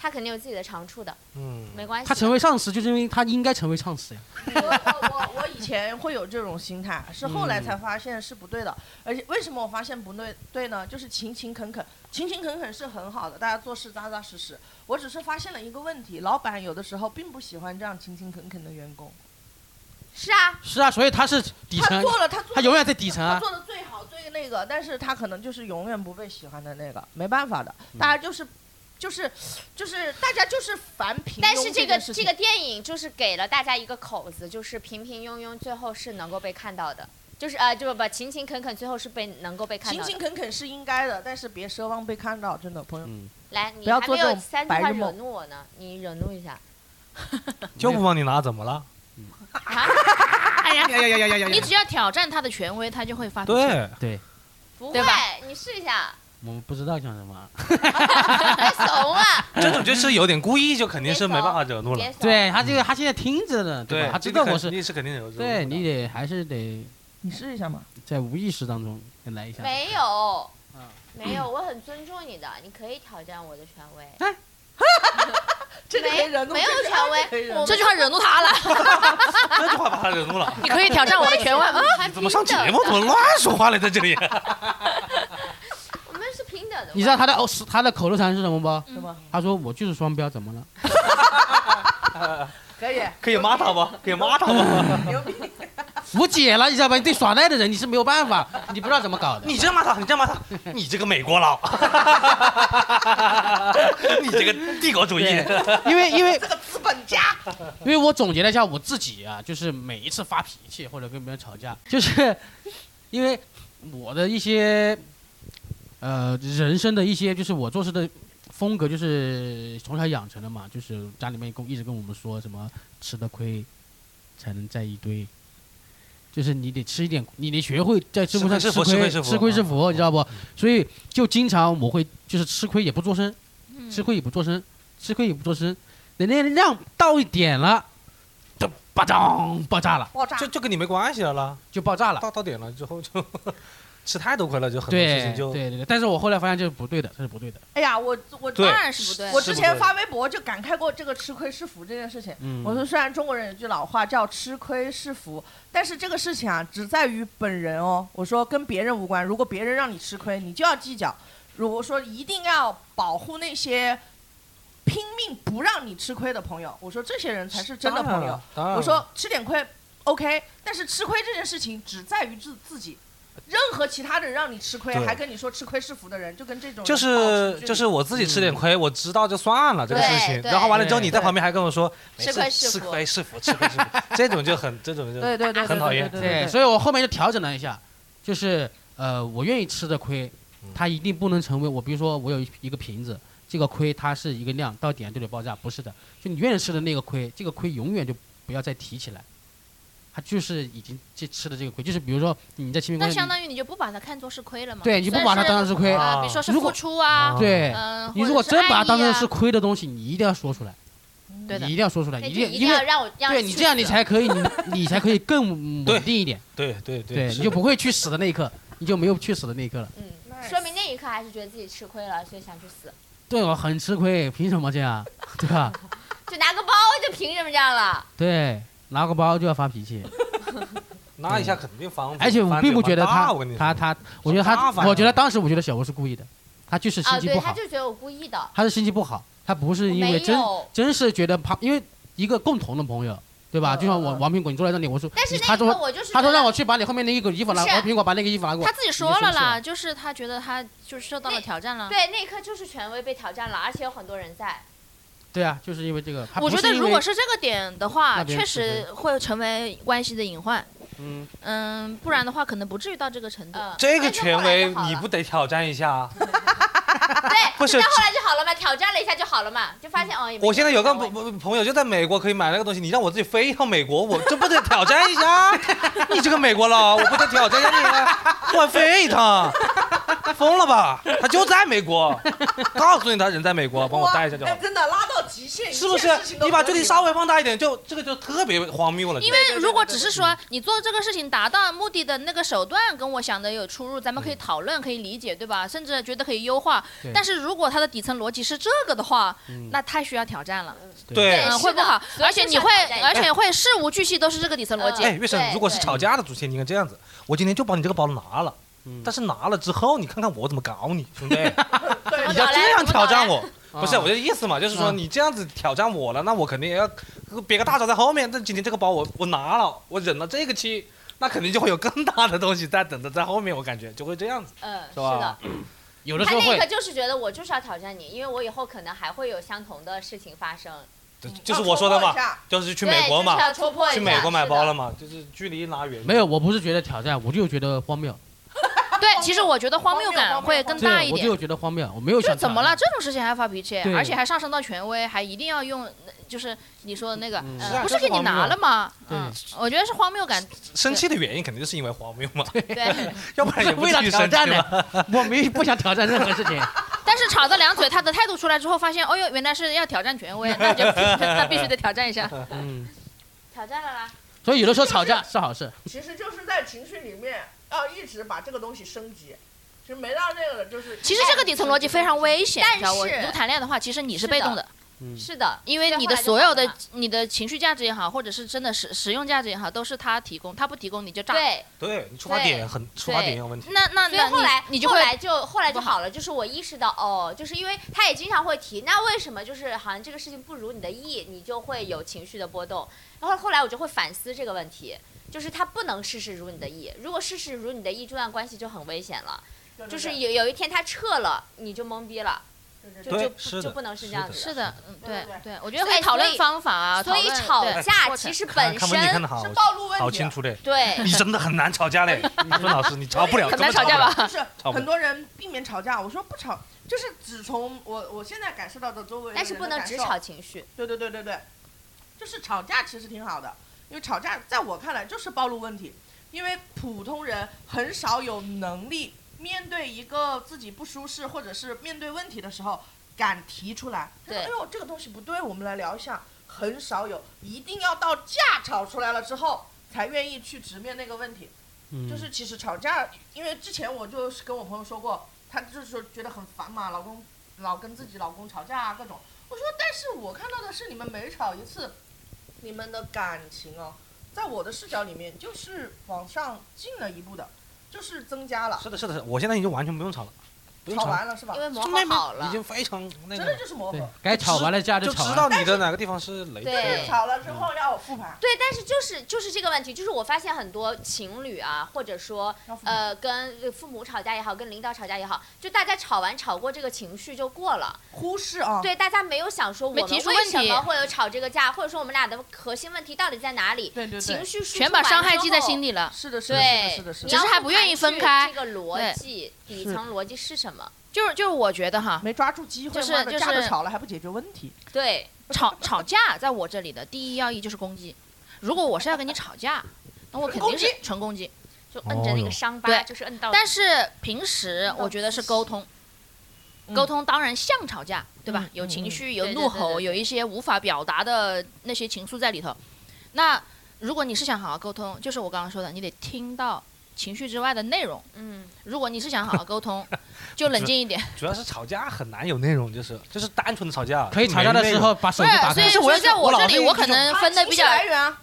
Speaker 6: 他肯定有自己的长处的，
Speaker 2: 嗯，
Speaker 6: 没关系的。
Speaker 5: 他成为上司，就是因为他应该成为上司呀。
Speaker 4: 我我 (laughs)
Speaker 5: 嗯
Speaker 4: 我我以前会有这种心态，是后来才发现是不对的。而且为什么我发现不对对呢？就是勤勤恳恳，勤勤恳恳是很好的，大家做事扎扎实实。我只是发现了一个问题，老板有的时候并不喜欢这样勤勤恳恳的员工。
Speaker 6: 是啊，
Speaker 5: 是啊，所以他是底
Speaker 4: 他
Speaker 5: 层，
Speaker 4: 做了，他做
Speaker 5: 他永远在底层
Speaker 4: 他
Speaker 5: 啊。
Speaker 4: 做的最好最那个，但是他可能就是永远不被喜欢的那个，没办法的，
Speaker 7: 嗯
Speaker 4: 大家就是。就是，就是大家就是烦平庸
Speaker 6: 但是
Speaker 4: 这
Speaker 6: 这个
Speaker 4: 件事情
Speaker 6: 这个电影就是给了大家一个口子，就是平平庸庸最后是能够被看到的，就是呃，就是不勤勤恳恳最后是被能够被看
Speaker 4: 勤
Speaker 6: 到的
Speaker 4: 勤。恳恳是应该的，但是别奢望被看到，真的朋友。
Speaker 5: 嗯，
Speaker 6: 来，你
Speaker 4: 不要
Speaker 6: 还
Speaker 4: 做
Speaker 6: 没
Speaker 4: 这
Speaker 6: 有
Speaker 4: 种
Speaker 6: 三句
Speaker 4: 白
Speaker 6: 话
Speaker 4: 日
Speaker 6: 惹
Speaker 4: 梦
Speaker 6: 怒我呢，你惹怒一下。
Speaker 2: 就不帮你拿，怎么了？
Speaker 6: 啊，
Speaker 1: 哎呀，
Speaker 7: 呀呀呀呀呀
Speaker 1: (laughs) 你只要挑战他的权威，他就会发脾气。
Speaker 2: 对，
Speaker 5: 对，
Speaker 6: 不
Speaker 1: 对
Speaker 6: 会
Speaker 1: 吧，
Speaker 6: 你试一 (laughs) 下，
Speaker 5: 我们不知道讲什么。啊
Speaker 4: 啊
Speaker 6: 别怂
Speaker 5: (laughs)
Speaker 6: 啊，
Speaker 2: 这种就是有点故意，就肯定是没办法惹怒
Speaker 6: 别
Speaker 2: 了。
Speaker 6: 怂。
Speaker 5: 对他这个，他现在听着呢，
Speaker 2: 对
Speaker 5: 吧？，他知道我是，
Speaker 2: 你是肯定惹怒了。
Speaker 5: 对你得还是得
Speaker 4: 你试一下嘛。
Speaker 5: 在无意识当中再来一下。
Speaker 6: 没有
Speaker 5: 嗯，
Speaker 6: 没有，我很尊重你的，你可以挑战我的权
Speaker 4: (laughs)
Speaker 6: 威。
Speaker 4: 这个可以忍怒
Speaker 6: 没有
Speaker 4: 这个
Speaker 6: 权威
Speaker 4: 可以忍
Speaker 6: 我
Speaker 4: 怒
Speaker 1: 这句话惹怒他了，
Speaker 2: 这句话把他惹怒
Speaker 1: (laughs)
Speaker 2: 了。
Speaker 1: 你可以挑战我的权威啊！
Speaker 6: 还
Speaker 2: 怎么上节
Speaker 6: 平等
Speaker 2: 目
Speaker 6: 的
Speaker 2: 怎么乱说话了？在这里，
Speaker 6: 我们是平等的。
Speaker 5: 你知道他的哦是他的口头禅是什么
Speaker 6: 嗯
Speaker 5: 不？
Speaker 4: 什么？
Speaker 5: 他说我就是双标，怎么了？
Speaker 4: 可以，
Speaker 2: 可以骂
Speaker 1: (laughs)
Speaker 2: 他吗？可以骂他吗？
Speaker 4: 牛逼！
Speaker 5: 无解了，你知道吧？你对耍赖的人你是没有办法，你不知道怎么搞的。
Speaker 2: 你这样骂他，你这样
Speaker 4: (laughs)
Speaker 2: 骂他，你这个美国佬，你这个帝国主义，
Speaker 5: 因为因为
Speaker 4: 这个资本家，
Speaker 5: 因为我总结了一下我自己啊，就是每一次发脾气或者跟别人吵架，就是因为我的一些呃人生的一些，就是我做事的风格，就是从小养成的嘛，就是家里面跟一直跟我们说什么吃的亏才能在一堆。就是你得吃一点，你得学会在
Speaker 2: 吃
Speaker 5: 这份上
Speaker 2: 亏是
Speaker 5: 吃
Speaker 2: 福
Speaker 5: 亏，
Speaker 2: 吃亏是福
Speaker 5: 吃亏是
Speaker 2: 嗯
Speaker 5: 福，你知道不？所以就经常我会就是吃亏也不做声，
Speaker 1: 嗯
Speaker 5: 吃亏也不做声，吃亏也不做声，人家量到一点了，就吧嗒爆炸了，
Speaker 4: 爆炸
Speaker 2: 就就跟你没关系了啦。
Speaker 5: 就爆炸了。
Speaker 2: 到到点了之后就 (laughs) 吃太多亏了，就很多事
Speaker 5: 对
Speaker 2: 情
Speaker 5: 对
Speaker 2: 就
Speaker 5: 对对，但是我后来发现这是不对的，这是不对的。
Speaker 4: 哎呀，我我
Speaker 2: 对
Speaker 1: 当然是不对。
Speaker 4: 我
Speaker 2: 是
Speaker 4: 之
Speaker 2: 不
Speaker 4: 前
Speaker 2: 对
Speaker 4: 发微博就感慨过这个吃亏是福这件事情。
Speaker 5: 嗯，
Speaker 4: 我说，虽然中国人有句老话叫“吃亏是福”，但是这个事情啊，只在于本人哦。我说跟别人无关，如果别人让你吃亏，你就要计较。如果说一定要保护那些拼命不让你吃亏的朋友，我说这些人才是真的朋友。。
Speaker 2: 当然了
Speaker 4: 我说吃点亏 OK，但是吃亏这件事情只在于自自己，任何其他的人让你吃亏，
Speaker 2: 对
Speaker 4: 还跟你说吃亏是福的人，就跟这种人
Speaker 2: 就
Speaker 4: 保持
Speaker 2: 是
Speaker 4: 距离
Speaker 2: 就是我自己吃点亏，我知道就算了这个事情。
Speaker 6: 对对
Speaker 2: 然后完了之后，
Speaker 5: 嗯对
Speaker 2: 你在旁边还跟我说没事
Speaker 6: 吃亏是
Speaker 2: 吃
Speaker 6: 福
Speaker 2: 亏是福，吃亏是
Speaker 6: (laughs)
Speaker 2: 福，这种就很这种就
Speaker 4: 对对对，
Speaker 2: 很讨厌
Speaker 4: 对对对
Speaker 5: 对，
Speaker 4: 对
Speaker 5: 所以我后面就调整了一下，就是呃，我愿意吃的亏
Speaker 2: 嗯，
Speaker 5: 它一定不能成为我，比如说我有一一个瓶子，这个亏它是一个量，到点就得爆炸，不是的，就你愿意吃的那个亏，这个亏永远就不要再提起来。它就是已经这吃的这个亏，就是比如说你在亲密
Speaker 1: 那
Speaker 5: 关系
Speaker 1: 相
Speaker 5: 里，
Speaker 1: 当于你就不把它看作是亏了嘛？
Speaker 5: 对，你不把它当成是亏，
Speaker 1: 啊、
Speaker 2: 啊
Speaker 1: 比如说是
Speaker 5: 如
Speaker 1: 付
Speaker 5: 果
Speaker 1: 出啊，
Speaker 5: 对，
Speaker 2: 哦
Speaker 1: 嗯，
Speaker 5: 你
Speaker 1: 或者
Speaker 5: 如果
Speaker 1: 是
Speaker 5: 真
Speaker 1: 爱
Speaker 5: 把它
Speaker 1: 意
Speaker 5: 当成
Speaker 1: 啊
Speaker 5: 是亏的东西，你一定要说出来，
Speaker 1: 对的
Speaker 5: 你一定要说出来，
Speaker 6: 那
Speaker 5: 一
Speaker 6: 就
Speaker 5: 定
Speaker 6: 一定
Speaker 5: 因为
Speaker 6: 要让我让
Speaker 5: 对你这样你才可以，
Speaker 6: (laughs)
Speaker 5: 你你才可以更
Speaker 2: 对
Speaker 5: 稳定一点，
Speaker 2: 对对
Speaker 5: 对，
Speaker 2: 是
Speaker 5: 你就不会去死的那一刻，你就没有去死的那一刻了。
Speaker 6: 嗯，说明那一刻还是觉得自己吃亏了，所以想去死。
Speaker 5: 对我很吃亏，凭什么这样？对吧？
Speaker 6: 就拿个包，就凭什么这样了？
Speaker 5: 对，拿个包就要发
Speaker 2: (laughs)
Speaker 5: 脾气，
Speaker 2: 那一下肯定翻。
Speaker 5: 而且我
Speaker 2: 翻
Speaker 5: 并不
Speaker 2: 脸
Speaker 5: 觉得
Speaker 2: 蛮大
Speaker 5: 他
Speaker 2: 我跟你说
Speaker 5: 他他，我觉得
Speaker 2: 很麻
Speaker 5: 他，
Speaker 2: 烦
Speaker 5: 我觉得当时我觉得小欧是故意的，他就是
Speaker 6: 啊，
Speaker 5: 心情
Speaker 6: 对，
Speaker 5: 不
Speaker 6: 他
Speaker 5: 好，
Speaker 6: 就觉得我故意的，
Speaker 5: 他是心情不好，他不是
Speaker 6: 我
Speaker 5: 因
Speaker 6: 没
Speaker 5: 为真
Speaker 6: 有。
Speaker 5: 真是觉得怕，因为一个共同的朋友，对吧？就像我王苹果，你坐在那里，我说，
Speaker 6: 呃但是
Speaker 5: 你
Speaker 6: 那
Speaker 5: 他
Speaker 6: 一刻
Speaker 5: 说
Speaker 6: 我就是
Speaker 5: 他说
Speaker 6: 觉得
Speaker 5: 让我去把你后面那一个衣服拿，
Speaker 6: 不是
Speaker 5: 王苹果把那个衣服拿给我
Speaker 1: 啊他，自己说了
Speaker 5: 你就生气
Speaker 1: 啦，就是他觉得他就是受到了挑战了。
Speaker 6: 对，那一刻就是权威被挑战了，而且有很多人在。
Speaker 5: 对啊，就是因为这个，他
Speaker 1: 我觉
Speaker 5: 不是
Speaker 1: 得
Speaker 5: 因
Speaker 1: 如
Speaker 5: 为
Speaker 1: 果是这个点的话，
Speaker 5: 那边
Speaker 1: 确
Speaker 5: 是
Speaker 1: 实会成为关系的隐患。
Speaker 5: 嗯，
Speaker 1: 嗯，不然的话可能不至于到这个程度。
Speaker 6: 嗯，
Speaker 2: 这
Speaker 6: 但
Speaker 2: 个
Speaker 6: 是
Speaker 2: 权
Speaker 6: 后来
Speaker 2: 威
Speaker 6: 就好了啊
Speaker 2: 你不得挑战一下？啊
Speaker 6: 对，
Speaker 2: 不是
Speaker 6: 但后来就好了嘛，挑战了一下就好了嘛，就发现哦，也没
Speaker 2: 我现在有个
Speaker 6: 什么
Speaker 2: 朋
Speaker 6: 问题
Speaker 2: 朋朋友就在美国可以买那个东西，你让我自己飞到美国，我这不得挑战一下？你这个美国佬，我不得挑战一下你啊？我飞一趟，疯了吧？他就在美国，告诉你他人在美国，帮我带一下就好
Speaker 4: 哎。真的拉到极限，
Speaker 2: 是不
Speaker 4: 一
Speaker 2: 是
Speaker 4: 件事哎情？都
Speaker 2: 你把
Speaker 4: 不
Speaker 2: 距
Speaker 4: 能
Speaker 2: 离
Speaker 4: 提
Speaker 2: 稍微放大一点，就这个就特别荒谬了。
Speaker 1: 因为如果只是
Speaker 5: 嗯
Speaker 1: 说你做这个事情达到目的的那个手段跟我想的有出入，咱们可以讨论，可以理解，对吧？甚至觉得可以优化
Speaker 5: 嗯对。
Speaker 1: 但是如果它的底层逻辑是这个的话，
Speaker 5: 嗯
Speaker 1: 那太需要挑战了，
Speaker 2: 对
Speaker 6: 是
Speaker 1: 嗯，
Speaker 6: 的
Speaker 1: 会不好。
Speaker 6: 所以
Speaker 1: 而且
Speaker 6: 就
Speaker 1: 你
Speaker 6: 想
Speaker 1: 会
Speaker 6: 挑战一，下
Speaker 1: 而且会事无巨细都是这个底层逻辑。
Speaker 2: 哎，月
Speaker 6: 对
Speaker 2: 神，如果是
Speaker 6: 对
Speaker 2: 吵架的主线，你看这样子，我今天就把你这个包拿了，
Speaker 5: 嗯
Speaker 2: 但是拿了之后，你看看我怎么搞你，兄弟，
Speaker 4: 对
Speaker 2: 你
Speaker 6: 搞
Speaker 2: 要
Speaker 6: 嘞
Speaker 2: 这样
Speaker 6: 怎么
Speaker 2: 挑
Speaker 6: 搞
Speaker 2: 战
Speaker 6: 嘞
Speaker 2: 我。不是
Speaker 5: 啊
Speaker 2: 我的意思嘛，就是说
Speaker 5: 嗯
Speaker 2: 你这样子挑战我了，那我肯定也要呃别个大招在后面。但今天这个包我我拿了，我忍了这个期，那肯定就会有更大的东西在等着在后面，我感觉就会这样子。
Speaker 6: 嗯，
Speaker 2: 是
Speaker 6: 是
Speaker 2: 吧
Speaker 6: 的，
Speaker 5: 有的
Speaker 6: 他
Speaker 5: 时候
Speaker 6: 那一
Speaker 5: 会
Speaker 6: 刻就是觉得我就是要挑战你，因为我以后可能还会有相同的事情发生。
Speaker 4: 嗯
Speaker 2: 就就是我说的嘛，，就是去
Speaker 6: 对，
Speaker 2: 美国
Speaker 6: 就是
Speaker 2: 嘛，
Speaker 6: 要突破一下
Speaker 2: 去美国买包了。
Speaker 6: 是
Speaker 2: 嘛，就是距离拉远一点。
Speaker 5: 没有，我不是觉得挑战，我就觉得荒谬，
Speaker 1: 对，其实我觉得荒
Speaker 4: 荒
Speaker 1: 谬
Speaker 4: 谬
Speaker 1: 感
Speaker 4: 荒
Speaker 1: 会
Speaker 4: 谬
Speaker 1: 更
Speaker 4: 荒
Speaker 1: 大
Speaker 5: 对，
Speaker 1: 一
Speaker 5: 我
Speaker 1: 点。
Speaker 5: 就觉得荒谬，我没有
Speaker 1: 就
Speaker 5: 想
Speaker 1: 怎么
Speaker 5: 挑
Speaker 1: 了？
Speaker 5: 战
Speaker 1: 这种事情还发脾气，
Speaker 5: 对
Speaker 1: 而且还上升到权威，还一定要用，呃就是你说的那个，
Speaker 5: 嗯
Speaker 2: 是啊
Speaker 1: 不是给你拿了吗？
Speaker 5: 对
Speaker 1: 嗯，我觉得是荒谬感。
Speaker 2: 生气的原因肯定就是因为荒谬嘛，
Speaker 6: (laughs) 对，
Speaker 2: (laughs) 要不然
Speaker 5: (laughs)
Speaker 2: 也不
Speaker 5: (laughs) 为了
Speaker 2: 至于
Speaker 5: 挑
Speaker 2: 生气
Speaker 5: 战呢
Speaker 2: 了。，
Speaker 5: 我没不想挑战任何事情。
Speaker 1: 但是吵得两嘴，他的态度出来之后，发现，哦呦，原来是要挑战权威，
Speaker 6: (laughs)
Speaker 1: 那就那必须得挑战一下。
Speaker 5: (laughs) 嗯，
Speaker 6: 挑战了啊啦。
Speaker 5: 所以有的时候吵架是好事。
Speaker 4: 其实就是在情绪里面要一直把这个东西升级，其实没到那个的就是。
Speaker 1: 其实这个底层逻辑非常危险，
Speaker 6: 但
Speaker 1: 你知道我
Speaker 6: 是
Speaker 1: 如果谈恋爱的话，其实你是
Speaker 6: 是
Speaker 1: 被动
Speaker 6: 的
Speaker 1: 的，
Speaker 2: 嗯
Speaker 6: 是的，
Speaker 1: 因为
Speaker 6: 对
Speaker 1: 你
Speaker 6: 后
Speaker 1: 的
Speaker 6: 来就
Speaker 1: 所有
Speaker 6: 好了
Speaker 1: 的
Speaker 6: 嘛
Speaker 1: 你的情绪价值也好，或者是真的实实用价值也好，都是他提供，他不提供你就炸。
Speaker 6: 对。
Speaker 2: 对你出发点很出发点有问题。
Speaker 1: 那那
Speaker 6: 所以
Speaker 1: 那
Speaker 6: 后来
Speaker 1: 你你就
Speaker 6: 后
Speaker 1: 会
Speaker 6: 来就后来就
Speaker 1: 不好
Speaker 6: 好了，就是我意识到哦，就是因为他也经常会提，那为什么就是好像这个事情不如你的意，你就会有情绪的波动。然后后来我就会反思这个问题，就是他不能事事如你的意，如果事事如你的意，这段关系就很危险了。就是有有一天他撤了，你就懵逼了，就
Speaker 2: 对
Speaker 6: 就是不
Speaker 2: 的
Speaker 6: 就不能是这
Speaker 2: 是的
Speaker 6: 样子
Speaker 1: 是的，嗯，对
Speaker 4: 对
Speaker 1: 对，我觉得
Speaker 6: 所
Speaker 1: 可以
Speaker 6: 以
Speaker 1: 讨
Speaker 6: 所
Speaker 1: 论
Speaker 6: 以
Speaker 1: 方法啊，
Speaker 6: 所以
Speaker 1: 论
Speaker 6: 吵
Speaker 1: 对
Speaker 6: 架
Speaker 1: 过
Speaker 6: 其
Speaker 1: 程
Speaker 6: 实
Speaker 2: 看
Speaker 6: 本
Speaker 2: 看问题看
Speaker 6: 身
Speaker 2: 的好
Speaker 4: 是暴露问题，啊
Speaker 2: 好清楚嘞，
Speaker 6: 对
Speaker 2: (laughs) 你真的很难吵架嘞，孙老师你吵不了，
Speaker 1: 很
Speaker 2: 根
Speaker 1: 难
Speaker 2: 本
Speaker 1: 吵
Speaker 2: 不
Speaker 1: 架
Speaker 2: 了
Speaker 1: 吧？？
Speaker 4: 就是
Speaker 2: 差不多
Speaker 4: 很多人避免吵架。我说不吵，就是只从我我现在感受到的周围，
Speaker 6: 但是不能只吵。情绪。
Speaker 4: 对对对对对，就是吵架其实挺好的，因为吵架在我看来就是暴露问题，因为普通人很少有能力面对一个自己不舒适或者是面对问题的时候敢提出来。他说
Speaker 6: 对
Speaker 4: 哎呦，这个东西不对，我们来聊一下。很少有，一定要到架吵出来了之后才愿意去直面那个问题。
Speaker 5: 嗯
Speaker 4: 就是其实吵架，因为之前我就是跟我朋友说过，她就是说觉得很烦嘛，老公老跟自己老公吵架啊各种。我说，但是我看到的是你们每吵一次，你们的感情哦，在我的视角里面就是往上进了一步的，就是增加了，
Speaker 2: 是的，是的，是的我现在已经完全不用吵了，不用
Speaker 4: 吵
Speaker 2: 吵了，
Speaker 4: 完了是吧
Speaker 6: 因？为磨
Speaker 2: 就妹
Speaker 6: 合
Speaker 2: 妹
Speaker 6: 好了
Speaker 2: 已，经非常那
Speaker 4: 真
Speaker 2: 个
Speaker 4: 的
Speaker 2: 了，
Speaker 4: 就是磨
Speaker 5: 对
Speaker 4: 合，，
Speaker 5: 该吵完了架就
Speaker 2: 就
Speaker 5: 吵
Speaker 2: 知
Speaker 5: 完
Speaker 2: 道
Speaker 5: 了。
Speaker 2: 你的哪个地方是雷
Speaker 6: 对
Speaker 2: 区。
Speaker 4: 吵了之后要我复盘，
Speaker 6: 对，但是就是就是这个问题，就是我发现很多情侣啊，或者说
Speaker 4: 要复盘。
Speaker 6: 呃跟父母吵架也好，跟领导吵架也好，就大家吵完吵过这个情绪就过了。
Speaker 4: 忽视啊，
Speaker 6: 对，大家没有想说我
Speaker 1: 哦没
Speaker 6: 们
Speaker 1: 提出
Speaker 6: 为
Speaker 1: 问
Speaker 6: 什
Speaker 1: 题
Speaker 6: 么会有吵这个架，或者说我们俩的核心问题到底在哪里？
Speaker 4: 对对
Speaker 6: 情
Speaker 4: 对，
Speaker 6: 绪输
Speaker 1: 全
Speaker 6: 出
Speaker 1: 把
Speaker 6: 完
Speaker 1: 伤
Speaker 6: 之
Speaker 1: 害记在
Speaker 6: 后
Speaker 1: 心。里了。
Speaker 4: 是的，是的，
Speaker 6: 对，
Speaker 4: 是的，是
Speaker 6: 你
Speaker 1: 只
Speaker 4: 的，
Speaker 6: 要
Speaker 1: 是还不愿
Speaker 6: 盘
Speaker 1: 意分
Speaker 6: 去
Speaker 1: 开
Speaker 6: 这个
Speaker 1: 对
Speaker 6: 逻辑底
Speaker 4: 是
Speaker 6: 层逻辑是什么？
Speaker 1: 就是就是，我觉得哈，
Speaker 4: 没抓住机会，
Speaker 1: 就是
Speaker 4: 妈的
Speaker 1: 就
Speaker 4: 架
Speaker 1: 是
Speaker 4: 着吵了还不解决问题，
Speaker 6: 对，
Speaker 1: 吵吵架在我这里的第一要义就是攻击。如果我是要跟你吵架，那我肯定是纯攻击。
Speaker 6: 就摁着那
Speaker 5: 哦
Speaker 6: 个伤疤，
Speaker 1: 对
Speaker 6: 就是摁到。
Speaker 1: 但是平时我觉得是沟通，
Speaker 4: 嗯
Speaker 1: 沟通当然像吵架，对吧
Speaker 4: 嗯？
Speaker 1: 有情绪，
Speaker 6: 对
Speaker 1: 有
Speaker 6: 对
Speaker 1: 怒
Speaker 6: 对
Speaker 1: 吼，
Speaker 6: 对
Speaker 1: 有一些无法表达的那些情愫在里头。那如果你是想好好沟通，就是我刚刚说的，你得听到情绪之外的内容。
Speaker 6: 嗯，
Speaker 1: 如果你是想好好沟通，
Speaker 2: (laughs)
Speaker 1: 就冷静一点。
Speaker 2: 主要是吵架很难有内容，就是就是单纯的吵架，
Speaker 5: 可以吵架的时候把手
Speaker 1: 不
Speaker 5: 机打
Speaker 1: 是，啊所以
Speaker 5: 开。
Speaker 1: 所以在我这里，我可
Speaker 4: 盘
Speaker 1: 能分的
Speaker 4: 情
Speaker 1: 比
Speaker 4: 绪
Speaker 1: 较
Speaker 4: 来源啊，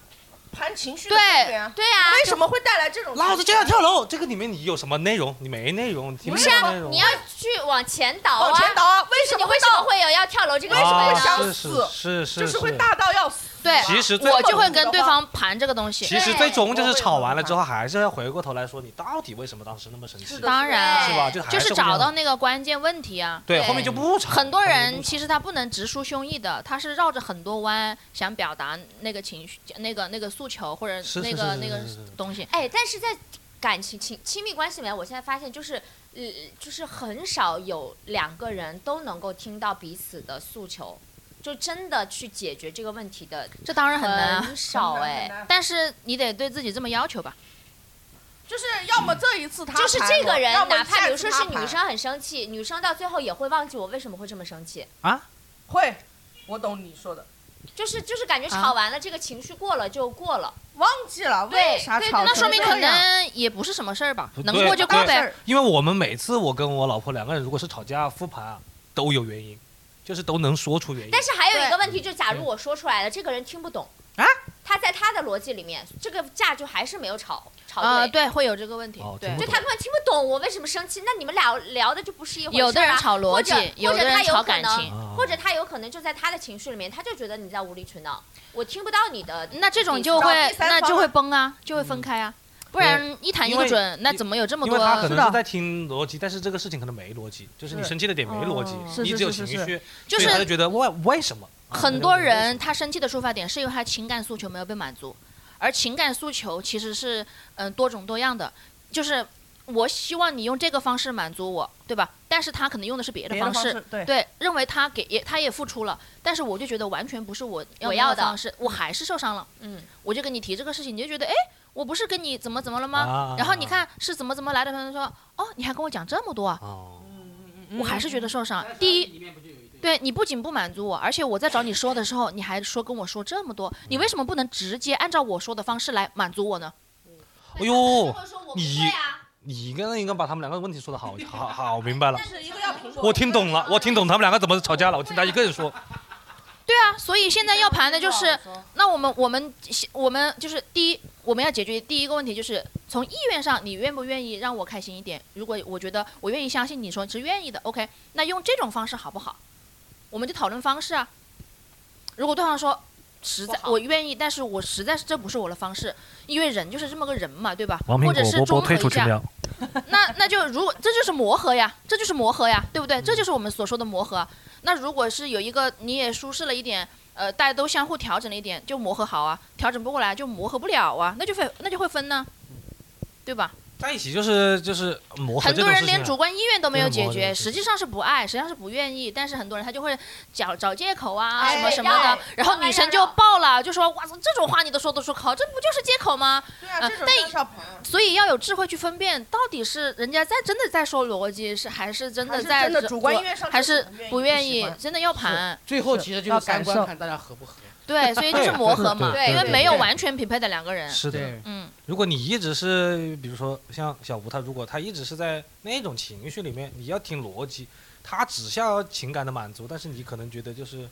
Speaker 4: 盘情绪的
Speaker 1: 对
Speaker 4: 根源啊
Speaker 6: 对啊，
Speaker 4: 为什么会带来这种？
Speaker 2: 老子就要跳楼，这个里面你有什么内容？你没内容，你
Speaker 4: 不
Speaker 2: 没
Speaker 4: 是
Speaker 2: 有
Speaker 4: 啊
Speaker 2: 内
Speaker 1: 哦
Speaker 2: 容
Speaker 6: 你要去往前倒啊！
Speaker 4: 往前倒啊！为什
Speaker 6: 是
Speaker 4: 么
Speaker 6: 你为
Speaker 4: 会
Speaker 6: 什么
Speaker 4: 到？
Speaker 6: 会有要跳楼这个
Speaker 4: 为什么会
Speaker 6: 呢
Speaker 4: 想
Speaker 2: 啊是
Speaker 4: 死
Speaker 2: 是是
Speaker 4: 就是是会大到要死啊
Speaker 1: 对，
Speaker 2: 其实最
Speaker 1: 我就会跟对方盘这个东西。
Speaker 2: 其实最终就是吵完了之后，还是要回过头来说，你到底为什么当时那么生气？
Speaker 1: 当然，
Speaker 2: 是吧？就还
Speaker 1: 就是是
Speaker 2: 会
Speaker 1: 找
Speaker 2: 让
Speaker 1: 到那个关键问题啊。
Speaker 2: 对
Speaker 6: 对
Speaker 2: 后面就不吵。
Speaker 1: 很多
Speaker 2: 后面就
Speaker 1: 人
Speaker 2: 不吵
Speaker 1: 其实他不能直抒胸臆的，他是绕着很多弯想表达那个情绪、那个那个诉求或者
Speaker 2: 是
Speaker 1: 那
Speaker 2: 是
Speaker 1: 个
Speaker 2: 是
Speaker 1: 那个
Speaker 2: 是是是
Speaker 1: 东西。
Speaker 6: 哎，但是在感情亲亲密关系里面，我现在发现就是，呃，就是很少有两个人都能够听到彼此的诉求，就真的去解决这个问题的
Speaker 1: 这当然很难啊，
Speaker 6: 很少哎、
Speaker 1: 但是你得对自己这么要求吧。
Speaker 4: 就是要么这一次他
Speaker 6: 就是这个人，
Speaker 4: 要么
Speaker 6: 哪怕
Speaker 4: 下
Speaker 6: 比如
Speaker 4: 次
Speaker 6: 说
Speaker 4: 他
Speaker 6: 是
Speaker 4: 盘
Speaker 6: 女生很生气，女生到最后也会忘记我为什么会这么生气，
Speaker 4: 会，我懂你说的，
Speaker 6: 就是就是感觉
Speaker 1: 啊嗯
Speaker 6: 吵完了，这个情绪过了就过了。
Speaker 4: 忘记了
Speaker 6: 对
Speaker 4: 为啥
Speaker 6: 对
Speaker 4: 吵成这样，
Speaker 1: 那说明可
Speaker 4: 啊
Speaker 1: 能也不是什么事儿吧，
Speaker 2: 不
Speaker 1: 能
Speaker 2: 对
Speaker 1: 过就过
Speaker 4: 对
Speaker 1: 呗。
Speaker 2: 因为我们每次我跟我老婆两个人如果是吵架复盘啊，都有原因，就是都能说出原因
Speaker 6: 但。是还有一
Speaker 4: 对
Speaker 6: 个问题，就假
Speaker 1: 嗯
Speaker 6: 如我说出来了，这个人听不懂
Speaker 4: 啊，
Speaker 6: 他在他的逻辑里面，这个架就还是没有吵吵对。
Speaker 1: 啊，对，会有这个问题
Speaker 2: 哦。
Speaker 1: 对
Speaker 2: 听不
Speaker 6: 就
Speaker 2: 懂
Speaker 6: 他根本听不懂我为什么生气，那你们俩聊的就不是一回事
Speaker 1: 有的人
Speaker 6: 啦
Speaker 1: 吵逻辑
Speaker 6: 或者
Speaker 1: 有
Speaker 6: 或者
Speaker 1: 的人
Speaker 6: 他
Speaker 1: 吵
Speaker 6: 有可
Speaker 1: 感情
Speaker 6: 能，
Speaker 2: 啊
Speaker 6: 或者他有可能就在他的情绪里面，他就觉得你在无理取闹，我听不到你的。
Speaker 1: 哦那这种就会
Speaker 4: 找第三
Speaker 1: 那
Speaker 4: 方
Speaker 1: 就会
Speaker 4: 啊
Speaker 1: 崩啊，就
Speaker 6: 嗯
Speaker 1: 会分开啊，不然一谈一
Speaker 2: 因
Speaker 1: 个
Speaker 2: 为
Speaker 1: 准，那怎么有这么
Speaker 2: 因
Speaker 1: 多啊
Speaker 2: 为他可
Speaker 4: 是
Speaker 2: 能
Speaker 4: 的
Speaker 2: 是在听逻辑，但是这个事情可能没逻辑，就是你
Speaker 4: 是
Speaker 2: 生气的点没逻辑
Speaker 1: 哦，
Speaker 4: 是
Speaker 2: 你
Speaker 4: 是
Speaker 2: 只有
Speaker 4: 是
Speaker 2: 情
Speaker 4: 是
Speaker 2: 绪，
Speaker 4: 是
Speaker 1: 就
Speaker 2: 所以他就是觉得为为什么？啊
Speaker 1: 很多人他生气的出发点是因为他情感诉求没有被满足，而情感诉求其实是嗯、呃多种多样的，就是我希望你用这个方式满足我，对吧？但是他可能用的是别的
Speaker 4: 别
Speaker 1: 方
Speaker 4: 的
Speaker 1: 式，
Speaker 4: 式对
Speaker 1: 对，认为他给也他也付出了，但是我就觉得完全不是我
Speaker 6: 我
Speaker 1: 要
Speaker 6: 要
Speaker 1: 的
Speaker 6: 的
Speaker 1: 方式，我还是受伤了。
Speaker 6: 嗯，
Speaker 1: 我就跟你提这个事情，你就觉得哎，诶我不是跟你怎么怎么了吗？
Speaker 2: 啊
Speaker 1: 然后你看是怎么怎么来的，朋友说哦，你还跟我讲这么多啊，
Speaker 2: 哦，
Speaker 1: 我嗯还是觉得受伤。第一，对你不仅不满足我，而且我在找你说的时候，你还说跟我说这么多，你为什么不能直接按照我说的方式来满足我呢？
Speaker 2: 哎呦，
Speaker 6: 说我不
Speaker 2: 你
Speaker 6: 会啊，
Speaker 2: 你刚刚应该把他们两个问题说的好 (laughs) 好好明白了，
Speaker 4: 是一个要苹果
Speaker 2: 我听懂了，我听懂他们两个怎么吵架了，我听他一个人说，
Speaker 1: 对啊，所以现在要盘的就是，那我们我们我们就是第一，我们要解决第一个问题就是从意愿上，你愿不愿意让我开心一点？如果我觉得我愿意相信你说是愿意的，OK，那用这种方式好不好？我们就讨论方式啊。如果对方说实在
Speaker 6: 不好
Speaker 1: 我愿意，但是我实在是这不是我的方式，因为人就是这么个人嘛，对吧？
Speaker 2: 王苹
Speaker 1: 或者
Speaker 2: 果
Speaker 1: 是
Speaker 2: 波
Speaker 1: 综
Speaker 2: 波
Speaker 1: 合
Speaker 2: 退出
Speaker 1: 一
Speaker 2: 群
Speaker 1: 下，
Speaker 2: 聊。
Speaker 1: (laughs) 那那就如果这就是磨合呀，这就是磨合呀，对不对？这就是我们所说的磨合啊。那如果是有一个你也舒适了一点，呃，大家都相互调整了一点，就磨合好啊。调整不过来就磨合不了啊，那就会那就会分呢，对吧？
Speaker 2: 在一起就是就是磨合
Speaker 1: 很
Speaker 2: 这
Speaker 1: 多
Speaker 2: 种
Speaker 1: 人
Speaker 2: 事情
Speaker 1: 连
Speaker 2: 啊。
Speaker 1: 主观意愿都没有
Speaker 2: 这个
Speaker 1: 解
Speaker 2: 磨合这
Speaker 1: 决，
Speaker 2: 个事
Speaker 1: 实
Speaker 2: 情
Speaker 1: 际上是不爱，实际上是不愿意，但是很多人他就会找找借口啊，
Speaker 4: 哎
Speaker 1: 什么什么的
Speaker 6: 要，
Speaker 1: 然后
Speaker 6: 当然
Speaker 1: 女生
Speaker 6: 要
Speaker 1: 就爆了，就说哇，这种话你都说得出口，这不就是借口吗？
Speaker 4: 对
Speaker 1: 呃
Speaker 4: 啊，这种
Speaker 1: 但
Speaker 4: 叫小朋友
Speaker 1: 所以要有智慧去分辨，到底是人家在真的在说逻辑，是还是真的
Speaker 4: 还是
Speaker 1: 在
Speaker 4: 真的
Speaker 1: 做
Speaker 4: 主观意愿上
Speaker 1: 还是不愿
Speaker 4: 不喜
Speaker 1: 意
Speaker 4: 欢，
Speaker 1: 真的要盘。
Speaker 5: 最后其实就是
Speaker 4: 要
Speaker 5: 三
Speaker 4: 感
Speaker 5: 观
Speaker 4: 受
Speaker 5: 看大家合不合。
Speaker 1: 对，所以就是磨合嘛，
Speaker 6: 对对对
Speaker 1: 因为
Speaker 6: 对
Speaker 1: 没有
Speaker 5: 对
Speaker 1: 完全匹配的两个人。
Speaker 2: 是的，
Speaker 5: 对，
Speaker 1: 嗯，
Speaker 2: 如果你一直是，比如说像小吴，他如果他一直是在那种情绪里面，你要听逻辑，他只想要情感的满足，但是你可能觉得就是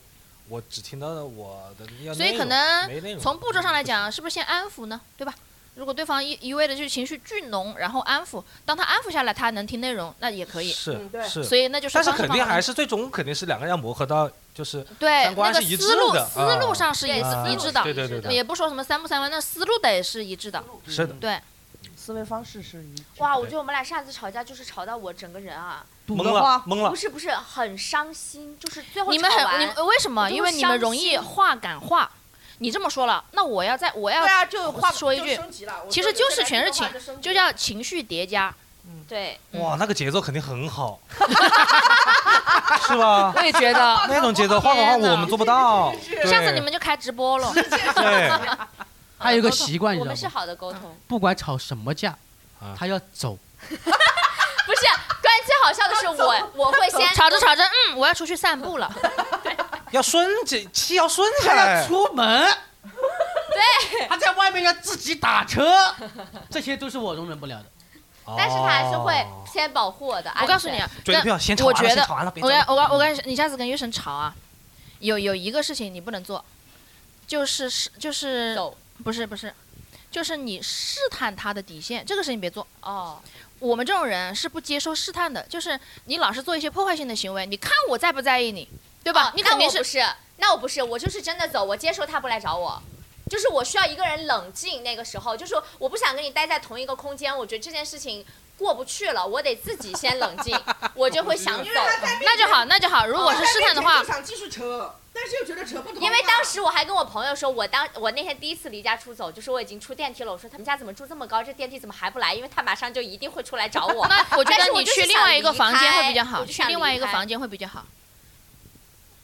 Speaker 2: 我只听到了我的要内容，
Speaker 1: 所以可能
Speaker 2: 没内容
Speaker 1: 从步骤上来，讲，是不是先安抚呢？对吧？如果对方一一味的就是情绪巨浓，然后安抚，当他安抚下来，他还能听内容，那也可以。
Speaker 2: 是
Speaker 4: 嗯对
Speaker 2: 是，
Speaker 1: 所以那就是
Speaker 2: 但
Speaker 1: 方
Speaker 2: 是
Speaker 1: 式
Speaker 2: 肯
Speaker 1: 方
Speaker 2: 定
Speaker 1: 法
Speaker 2: 还是最终肯定是两个人要磨合到就是
Speaker 1: 对
Speaker 2: 三
Speaker 1: 那
Speaker 2: 观
Speaker 1: 个
Speaker 2: 是一
Speaker 1: 思
Speaker 2: 致
Speaker 1: 路
Speaker 2: 的
Speaker 1: 思路
Speaker 2: 啊
Speaker 1: 上是一
Speaker 6: 对
Speaker 1: 致
Speaker 2: 啊
Speaker 1: 一致的，
Speaker 2: 对对对对
Speaker 1: 也不说什么三不三弯，那思路得是一致的。
Speaker 2: 是的，
Speaker 1: 对，
Speaker 4: 思维方式是一致
Speaker 6: 哇，我觉得我们俩上次吵架就是吵到我整个人啊，
Speaker 2: 懵了懵了
Speaker 6: 不，是不是很伤心，就是最后
Speaker 1: 你们
Speaker 6: 吵
Speaker 1: 很
Speaker 6: 完
Speaker 1: 你们呃为什
Speaker 6: 我
Speaker 1: 么？
Speaker 6: 就
Speaker 1: 因
Speaker 6: 会
Speaker 1: 为你们
Speaker 6: 伤
Speaker 1: 容易
Speaker 6: 心
Speaker 1: 话赶话。你这么说了，那我要在我要
Speaker 4: 对啊，就话
Speaker 1: 说一句
Speaker 4: 就升级了，我
Speaker 1: 其
Speaker 4: 说
Speaker 1: 实就是
Speaker 4: 这个
Speaker 1: 全是
Speaker 4: 人说话
Speaker 1: 情
Speaker 4: 升级
Speaker 1: 就叫情绪叠加。
Speaker 6: 对，
Speaker 1: 嗯
Speaker 2: 哇，那个节奏肯定很好，是吧？
Speaker 1: 我也觉 (laughs) 得，
Speaker 2: 那种节奏画个画
Speaker 1: 天哪
Speaker 2: 我们做不到，
Speaker 1: 下次
Speaker 2: 对
Speaker 1: 你们就开直播了。
Speaker 2: 对，
Speaker 5: 还有一个习惯，你
Speaker 6: 我
Speaker 5: 知
Speaker 6: 们是
Speaker 5: 道吗？
Speaker 6: 好的沟通。
Speaker 5: 不管吵什么架
Speaker 2: 啊，
Speaker 5: 他要走。
Speaker 6: 不是，关键最好笑的是我，我会先
Speaker 1: 吵着吵着，嗯，我要出去散步
Speaker 6: (laughs)
Speaker 1: 了。
Speaker 2: 要顺着气要顺下
Speaker 5: 他
Speaker 2: 来
Speaker 5: (laughs) 要。出门，对， (laughs) 他在外面要自己打车，这些都是我容忍不了的。
Speaker 6: 但是他还是会
Speaker 2: 哦
Speaker 6: 先保护我的安全。
Speaker 1: 我告诉你啊，
Speaker 2: 追
Speaker 1: 但
Speaker 2: 票先吵
Speaker 1: 我
Speaker 2: 完了，
Speaker 1: 觉
Speaker 2: 先
Speaker 1: 得
Speaker 2: 吵完了，别
Speaker 1: 我
Speaker 2: 走
Speaker 1: 要我要我跟你下次跟月神吵啊，有有一个事情你不能做，就是是就是
Speaker 6: 走
Speaker 1: 不是不是，就是你试探他的底线，这个事情别做。
Speaker 6: 哦，
Speaker 1: 我们这种人是不接受试探的，就是你老是做一些破坏性的行为，你看我在不在意你，对吧？
Speaker 6: 哦
Speaker 1: 你
Speaker 6: 那
Speaker 1: 肯定
Speaker 6: 我不
Speaker 1: 是
Speaker 6: 是，那我不是，我就是真的走，我接受他不来找我。就是我需要一个人冷静，那个时候就是我不想跟你待在同一个空间，我觉得这件事情过不去了，我得自己先冷
Speaker 1: (laughs)
Speaker 6: 静，我就会想走。
Speaker 1: 那就好，那就好。如果是试探的话，
Speaker 4: 想继续扯，但是又觉得扯不通啊。
Speaker 6: 因为当时我还跟我朋友说，我当我那天第一次离家出走，就是我已经出电梯了，我说他们家怎么住这么高，这电梯怎么还不来？因为他马上就一定会出来找我。
Speaker 1: 那我觉
Speaker 6: 但是
Speaker 1: 得
Speaker 6: 我
Speaker 1: 你
Speaker 6: 就是
Speaker 1: 去另
Speaker 6: 想
Speaker 1: 外一个
Speaker 6: 离
Speaker 1: 房间会
Speaker 6: 开
Speaker 1: 比较
Speaker 6: 我
Speaker 1: 好，
Speaker 6: 就
Speaker 1: 去
Speaker 6: 想
Speaker 1: 另
Speaker 6: 离
Speaker 1: 外一个
Speaker 6: 开
Speaker 1: 房间会比较好。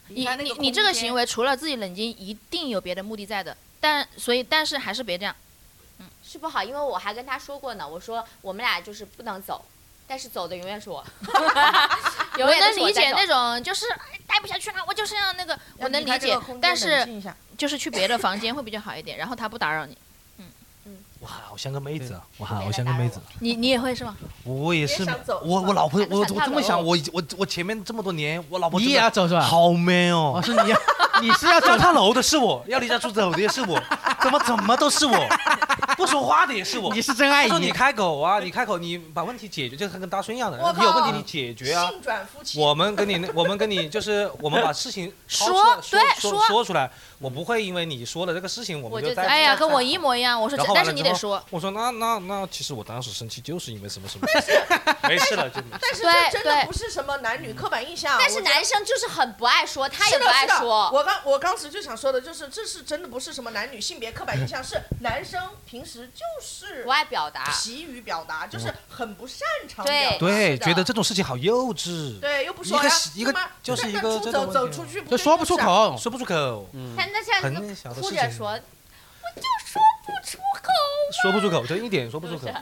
Speaker 4: 离
Speaker 1: 你
Speaker 4: 开那
Speaker 1: 你
Speaker 4: 个
Speaker 1: 你
Speaker 4: 空
Speaker 1: 这个
Speaker 4: 间
Speaker 1: 行为除了自己冷静，一定有别的目的在的。但所以但是还是别这样。
Speaker 6: 是不好，因为我还跟他说过呢，我说我们俩就是不能走，但是走的永远
Speaker 1: (laughs)
Speaker 6: 是我， (laughs) 永
Speaker 1: 我
Speaker 6: 远都
Speaker 1: 能
Speaker 6: 是我
Speaker 1: 理
Speaker 6: 在
Speaker 1: 解
Speaker 6: 走
Speaker 1: 那种就是哎待不下去了，我就是要那个，我能
Speaker 4: 离开
Speaker 1: 理
Speaker 4: 这
Speaker 1: 解
Speaker 4: 个空，间
Speaker 1: 但
Speaker 4: 冷
Speaker 1: 是
Speaker 4: 静一下
Speaker 1: 就是去别的房间会比较好一点，然后他不打扰你。
Speaker 2: 哇，好像个妹子啊！哇，
Speaker 6: 没
Speaker 2: 好
Speaker 6: 来
Speaker 2: 像个
Speaker 6: 打
Speaker 2: 妹
Speaker 6: 扰
Speaker 2: 子。
Speaker 1: 你你也会是吗？
Speaker 2: 我也是
Speaker 4: 也想走，
Speaker 2: 我我老婆，我我
Speaker 6: 想
Speaker 2: 我
Speaker 6: 跳
Speaker 2: 这么想，
Speaker 6: 楼
Speaker 2: 我已我我前面这么多年，我老婆
Speaker 5: 你
Speaker 2: 真
Speaker 5: 也
Speaker 2: 的
Speaker 5: 要走是吧？
Speaker 2: 好 man 哦
Speaker 5: 哦，！是
Speaker 2: (laughs)
Speaker 5: 你要，你是要走
Speaker 2: 要跳楼的是我，要离家出走的也是我，怎么怎么都是我，不说话的也是我
Speaker 5: 你。是真
Speaker 2: 他
Speaker 5: 爱
Speaker 2: 说你
Speaker 5: 你，
Speaker 2: 开口啊，你开口，你把问题解决，就是跟大孙一样的
Speaker 4: 我，靠
Speaker 2: 你有问题你解决啊。
Speaker 4: 性转夫妻，
Speaker 2: 我们跟你，我们跟你就是我们把事情掏出
Speaker 1: 说
Speaker 2: 来
Speaker 1: 对
Speaker 2: 说
Speaker 1: 说
Speaker 2: 说出来，我不会因为你说了这个事情，我
Speaker 6: 我
Speaker 2: 们
Speaker 6: 就
Speaker 2: 就
Speaker 6: 在
Speaker 1: 哎
Speaker 2: 在。
Speaker 1: 呀，跟我一模一样。我说这
Speaker 2: 然后，
Speaker 1: 但
Speaker 2: 完
Speaker 1: 是
Speaker 2: 了
Speaker 1: 你
Speaker 2: 之
Speaker 1: 得
Speaker 2: 后
Speaker 1: 说，，
Speaker 2: 我说那那那，其实我当时生气就是因为什么什么，什么， (laughs) 没事了，就没事。
Speaker 4: 但是
Speaker 1: 对
Speaker 4: 这真的
Speaker 1: 对
Speaker 4: 不是什么男女刻板印象。啊
Speaker 6: 但是
Speaker 4: 我觉得
Speaker 6: 男生就是很不爱说，他也
Speaker 4: 是
Speaker 6: 不
Speaker 4: 的，
Speaker 6: 爱
Speaker 4: 是的
Speaker 6: 说。
Speaker 4: 我刚我刚时就想说的，就是这是真的不是什么男女性别刻板印象，是男生平时就是
Speaker 6: 不爱表达，
Speaker 4: 疲于表达，就是很不擅长
Speaker 6: 对
Speaker 4: 表达。
Speaker 2: 嗯对，
Speaker 6: 是的
Speaker 2: 觉得这种事情好幼稚，
Speaker 4: 对，又不
Speaker 2: 一
Speaker 4: 说哎
Speaker 2: 个
Speaker 4: 呀
Speaker 2: 是一个
Speaker 4: 他妈
Speaker 2: 就是
Speaker 4: 那
Speaker 2: 一
Speaker 4: 那
Speaker 2: 个
Speaker 4: 出
Speaker 2: 这种
Speaker 4: 走走
Speaker 2: 问题
Speaker 4: 出去不
Speaker 5: 这
Speaker 4: 对
Speaker 5: 说不出
Speaker 4: 就是啊。
Speaker 5: 口，
Speaker 2: 哦说不出口，
Speaker 5: 嗯，
Speaker 6: 但那像
Speaker 2: 很小的
Speaker 6: 哭
Speaker 2: 事
Speaker 6: 着
Speaker 2: 情，
Speaker 6: 说，
Speaker 2: 说
Speaker 6: 不出口。
Speaker 2: 不出口，就一点说不出口
Speaker 6: 就是，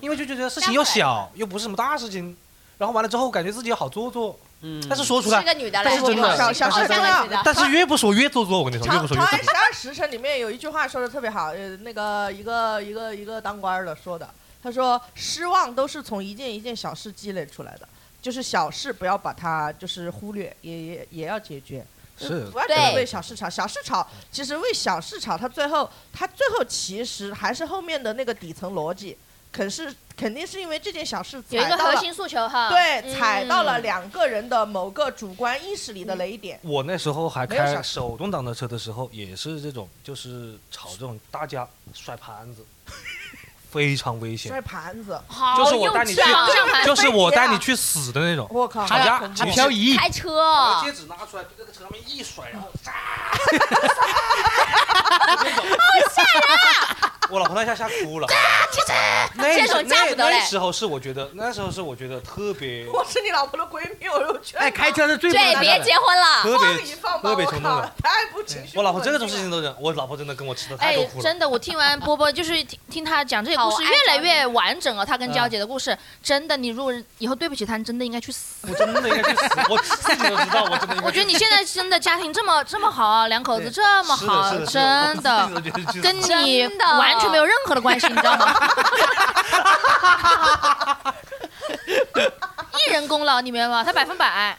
Speaker 2: 因为就觉得事情又小，又不是什么大事情，然后完了之后感觉自己好做作，
Speaker 5: 嗯
Speaker 2: 但是说出
Speaker 6: 是
Speaker 2: 来，
Speaker 6: 个女的
Speaker 2: 但
Speaker 6: 来
Speaker 2: 是真
Speaker 6: 说，
Speaker 2: 的
Speaker 4: 小小
Speaker 6: 好
Speaker 4: 事
Speaker 6: 像
Speaker 4: 真的
Speaker 6: 个女的。
Speaker 2: 但是越不说越做作，我跟你说，越
Speaker 4: 长
Speaker 2: 不说
Speaker 4: 长
Speaker 2: 越做
Speaker 4: 安
Speaker 2: 作。
Speaker 4: 十二时辰里面有一句话说的特别好，呃，那个一个一个一个当官儿的说的，他说失望都是从一件一件小事积累出来的，就是小事不要把它就是忽略，也也也要解决。
Speaker 2: 是
Speaker 4: 不要只是为小事吵，小事吵其实为小事吵，它最后它最后其实还是后面的那个底层逻辑，可是肯定是因为这件小事
Speaker 1: 有一
Speaker 4: 踩
Speaker 1: 个
Speaker 4: 到
Speaker 1: 核
Speaker 4: 了
Speaker 1: 心诉求哈。
Speaker 4: 对踩到了
Speaker 1: 嗯
Speaker 4: 两个人的某个主观意识里的雷点，
Speaker 2: 我那时候还
Speaker 4: 没有
Speaker 2: 开
Speaker 4: 想
Speaker 2: 手动挡的车的时候，也是这种，就是吵这种大家摔盘子， (laughs) 非常危险
Speaker 4: 摔。盘子，
Speaker 2: 就是我带你去
Speaker 1: 幼稚啊上盘，
Speaker 2: 就是我
Speaker 4: 飞机啊
Speaker 2: 带你去死的那种。
Speaker 4: 我靠！
Speaker 2: 吵架
Speaker 5: 还
Speaker 2: 情绪
Speaker 5: 漂移，
Speaker 6: 开车，
Speaker 2: 指拿出来，对这个车上面一甩，然后扎。我老婆那下吓哭了。那
Speaker 6: 这种架
Speaker 2: 那
Speaker 6: 不得嘞
Speaker 2: 那时候是我觉得，那时候是我觉得特别
Speaker 4: 我是你老婆的闺蜜，我就劝
Speaker 5: 哎，开车是最不能
Speaker 6: 对，
Speaker 5: 开
Speaker 6: 别
Speaker 5: 的
Speaker 6: 结婚了。
Speaker 2: 特
Speaker 4: 放
Speaker 2: 别
Speaker 4: 一放吧，
Speaker 2: 特
Speaker 4: 我
Speaker 2: 别冲动
Speaker 4: 靠
Speaker 2: 的。，
Speaker 4: 太不情绪。
Speaker 2: 我老婆这种事情，都忍，我老婆真的跟我吃的太
Speaker 1: 哎
Speaker 2: 多苦，了。
Speaker 1: 真的，我听完波波就是听听他讲这些故
Speaker 6: 好
Speaker 1: 事，
Speaker 6: 爱
Speaker 1: 越来
Speaker 6: 娇
Speaker 1: 越完整了。他跟
Speaker 2: 嗯
Speaker 1: 娇姐的故事，真的，你如果以后对不起他，你真的应该去死。
Speaker 2: 我真的应该去死，我自己都知道，我真的应该去死。
Speaker 1: 我觉得你现在真的家庭这么这么好啊，两口子
Speaker 2: 对
Speaker 1: 这么
Speaker 2: 是
Speaker 1: 好，
Speaker 2: 是
Speaker 1: 真的
Speaker 2: 是我自己都觉得去死
Speaker 1: 跟你
Speaker 6: 真的
Speaker 1: 完全没有任何的关系，你知道吗？ (laughs) 一人功劳，你明白吗？他百分百，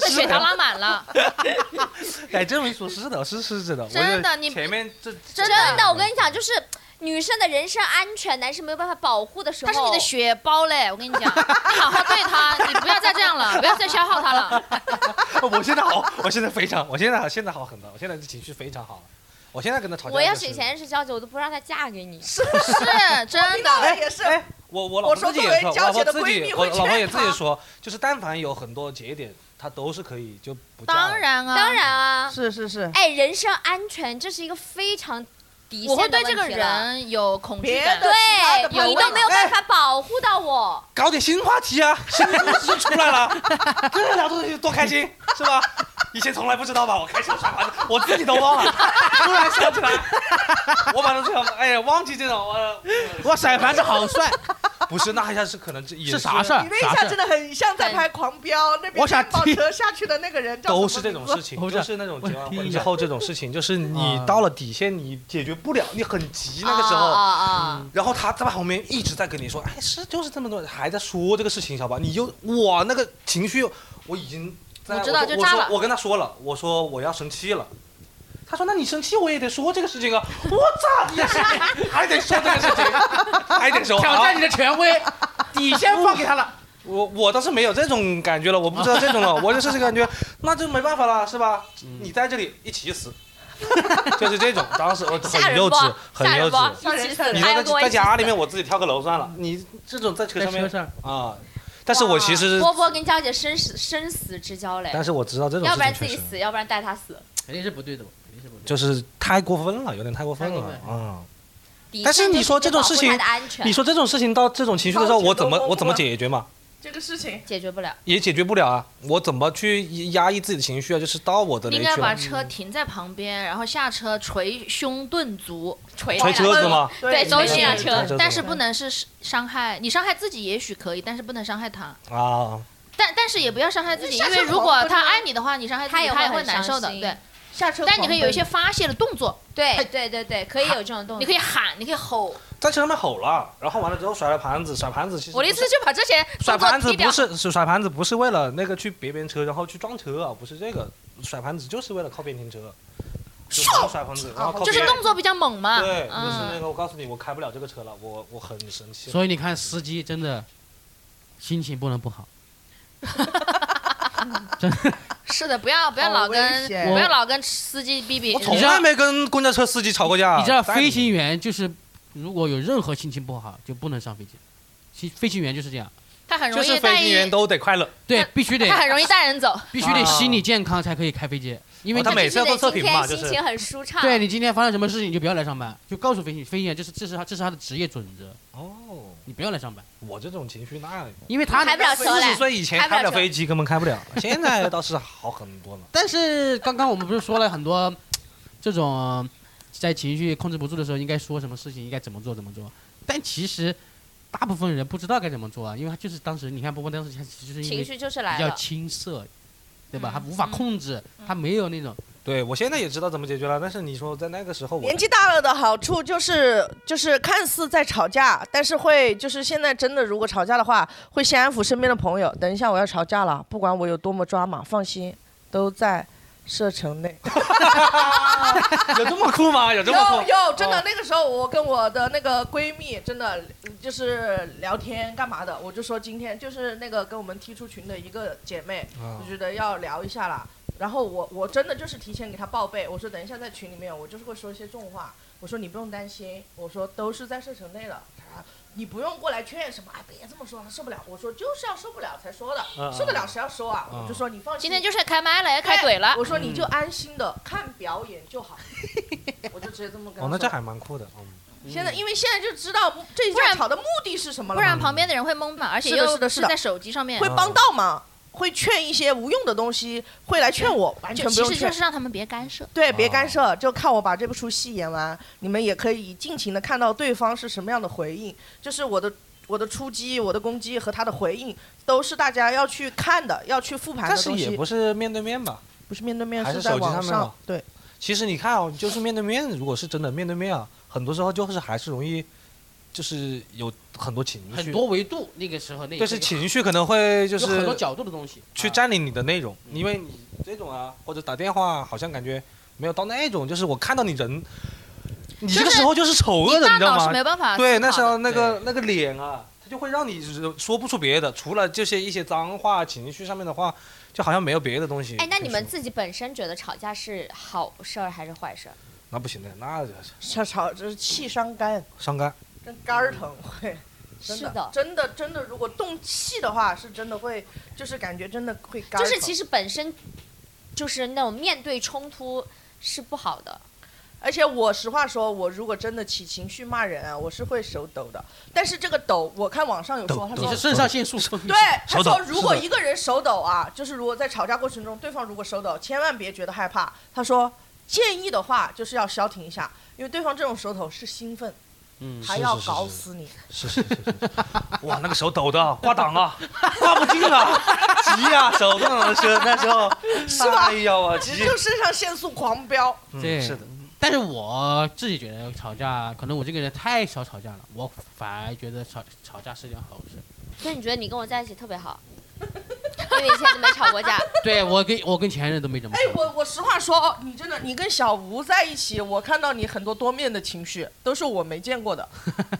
Speaker 1: 他血糖啊拉满了，
Speaker 2: 哎，这么一说，是的，是是是的，我
Speaker 1: 真的
Speaker 2: 这
Speaker 1: 你
Speaker 2: 前面这
Speaker 1: 真
Speaker 6: 真的，我
Speaker 2: 嗯
Speaker 6: 跟你讲，就是女生的人身安全，男生没有办法保护的时候，
Speaker 1: 他是你的血包嘞，我跟你讲，你好好对他，你不要再这样了，不要再消耗他了。
Speaker 2: (laughs) 我现在好，我现在非常，我现在现在好很多，我现在情绪非常好了。我现在跟他吵架、就
Speaker 6: 我要是以前认识娇姐，我都不让她嫁给你。
Speaker 1: 是真的，
Speaker 4: 我也是，
Speaker 2: 哎，我我老
Speaker 4: 我
Speaker 2: 婆
Speaker 4: 说
Speaker 2: 自己
Speaker 4: 作为
Speaker 2: 也说，我
Speaker 4: 娇
Speaker 2: 老
Speaker 4: 姐
Speaker 2: 婆
Speaker 4: 的
Speaker 2: 自
Speaker 4: 闺蜜
Speaker 2: 己，我
Speaker 4: 会
Speaker 2: 老婆
Speaker 4: 劝
Speaker 2: 也自己
Speaker 4: 她
Speaker 2: 说，就是但凡有很多节点，她都是可以就不嫁了
Speaker 1: 当，然啊，
Speaker 6: 当然啊，
Speaker 4: 是是是，
Speaker 6: 哎，人身安全这是一个非常底
Speaker 1: 我
Speaker 6: 线
Speaker 1: 会
Speaker 6: 的
Speaker 1: 对
Speaker 6: 问题
Speaker 1: 这个，
Speaker 6: 了
Speaker 1: 人有恐惧
Speaker 4: 别
Speaker 1: 感
Speaker 4: 的。其他的
Speaker 6: 对
Speaker 4: 朋
Speaker 6: 你
Speaker 4: 友
Speaker 6: 都没有办
Speaker 2: 哎
Speaker 6: 法保护到我。
Speaker 2: 搞点新话题啊，新故事出来了，这聊东西多开心是吧？以前从来不知道吧？我开车耍滑子，我自己都忘了，突然想起来，我把这个哎呀忘记这种呃，
Speaker 5: 哇，甩盘子好帅，
Speaker 2: 不是那一下是可能这也
Speaker 5: 是啥事儿
Speaker 4: 哎你？那一
Speaker 5: 啥
Speaker 4: 下
Speaker 5: 事
Speaker 4: 真
Speaker 5: 儿？
Speaker 4: 的很像在拍《狂飙》那边
Speaker 5: 我想
Speaker 4: 电报
Speaker 5: 听
Speaker 4: 车下去的那个人，叫
Speaker 2: 都是
Speaker 4: 什么
Speaker 2: 这
Speaker 4: 名
Speaker 2: 种事
Speaker 4: 字
Speaker 2: 情，
Speaker 5: 我
Speaker 2: 就
Speaker 5: 想
Speaker 2: 是那种
Speaker 5: 我
Speaker 2: 结完
Speaker 5: 听
Speaker 2: 婚
Speaker 5: 一
Speaker 2: 之
Speaker 5: 下
Speaker 2: 后这种事情，就是你
Speaker 5: 啊
Speaker 2: 到了底线，你解决不了，你很急那个时
Speaker 6: 啊
Speaker 2: 候。
Speaker 6: 啊啊！
Speaker 2: 然后他在旁边一直在跟你说，哎，是就是这么多，还在说这个事情，小吧？你又我那个情绪，我已经在
Speaker 1: 我知道就
Speaker 2: 说我
Speaker 1: 炸
Speaker 2: 说
Speaker 1: 了
Speaker 2: 我跟他说了，我说我要生气了。他说：“那你生气我也得说这个事情啊！我操，你也是还得说这个事情，还得说
Speaker 5: (laughs) 挑战
Speaker 2: 啊
Speaker 5: 哎你的权威，底线放给他了，
Speaker 2: 我我倒是没有这种感觉了，我不知道这种
Speaker 5: (laughs)
Speaker 2: 了，我就是这个感觉，那就没办法了，是吧？
Speaker 5: 嗯
Speaker 2: 你在这里一起死， (laughs) 就是这种，当时我
Speaker 6: 吓
Speaker 2: 很
Speaker 6: 人
Speaker 2: 幼
Speaker 6: 不
Speaker 2: 稚？，很
Speaker 6: 吓
Speaker 2: 幼
Speaker 6: 人不
Speaker 2: 稚。？
Speaker 6: 一起死，
Speaker 2: 你
Speaker 6: 还
Speaker 2: 说
Speaker 6: 要
Speaker 2: 在
Speaker 6: 跟我一
Speaker 2: 在
Speaker 6: 起
Speaker 2: 家
Speaker 6: 死
Speaker 2: 里面我自己跳个楼算了，你这种在车
Speaker 5: 在
Speaker 2: 上
Speaker 5: 车
Speaker 2: 面
Speaker 5: 上，
Speaker 2: 啊，但是我其实，
Speaker 6: 波波跟娇姐生死生死之交嘞，
Speaker 2: 但是我知道这种
Speaker 6: 要
Speaker 2: 事
Speaker 6: 不然
Speaker 2: 情
Speaker 6: 自
Speaker 2: 确
Speaker 6: 己
Speaker 2: 实
Speaker 6: 死，要不然带她
Speaker 2: 嗯
Speaker 6: 死。
Speaker 5: 肯定是不对的，肯定是不对的。
Speaker 2: 就是太过分了，有点太过分
Speaker 5: 太
Speaker 2: 了
Speaker 5: 过分
Speaker 6: 嗯
Speaker 2: 啊。
Speaker 6: 的
Speaker 2: 但是
Speaker 6: 确
Speaker 2: 你
Speaker 6: 就
Speaker 2: 说
Speaker 6: 得
Speaker 2: 这种
Speaker 6: 保
Speaker 2: 事
Speaker 6: 护
Speaker 2: 情
Speaker 6: 她的安全
Speaker 2: 你说这种事情到这种情绪的时候，我怎么我怎么解决嘛？
Speaker 4: 这个事情，
Speaker 6: 解决不了，
Speaker 2: 也解决不了啊！我怎么去压抑自己的情绪啊？就是到我的
Speaker 1: 你
Speaker 2: 雷
Speaker 1: 应该
Speaker 2: 区
Speaker 1: 把
Speaker 2: 了，
Speaker 1: 车停在旁边，然后下车捶胸顿足，
Speaker 6: 锤
Speaker 2: 捶
Speaker 6: 她
Speaker 2: 车子嘛，
Speaker 6: 对
Speaker 1: 走
Speaker 6: 捶
Speaker 1: 起
Speaker 6: 那辆车
Speaker 2: 车子
Speaker 1: 但是不能是伤害你，伤害自己也许可以，但是不能伤害他。
Speaker 2: 啊，
Speaker 1: 但但是也不要伤害自己，
Speaker 4: 下
Speaker 1: 因
Speaker 4: 车
Speaker 1: 为如果他爱你的话，你伤害自
Speaker 6: 他
Speaker 1: 己，
Speaker 6: 也
Speaker 1: 他也
Speaker 6: 会
Speaker 1: 会
Speaker 6: 很
Speaker 1: 难受
Speaker 6: 伤
Speaker 1: 的。
Speaker 6: 心
Speaker 1: 对，
Speaker 4: 下车狂奔。
Speaker 1: 但你可以有一些发泄的动作，哎
Speaker 6: 对对对对，可以有这种动作。
Speaker 1: 你可以喊，你可以吼。
Speaker 2: 在车上面吼了，然后完了之后甩了盘子，甩盘子其实
Speaker 1: 我的意思就把这些
Speaker 2: 甩
Speaker 1: 动作
Speaker 2: 盘子
Speaker 1: 踢掉
Speaker 2: 不。是是甩盘子不是为了那个去别别人车，然后去撞车啊，不是这个，甩盘子就是为了靠边停车，就甩盘子，然后靠
Speaker 1: 就
Speaker 2: 边
Speaker 1: 是动作比较猛嘛，
Speaker 2: 对，就是那
Speaker 1: 嗯，
Speaker 2: 个我告诉你，我开不了这个车了，我我很生气。
Speaker 5: 所以你看，司机真的心情不能不好。
Speaker 1: 是的，不要不要
Speaker 4: 好
Speaker 1: 老
Speaker 4: 危
Speaker 1: 跟
Speaker 4: 险
Speaker 1: 不要
Speaker 5: 我
Speaker 1: 老跟司机逼逼
Speaker 2: 我，从
Speaker 5: 你知道
Speaker 2: 来没跟公交车司机吵过架。
Speaker 5: 你知道
Speaker 2: 啊在
Speaker 5: 飞行员就是如果有任何心情不好就不能上飞机，其飞行员就是这样，
Speaker 1: 他很
Speaker 2: 就
Speaker 1: 容
Speaker 2: 是
Speaker 1: 易
Speaker 2: 飞
Speaker 1: 带
Speaker 2: 行员
Speaker 1: 一，
Speaker 2: 都得快乐，
Speaker 5: 对，必 (laughs) 须得
Speaker 1: 他很容易带人走。
Speaker 5: 必须得心理健康才可以开飞机，因为
Speaker 2: 哦他
Speaker 5: 你
Speaker 2: 每次要做测
Speaker 6: 今
Speaker 2: 评嘛，
Speaker 6: 天
Speaker 2: 就
Speaker 6: 心
Speaker 2: 是
Speaker 6: 情很舒畅，
Speaker 5: 对你今天发生什么事情你就不要来上班，就告诉飞行飞行员这是这是他这是他的职业准则，
Speaker 2: 哦，
Speaker 5: 你不要来上班，
Speaker 2: 我这种情绪那
Speaker 5: 因为他
Speaker 6: 开不了车
Speaker 2: 四
Speaker 6: 嘞
Speaker 2: 十。岁以前
Speaker 6: 开
Speaker 2: 开
Speaker 6: 不了
Speaker 2: 不了
Speaker 6: 车
Speaker 2: 飞机，根本开不了，现在倒是好很多了。
Speaker 5: 但是刚刚我们不是说了很多这种在情绪控制不住的时候应该说什么事情，应该怎么做怎么做，但其实大部分人不知道该怎么做啊，因为他就是当时你看波波当时其实是因
Speaker 6: 情
Speaker 5: 为
Speaker 6: 绪就是
Speaker 5: 比
Speaker 6: 来
Speaker 5: 较
Speaker 6: 了，
Speaker 5: 青涩，对吧？他
Speaker 1: 嗯
Speaker 5: 无法
Speaker 1: 嗯
Speaker 5: 控制，他没有那种
Speaker 2: 对我现在也知道怎么解决了，但是你说在那个时候我
Speaker 4: 年纪大了的好处就是，就是看似在吵架，但是会就是现在真的，如果吵架的话，会先安抚身边的朋友。等一下我要吵架了，不管我有多么抓马，放心，都在射程内。
Speaker 2: (laughs) 有这么酷吗？有这么哦酷？
Speaker 4: 有真的，那个时候我跟我的那个闺蜜真的嗯就是聊天干嘛的，我就说今天就是那个跟我们踢出群的一个姐妹，
Speaker 2: 啊
Speaker 4: 我觉得要聊一下啦。然后我我真的就是提前给她报备，我说等一下在群里面我就是会说一些重话，我说你不用担心，我说都是在射程内的，她你不用过来劝什么，哎别这么说了，受不了。我说就是要受不了才说
Speaker 2: 嗯
Speaker 4: 的，受得了谁要说啊？
Speaker 2: 嗯
Speaker 4: 我就说你放心，
Speaker 1: 今天就是开麦了，要
Speaker 5: 哎
Speaker 1: 开怼了，
Speaker 4: 哎我说你就安心的看表演就好， (laughs) 我就直接这么跟她
Speaker 2: 哦，
Speaker 4: 说。
Speaker 2: 那这还蛮酷的。嗯
Speaker 4: 现在因为现在就知道目这一
Speaker 1: 不然
Speaker 4: 架吵的目的是什么
Speaker 1: 不
Speaker 4: 了，
Speaker 1: 然旁边的人会懵嘛，而且
Speaker 4: 是的
Speaker 1: 又
Speaker 4: 是的
Speaker 1: 是
Speaker 4: 是的
Speaker 1: 在手机
Speaker 2: 嗯
Speaker 1: 上面
Speaker 4: 会，帮倒忙，会劝一些无用的东西，会来劝我，完全
Speaker 1: 就
Speaker 4: 不
Speaker 1: 嗯其
Speaker 4: 用
Speaker 1: 实就
Speaker 4: 劝。
Speaker 1: 是让他们别干涉。
Speaker 4: 对，
Speaker 2: 哦
Speaker 4: 别干涉，就看我把这部出戏演完。你们也可以尽情的看到对方是什么样的回应，就是我的我的出击、我的攻击和他的回应，都是大家要去看的，要去复盘
Speaker 2: (laughs) 但
Speaker 4: 的
Speaker 2: 是
Speaker 4: 东
Speaker 2: 也
Speaker 4: 西
Speaker 2: 不。是面对面吧？
Speaker 4: 不是面对面，
Speaker 2: 还是
Speaker 4: 在
Speaker 2: 手机
Speaker 4: 网
Speaker 2: 上面
Speaker 4: 上
Speaker 2: 嘛。
Speaker 4: 对，
Speaker 2: 其实你看哦，就是面对面，如果是真的面对面啊，很多时候就是还是容易，就是有很多情绪，
Speaker 5: 很多维度。那个时候那
Speaker 2: 就是情绪可能会就
Speaker 5: 有很多
Speaker 2: 是
Speaker 5: 角度的东西
Speaker 2: 去
Speaker 5: 站。
Speaker 2: 占领你的内容，因为你这种啊，或者打电话啊，好像感觉没有到那种，就是我看到你人，你这个时候就是丑恶
Speaker 1: 你
Speaker 2: 的，
Speaker 1: 大
Speaker 2: 你知道
Speaker 1: 脑是
Speaker 2: 吗？
Speaker 1: 没办法思考的，
Speaker 2: 对，那时候那个那个脸啊，他就会让你说不出别的，除了这些一些脏话、情绪上面的话，就好像没有别的东西。
Speaker 6: 哎，那你们自己本身觉得吵架是好事儿还是坏事儿？
Speaker 2: 那不行的，那
Speaker 4: 吵吵就是气伤肝，
Speaker 2: 伤肝。
Speaker 4: 跟肝儿疼会。
Speaker 6: (laughs)
Speaker 4: 真
Speaker 6: 是的，
Speaker 4: 真的真的，如果动气的话，是真的会，就是感觉真的会干。
Speaker 6: 就是其，实本身就是那种面对冲突是不好的，
Speaker 4: 而且我实话说，我如果真的起情绪骂人啊，我是会手抖的。但是这个抖，我看网上有说，
Speaker 2: 抖
Speaker 4: 他
Speaker 2: 抖
Speaker 5: 啊你
Speaker 4: 说
Speaker 5: 是肾上腺素分泌
Speaker 4: 对，他
Speaker 2: 手抖
Speaker 4: 说如果
Speaker 2: 是的
Speaker 4: 一个人手抖啊，就是如果在吵架过程中，对方如果手抖，千万别觉得害怕。他说建议的话，就是要消停一下，因为对方这种手抖是兴奋，
Speaker 5: 嗯
Speaker 4: 还
Speaker 2: 是
Speaker 4: 要
Speaker 2: 是是
Speaker 4: 搞
Speaker 2: 是
Speaker 4: 死你。
Speaker 2: 是是是是，哇，那个手抖的，挂档啊，挂不进啊，急呀、手动的车那时候，
Speaker 4: (laughs) 是吧
Speaker 2: 哎呀，我急
Speaker 4: 这，就肾上腺素狂飙，
Speaker 2: 嗯
Speaker 5: 对
Speaker 2: 是的，
Speaker 5: 但是我自己觉得吵架，可能我这个人太少吵架了，我反而觉得吵吵架是件好事。
Speaker 6: 所以你觉得你跟我在一起特别好， (laughs) 因为以前都没吵
Speaker 4: (laughs)
Speaker 6: 过架，
Speaker 5: (laughs) 对我跟我跟前任都没怎么
Speaker 4: 哎
Speaker 5: 吵，过。
Speaker 4: 我我实话说，哦，你真的，你跟小吴在一起，我看到你很多多面的情绪，
Speaker 2: (laughs)
Speaker 4: 都是我没见过的，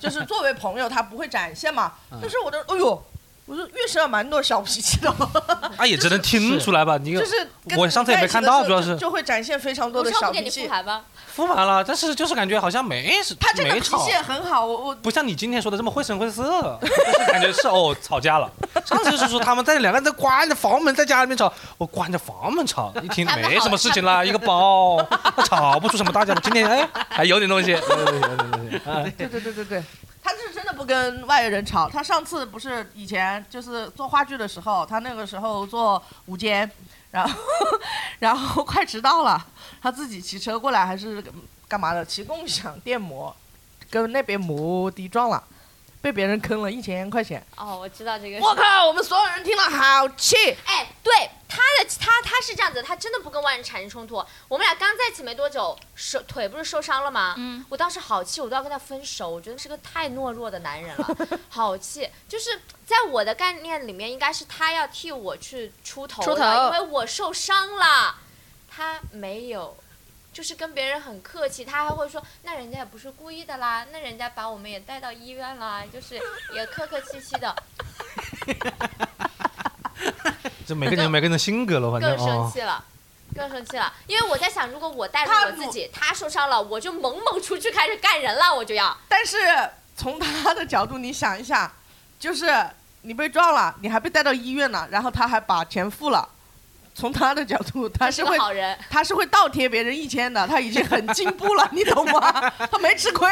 Speaker 4: 就是作为朋友他不会展现嘛
Speaker 5: 嗯。
Speaker 4: 但是我的，哎呦，我说月舍蛮多小脾气的嘛，
Speaker 2: 啊，也只能听出来吧。你
Speaker 4: 就是跟
Speaker 2: 我
Speaker 4: 你
Speaker 2: 上次也
Speaker 4: 在
Speaker 2: 没
Speaker 4: 一起
Speaker 2: 看
Speaker 4: 的
Speaker 2: 到
Speaker 4: 时
Speaker 2: 主要
Speaker 4: 候就是就会展现非常多
Speaker 6: 我
Speaker 4: 的
Speaker 6: 上
Speaker 4: 小
Speaker 6: 午给
Speaker 4: 脾
Speaker 6: 你复
Speaker 4: 气。
Speaker 6: 盘吧，
Speaker 2: 复盘了，但是就是感觉好像没
Speaker 4: 他这个
Speaker 2: 没
Speaker 4: 脾
Speaker 2: 吵
Speaker 4: 气，也很好，我我
Speaker 2: 不像你今天说的这么绘声绘色， (laughs) 就是感觉是哦吵架了。上次就是说他们在两个人在关着房门在家里面吵，我关着房门吵，一听
Speaker 6: 他们好
Speaker 2: 没什么事情啦，一个包，吵不出什么大架。今天哎还有点东西，有点东西。哎
Speaker 4: 对对对对对，他是真的不跟外人吵。他上次不是以前就是做话剧的时候，他那个时候做午间，然后 (laughs) 然后快迟到了，他自己骑车过来还是干嘛的，骑共享电摩，跟那边摩的撞了。被别人坑了一千块钱，
Speaker 6: 哦，我知道这个。
Speaker 4: 我靠！我们所有人听了好气，
Speaker 6: 哎，对他的他他是这样子，他真的不跟外人产生冲突。我们俩刚在一起没多久，手腿不是受伤了吗？
Speaker 1: 嗯，
Speaker 6: 我当时好气，我都要跟他分手，我觉得是个太懦弱的男人了， (laughs) 好气。就是在我的概念里面，应该是他要替我去出头的，
Speaker 1: 出头
Speaker 6: 因为我受伤了，他没有。就是跟别人很客气，他还会说，那人家也不是故意的啦，那人家把我们也带到医院啦，就是也客客气气的，
Speaker 2: 这每个人有每个人的性格了，反正
Speaker 6: 更生
Speaker 2: 哦。
Speaker 6: 气了，更生气了，因为我在想，如果我带着
Speaker 4: 他
Speaker 6: 我自己，他受伤了，我就猛猛出去开始干人了，我就要。
Speaker 4: 但是从他的角度，你想一下，就是你被撞了，你还被带到医院了，然后他还把钱付了。从他的角度，他
Speaker 6: 他
Speaker 4: 是
Speaker 6: 个
Speaker 4: 会
Speaker 6: 好人，
Speaker 4: (laughs) 他是会倒贴别人一千的，他已经很进步了，你懂吗？ (laughs) 他没吃亏。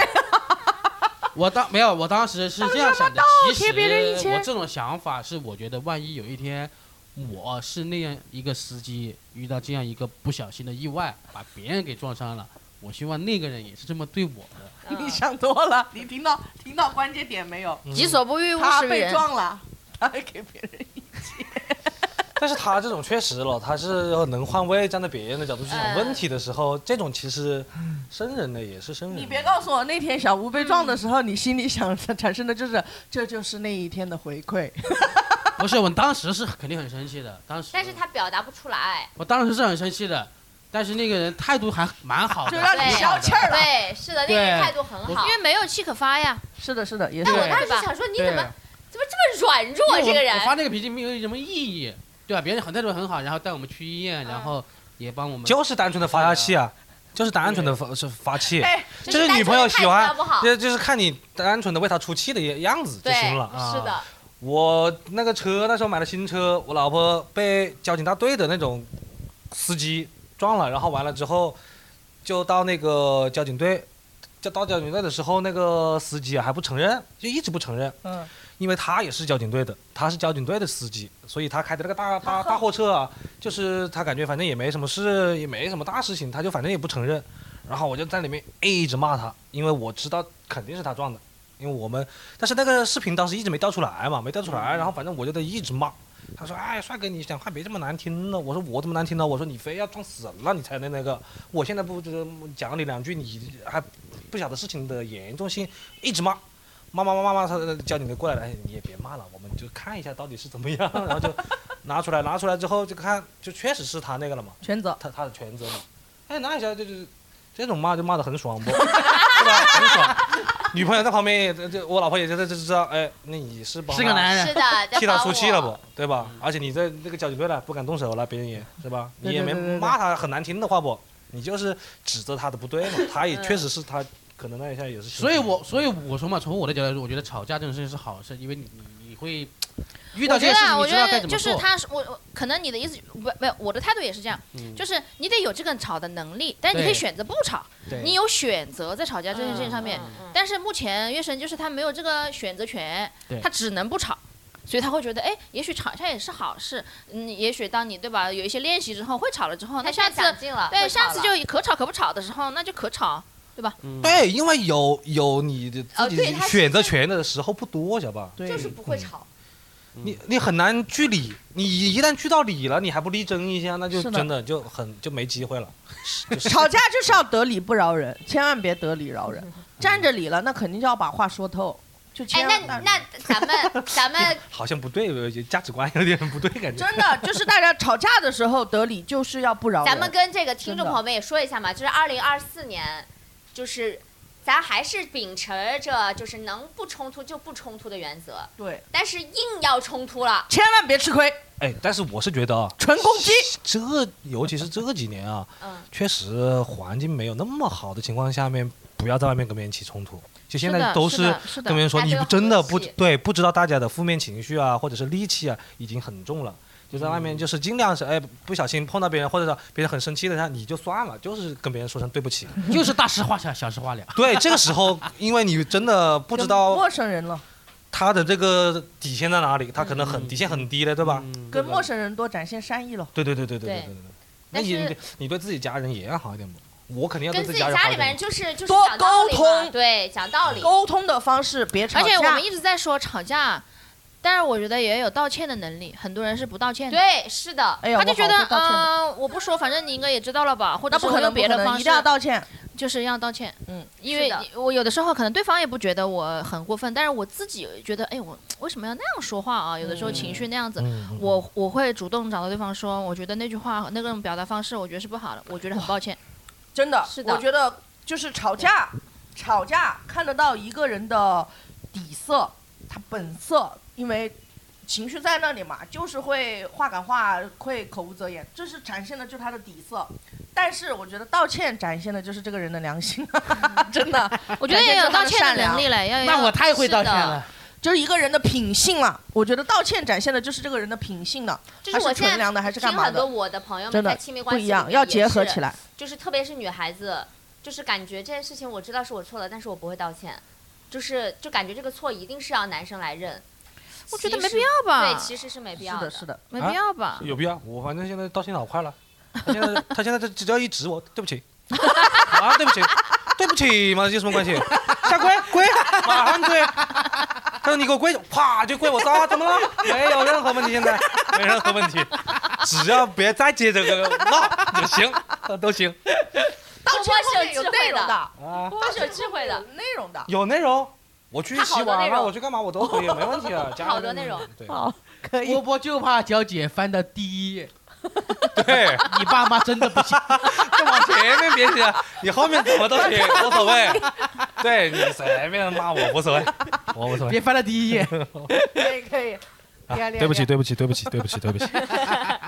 Speaker 5: 我当没有，我当时是这样想的。其实
Speaker 4: 贴别人一千
Speaker 5: 我这种想法是，我觉得万一有一天我是那样一个司机，遇到这样一个不小心的意外，把别人给撞伤了，我希望那个人也是这么对我的。 (laughs)
Speaker 4: 你想多了，你听到听到关键点没有？
Speaker 1: 己所不欲，勿
Speaker 4: 他
Speaker 1: 施于
Speaker 4: 被
Speaker 1: 人。
Speaker 4: 撞了，他还给别人一
Speaker 2: 但是他这种确实了，他是能换位，站在别人的角度去想问题的时候，这种其实生人的也是生人。
Speaker 4: 你别告诉我那天小吴被撞的时候，你心里想产生的就是这就是那一天的回馈。
Speaker 5: 不是，我当时是肯定很生气的，当时。
Speaker 6: 但是他表达不出来，
Speaker 5: 我当时是很生气的，但是那个人态度还蛮好的， (laughs)
Speaker 4: 就让你
Speaker 5: 挺
Speaker 4: 消
Speaker 5: 好的
Speaker 6: 啊
Speaker 4: 气儿了
Speaker 6: 对，是的，那个人态度很好
Speaker 1: 因。为没有气可发呀，
Speaker 4: 是的，是的，也是
Speaker 6: 但
Speaker 5: 对
Speaker 6: 我当时想说，你
Speaker 5: 对
Speaker 6: 怎么怎么这么软弱
Speaker 5: 因
Speaker 6: 这
Speaker 5: 为
Speaker 6: 个
Speaker 5: 我
Speaker 6: 人
Speaker 5: 我？发那个脾气没有什么意义，对吧？别人很态度很好，然后带我们去医院，
Speaker 6: 嗯
Speaker 5: 然后也帮我们。
Speaker 2: 就是单纯的发下气啊，就是单纯的发是发气，
Speaker 4: 哎，
Speaker 2: 就
Speaker 6: 就是
Speaker 2: 是女朋友喜
Speaker 6: 单纯的态度
Speaker 2: 欢
Speaker 6: 要不好，
Speaker 2: 这就是看你单纯的为她出气的样子就
Speaker 6: 对，
Speaker 2: 行了啊。
Speaker 6: 是，的，
Speaker 2: 我那个车那时候买的新车，我老婆被交警大队的那种司机撞了，然后完了之后就到那个交警队，就到交警队的时候，那个司机啊还不承认，就一直不承认。
Speaker 4: 嗯，
Speaker 2: 因为他也是交警队的，他是交警队的司机，所以他开的那个大大大货车啊，就是他感觉反正也没什么事，也没什么大事情，他就反正也不承认。然后我就在里面一直骂他，因为我知道肯定是他撞的，因为我们，但是那个视频当时一直没调出来嘛，没调出来。然后反正我就在一直骂，他说：“哎，帅哥，你讲话别这么难听了。”我说：“我怎么难听了？”我说：“你非要撞死人了你才能那个。”我现在不就是讲你两句，你还不晓得事情的严重性，一直骂。骂骂骂骂骂，他交警就过来了，哎，你也别骂了，我们就看一下到底是怎么样，然后就拿出来，拿出来之后就看，就确实是他那个了嘛，
Speaker 4: 全责。
Speaker 2: 他他的全责嘛，哎，拿一下就就是这种骂就骂的很爽不，是吧？很爽。女朋友在旁边也，这这我老婆也在这这知道，哎，那你是帮
Speaker 5: 是个
Speaker 2: 他
Speaker 5: 男
Speaker 6: (laughs) 是
Speaker 5: 人，
Speaker 6: 的，在
Speaker 2: 替他 (laughs)
Speaker 6: 帮
Speaker 2: 出气
Speaker 6: 我
Speaker 2: 了不？对吧？而且你在那个交警队了，不敢动手了，别人也是吧？你
Speaker 4: 对
Speaker 2: 也
Speaker 4: 对
Speaker 2: 没
Speaker 4: 对对对
Speaker 2: 骂他很难听的话不？你就是指责他的不对嘛，他也确实是他可能那一下也是。
Speaker 5: 所以我所以我说嘛，从我的角度来说，我觉得吵架这种事情是好事，因为你你你会遇到
Speaker 1: 我
Speaker 5: 这
Speaker 1: 觉得
Speaker 5: 个事
Speaker 1: 啊，
Speaker 5: 情，
Speaker 1: 我
Speaker 5: 你知
Speaker 1: 觉
Speaker 5: 道该
Speaker 1: 得
Speaker 5: 怎
Speaker 1: 就
Speaker 5: 么
Speaker 1: 是
Speaker 5: 做。
Speaker 1: 他是，我我可能你的意思不没有，我的态度也是这样，
Speaker 5: 嗯
Speaker 1: 就是你得有这个吵的能力，但是你可以
Speaker 5: 对
Speaker 1: 选择不吵，
Speaker 5: 对
Speaker 1: 你有选择在吵架这件事情上面。
Speaker 6: 嗯嗯嗯
Speaker 1: 但是目前月神就是他没有这个选择权
Speaker 5: 对，
Speaker 1: 他只能不吵。所以他会觉得，哎，也许吵一下也是好事，嗯，也许当你对吧，有一些练习之后，会吵了之后，那
Speaker 6: 他
Speaker 1: 下
Speaker 6: 现在
Speaker 1: 次
Speaker 6: 长进了，
Speaker 1: 对
Speaker 6: 会
Speaker 1: 下
Speaker 6: 吵
Speaker 1: 次
Speaker 6: 了
Speaker 1: 就可吵可不吵的时候，那就可吵，
Speaker 2: 对，因为有有你的
Speaker 6: 哦
Speaker 2: 自己
Speaker 6: 对他是
Speaker 2: 选择权的时候不多，晓得吧？
Speaker 4: 对
Speaker 6: 就是不会吵。
Speaker 2: 嗯你你很难据理，你一旦据到理了，你还不力争一下，那就是
Speaker 4: 的
Speaker 2: 真的就很就没机会了。就是
Speaker 4: 吵架就是要得理不饶人，千万别得理饶人。站着理了，那肯定就要把话说透。就
Speaker 6: 哎，
Speaker 4: 千万
Speaker 1: (laughs)
Speaker 6: 那那咱 (laughs) 们咱们
Speaker 2: 好像不对，呃价值观有点不对感觉。
Speaker 4: 真的就是大家吵架的时候得理，就是要不饶人。
Speaker 6: 咱们跟这个听
Speaker 4: 真
Speaker 6: 众
Speaker 4: 的
Speaker 6: 朋友们也说一下嘛，就是二零二四年，就是咱还是秉承着就是能不冲突就不冲突的原则，
Speaker 4: 对，
Speaker 6: 但是硬要冲突了，
Speaker 4: 千万别吃亏，
Speaker 2: 哎，但是我是觉得啊，
Speaker 4: 纯攻击。
Speaker 2: 这尤其是这几年啊，
Speaker 6: 嗯，
Speaker 2: 确实环境没有那么好的情况下面，不要在外面跟别人起冲突。就现
Speaker 1: 是
Speaker 2: 在
Speaker 1: 的
Speaker 2: 都
Speaker 1: 是
Speaker 2: 是
Speaker 1: 的是的
Speaker 2: 跟别人说，
Speaker 6: 大家
Speaker 2: 你
Speaker 6: 都
Speaker 2: 不
Speaker 6: 很
Speaker 2: 真的
Speaker 6: 客
Speaker 2: 不
Speaker 6: 气
Speaker 2: 对，不知道大家的负面情绪啊，或者是戾气啊，已经很重了。就在外
Speaker 6: 嗯
Speaker 2: 面，就是尽量是哎，不小心碰到别人，或者是别人很生气的，那你就算了，就是跟别人说声对不
Speaker 6: (laughs)
Speaker 2: 起。
Speaker 5: 就是大事化小，小事化了。
Speaker 2: 对，这个时候，因为你真的不知
Speaker 4: 跟
Speaker 2: 道
Speaker 4: 陌生人了，
Speaker 2: 他的这个底线在哪里，他可能
Speaker 6: 嗯
Speaker 2: 很底线很低的，对吧？
Speaker 5: 嗯
Speaker 4: 跟陌生人多展现善意了。
Speaker 2: 对对对对对对对对。那
Speaker 6: 但
Speaker 2: 你
Speaker 6: 是
Speaker 2: 你你对自己家人也要好一点不？我肯定要对
Speaker 6: 跟
Speaker 2: 自
Speaker 6: 自
Speaker 2: 己
Speaker 6: 己
Speaker 2: 家人
Speaker 6: 家
Speaker 2: 好
Speaker 6: 里
Speaker 2: 一
Speaker 6: 面
Speaker 2: 点
Speaker 6: 人。就是就是
Speaker 4: 多
Speaker 6: 讲道理嘛
Speaker 4: 沟通
Speaker 6: 对，讲道理，
Speaker 4: 沟通的方式别吵
Speaker 1: 而
Speaker 4: 架，
Speaker 1: 且我们一直在说吵架，但是我觉得也有道歉的能力，很多人是不道歉的。
Speaker 6: 对，是的，
Speaker 4: 哎呀，
Speaker 1: 他就
Speaker 4: 我好
Speaker 1: 觉得，
Speaker 4: 会道歉的
Speaker 1: 嗯、我不说，反正你应该也知道了吧，或者
Speaker 4: 那
Speaker 1: 是
Speaker 4: 不
Speaker 1: 我
Speaker 4: 可
Speaker 1: 用
Speaker 4: 能，
Speaker 1: 别
Speaker 4: 不可
Speaker 1: 的
Speaker 4: 能
Speaker 1: 方
Speaker 4: 一
Speaker 1: 式啊
Speaker 4: 定，要道歉。
Speaker 1: 就是要道歉。
Speaker 4: 嗯，
Speaker 1: 因为
Speaker 6: 是的
Speaker 1: 你我有的时候可能对方也不觉得我很过分，但是我自己觉得，哎，我为什么要那样说话啊？有的时候情绪那样子，
Speaker 2: 嗯嗯
Speaker 1: 我我会主动找到对方说，我觉得那句话那种表达方式，我觉得是不好的，我觉得很抱歉。
Speaker 4: 真的，
Speaker 6: 是的
Speaker 4: 我觉得就是吵架，吵架看得到一个人的底色，他本色，因为情绪在那里嘛，就是会话赶话，会口无遮掩，这是展现的就是他的底色。但是我觉得道歉展现的就是这个人的良心，啊 (laughs) 真的，
Speaker 6: (laughs)
Speaker 1: 我觉得也有道歉的能力嘞，要要
Speaker 5: 那我太会道歉
Speaker 6: 是
Speaker 5: 了。
Speaker 4: 就是一个人的品性了。我觉得道歉展现的就是这个人的品性了，
Speaker 6: 这
Speaker 4: 他
Speaker 6: 是我
Speaker 4: 是
Speaker 6: 现
Speaker 4: 纯
Speaker 6: 在
Speaker 4: 良的还是
Speaker 6: 听
Speaker 4: 干嘛
Speaker 6: 很多
Speaker 4: 的？
Speaker 6: 我的朋友们
Speaker 4: 真的
Speaker 6: 在亲密关
Speaker 4: 不一
Speaker 6: 系里
Speaker 4: 样，
Speaker 6: 面
Speaker 4: 要
Speaker 6: 也
Speaker 4: 结合
Speaker 6: 是
Speaker 4: 起来。
Speaker 6: 就是特别是女孩子，就是感觉这件事情我知道是我错了，但是我不会道歉，就是就感觉这个错一定是要男生来认。
Speaker 1: 我觉得
Speaker 6: 其
Speaker 1: 没
Speaker 6: 实
Speaker 1: 必要吧，
Speaker 6: 对，其实是没必
Speaker 4: 是
Speaker 6: 要
Speaker 4: 的，是的，
Speaker 1: 没
Speaker 2: 啊
Speaker 1: 必要吧。
Speaker 2: 有必要？我反正现在道歉老快了，他现在他现在这只要一指我，对不起， (laughs) 啊，对不起，对不起嘛，有什么关系？下跪跪，马上跪。他说你给我跪，啪就跪我仨，怎么了？没有任何问题，现在没任何问题，只要别再接这个闹就行，都行
Speaker 4: 道
Speaker 6: 我
Speaker 4: 歉
Speaker 6: 是
Speaker 4: 后
Speaker 6: 有
Speaker 4: 面有
Speaker 6: 智慧
Speaker 4: 内容
Speaker 6: 的
Speaker 4: 的，
Speaker 2: 啊。
Speaker 6: 他是有智慧的。
Speaker 4: 内容的。
Speaker 2: 有内容，我去
Speaker 6: 他好
Speaker 2: 洗
Speaker 6: 多
Speaker 2: 碗
Speaker 6: 内
Speaker 2: 啊，
Speaker 6: 容
Speaker 2: 我去干嘛我都可以，没问题啊。家里
Speaker 6: (laughs) 好多内容，
Speaker 2: 对
Speaker 4: 好，
Speaker 1: 哎
Speaker 4: 可以
Speaker 5: 波。波就怕娇姐翻到第一页，
Speaker 2: 对，
Speaker 5: 你爸妈真的不
Speaker 1: (laughs)
Speaker 5: 行。
Speaker 2: 就往前面别写，你后面怎么都行，无所谓。对你随便骂我无所谓，我无所谓
Speaker 5: 别。翻到第一页，
Speaker 4: 可以可以，
Speaker 2: 啊
Speaker 4: 厉害厉害
Speaker 2: 对不起，
Speaker 4: 厉
Speaker 2: 对不起，对不起，对不起，对不起，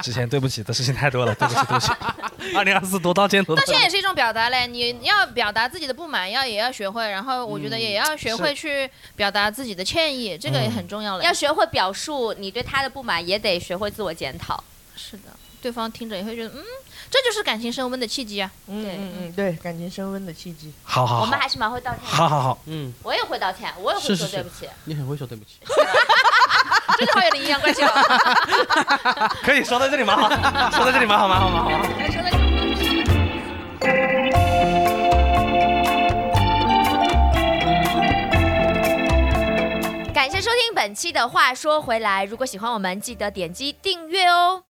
Speaker 2: 之前对不起的事情太多了，对不起，对不起。二零二四多道歉，多
Speaker 1: 道
Speaker 2: 道
Speaker 1: 歉
Speaker 2: 歉。
Speaker 1: 也是一种表达嘞，你要表达自己的不满，要也要学会，然后我觉得也要学会去表达自己的歉意，这个也很重要嘞。
Speaker 6: 要学会表述你对他的不满，也得学会自我检讨。
Speaker 1: 是的，对方听着也会觉得，嗯，这就是感情升温的契机啊。
Speaker 4: 嗯
Speaker 6: 对
Speaker 4: 嗯嗯，对，感情升温的契机。
Speaker 2: 好好
Speaker 6: 我们
Speaker 2: 好，
Speaker 6: 还是蛮会道歉的，
Speaker 2: 好好好，
Speaker 5: 嗯，
Speaker 6: 我也会道歉，我也会
Speaker 5: 啊是
Speaker 6: 说
Speaker 5: 是是
Speaker 6: 对不起。
Speaker 5: 你很会说对不起。
Speaker 1: 这句话有点阴阳怪气了。
Speaker 2: 可以说到这里蛮好，说到这里蛮好，蛮好，蛮好蛮好。
Speaker 6: 感谢收听本期的《话说回来》，如果喜欢我们，记得点击订阅哦。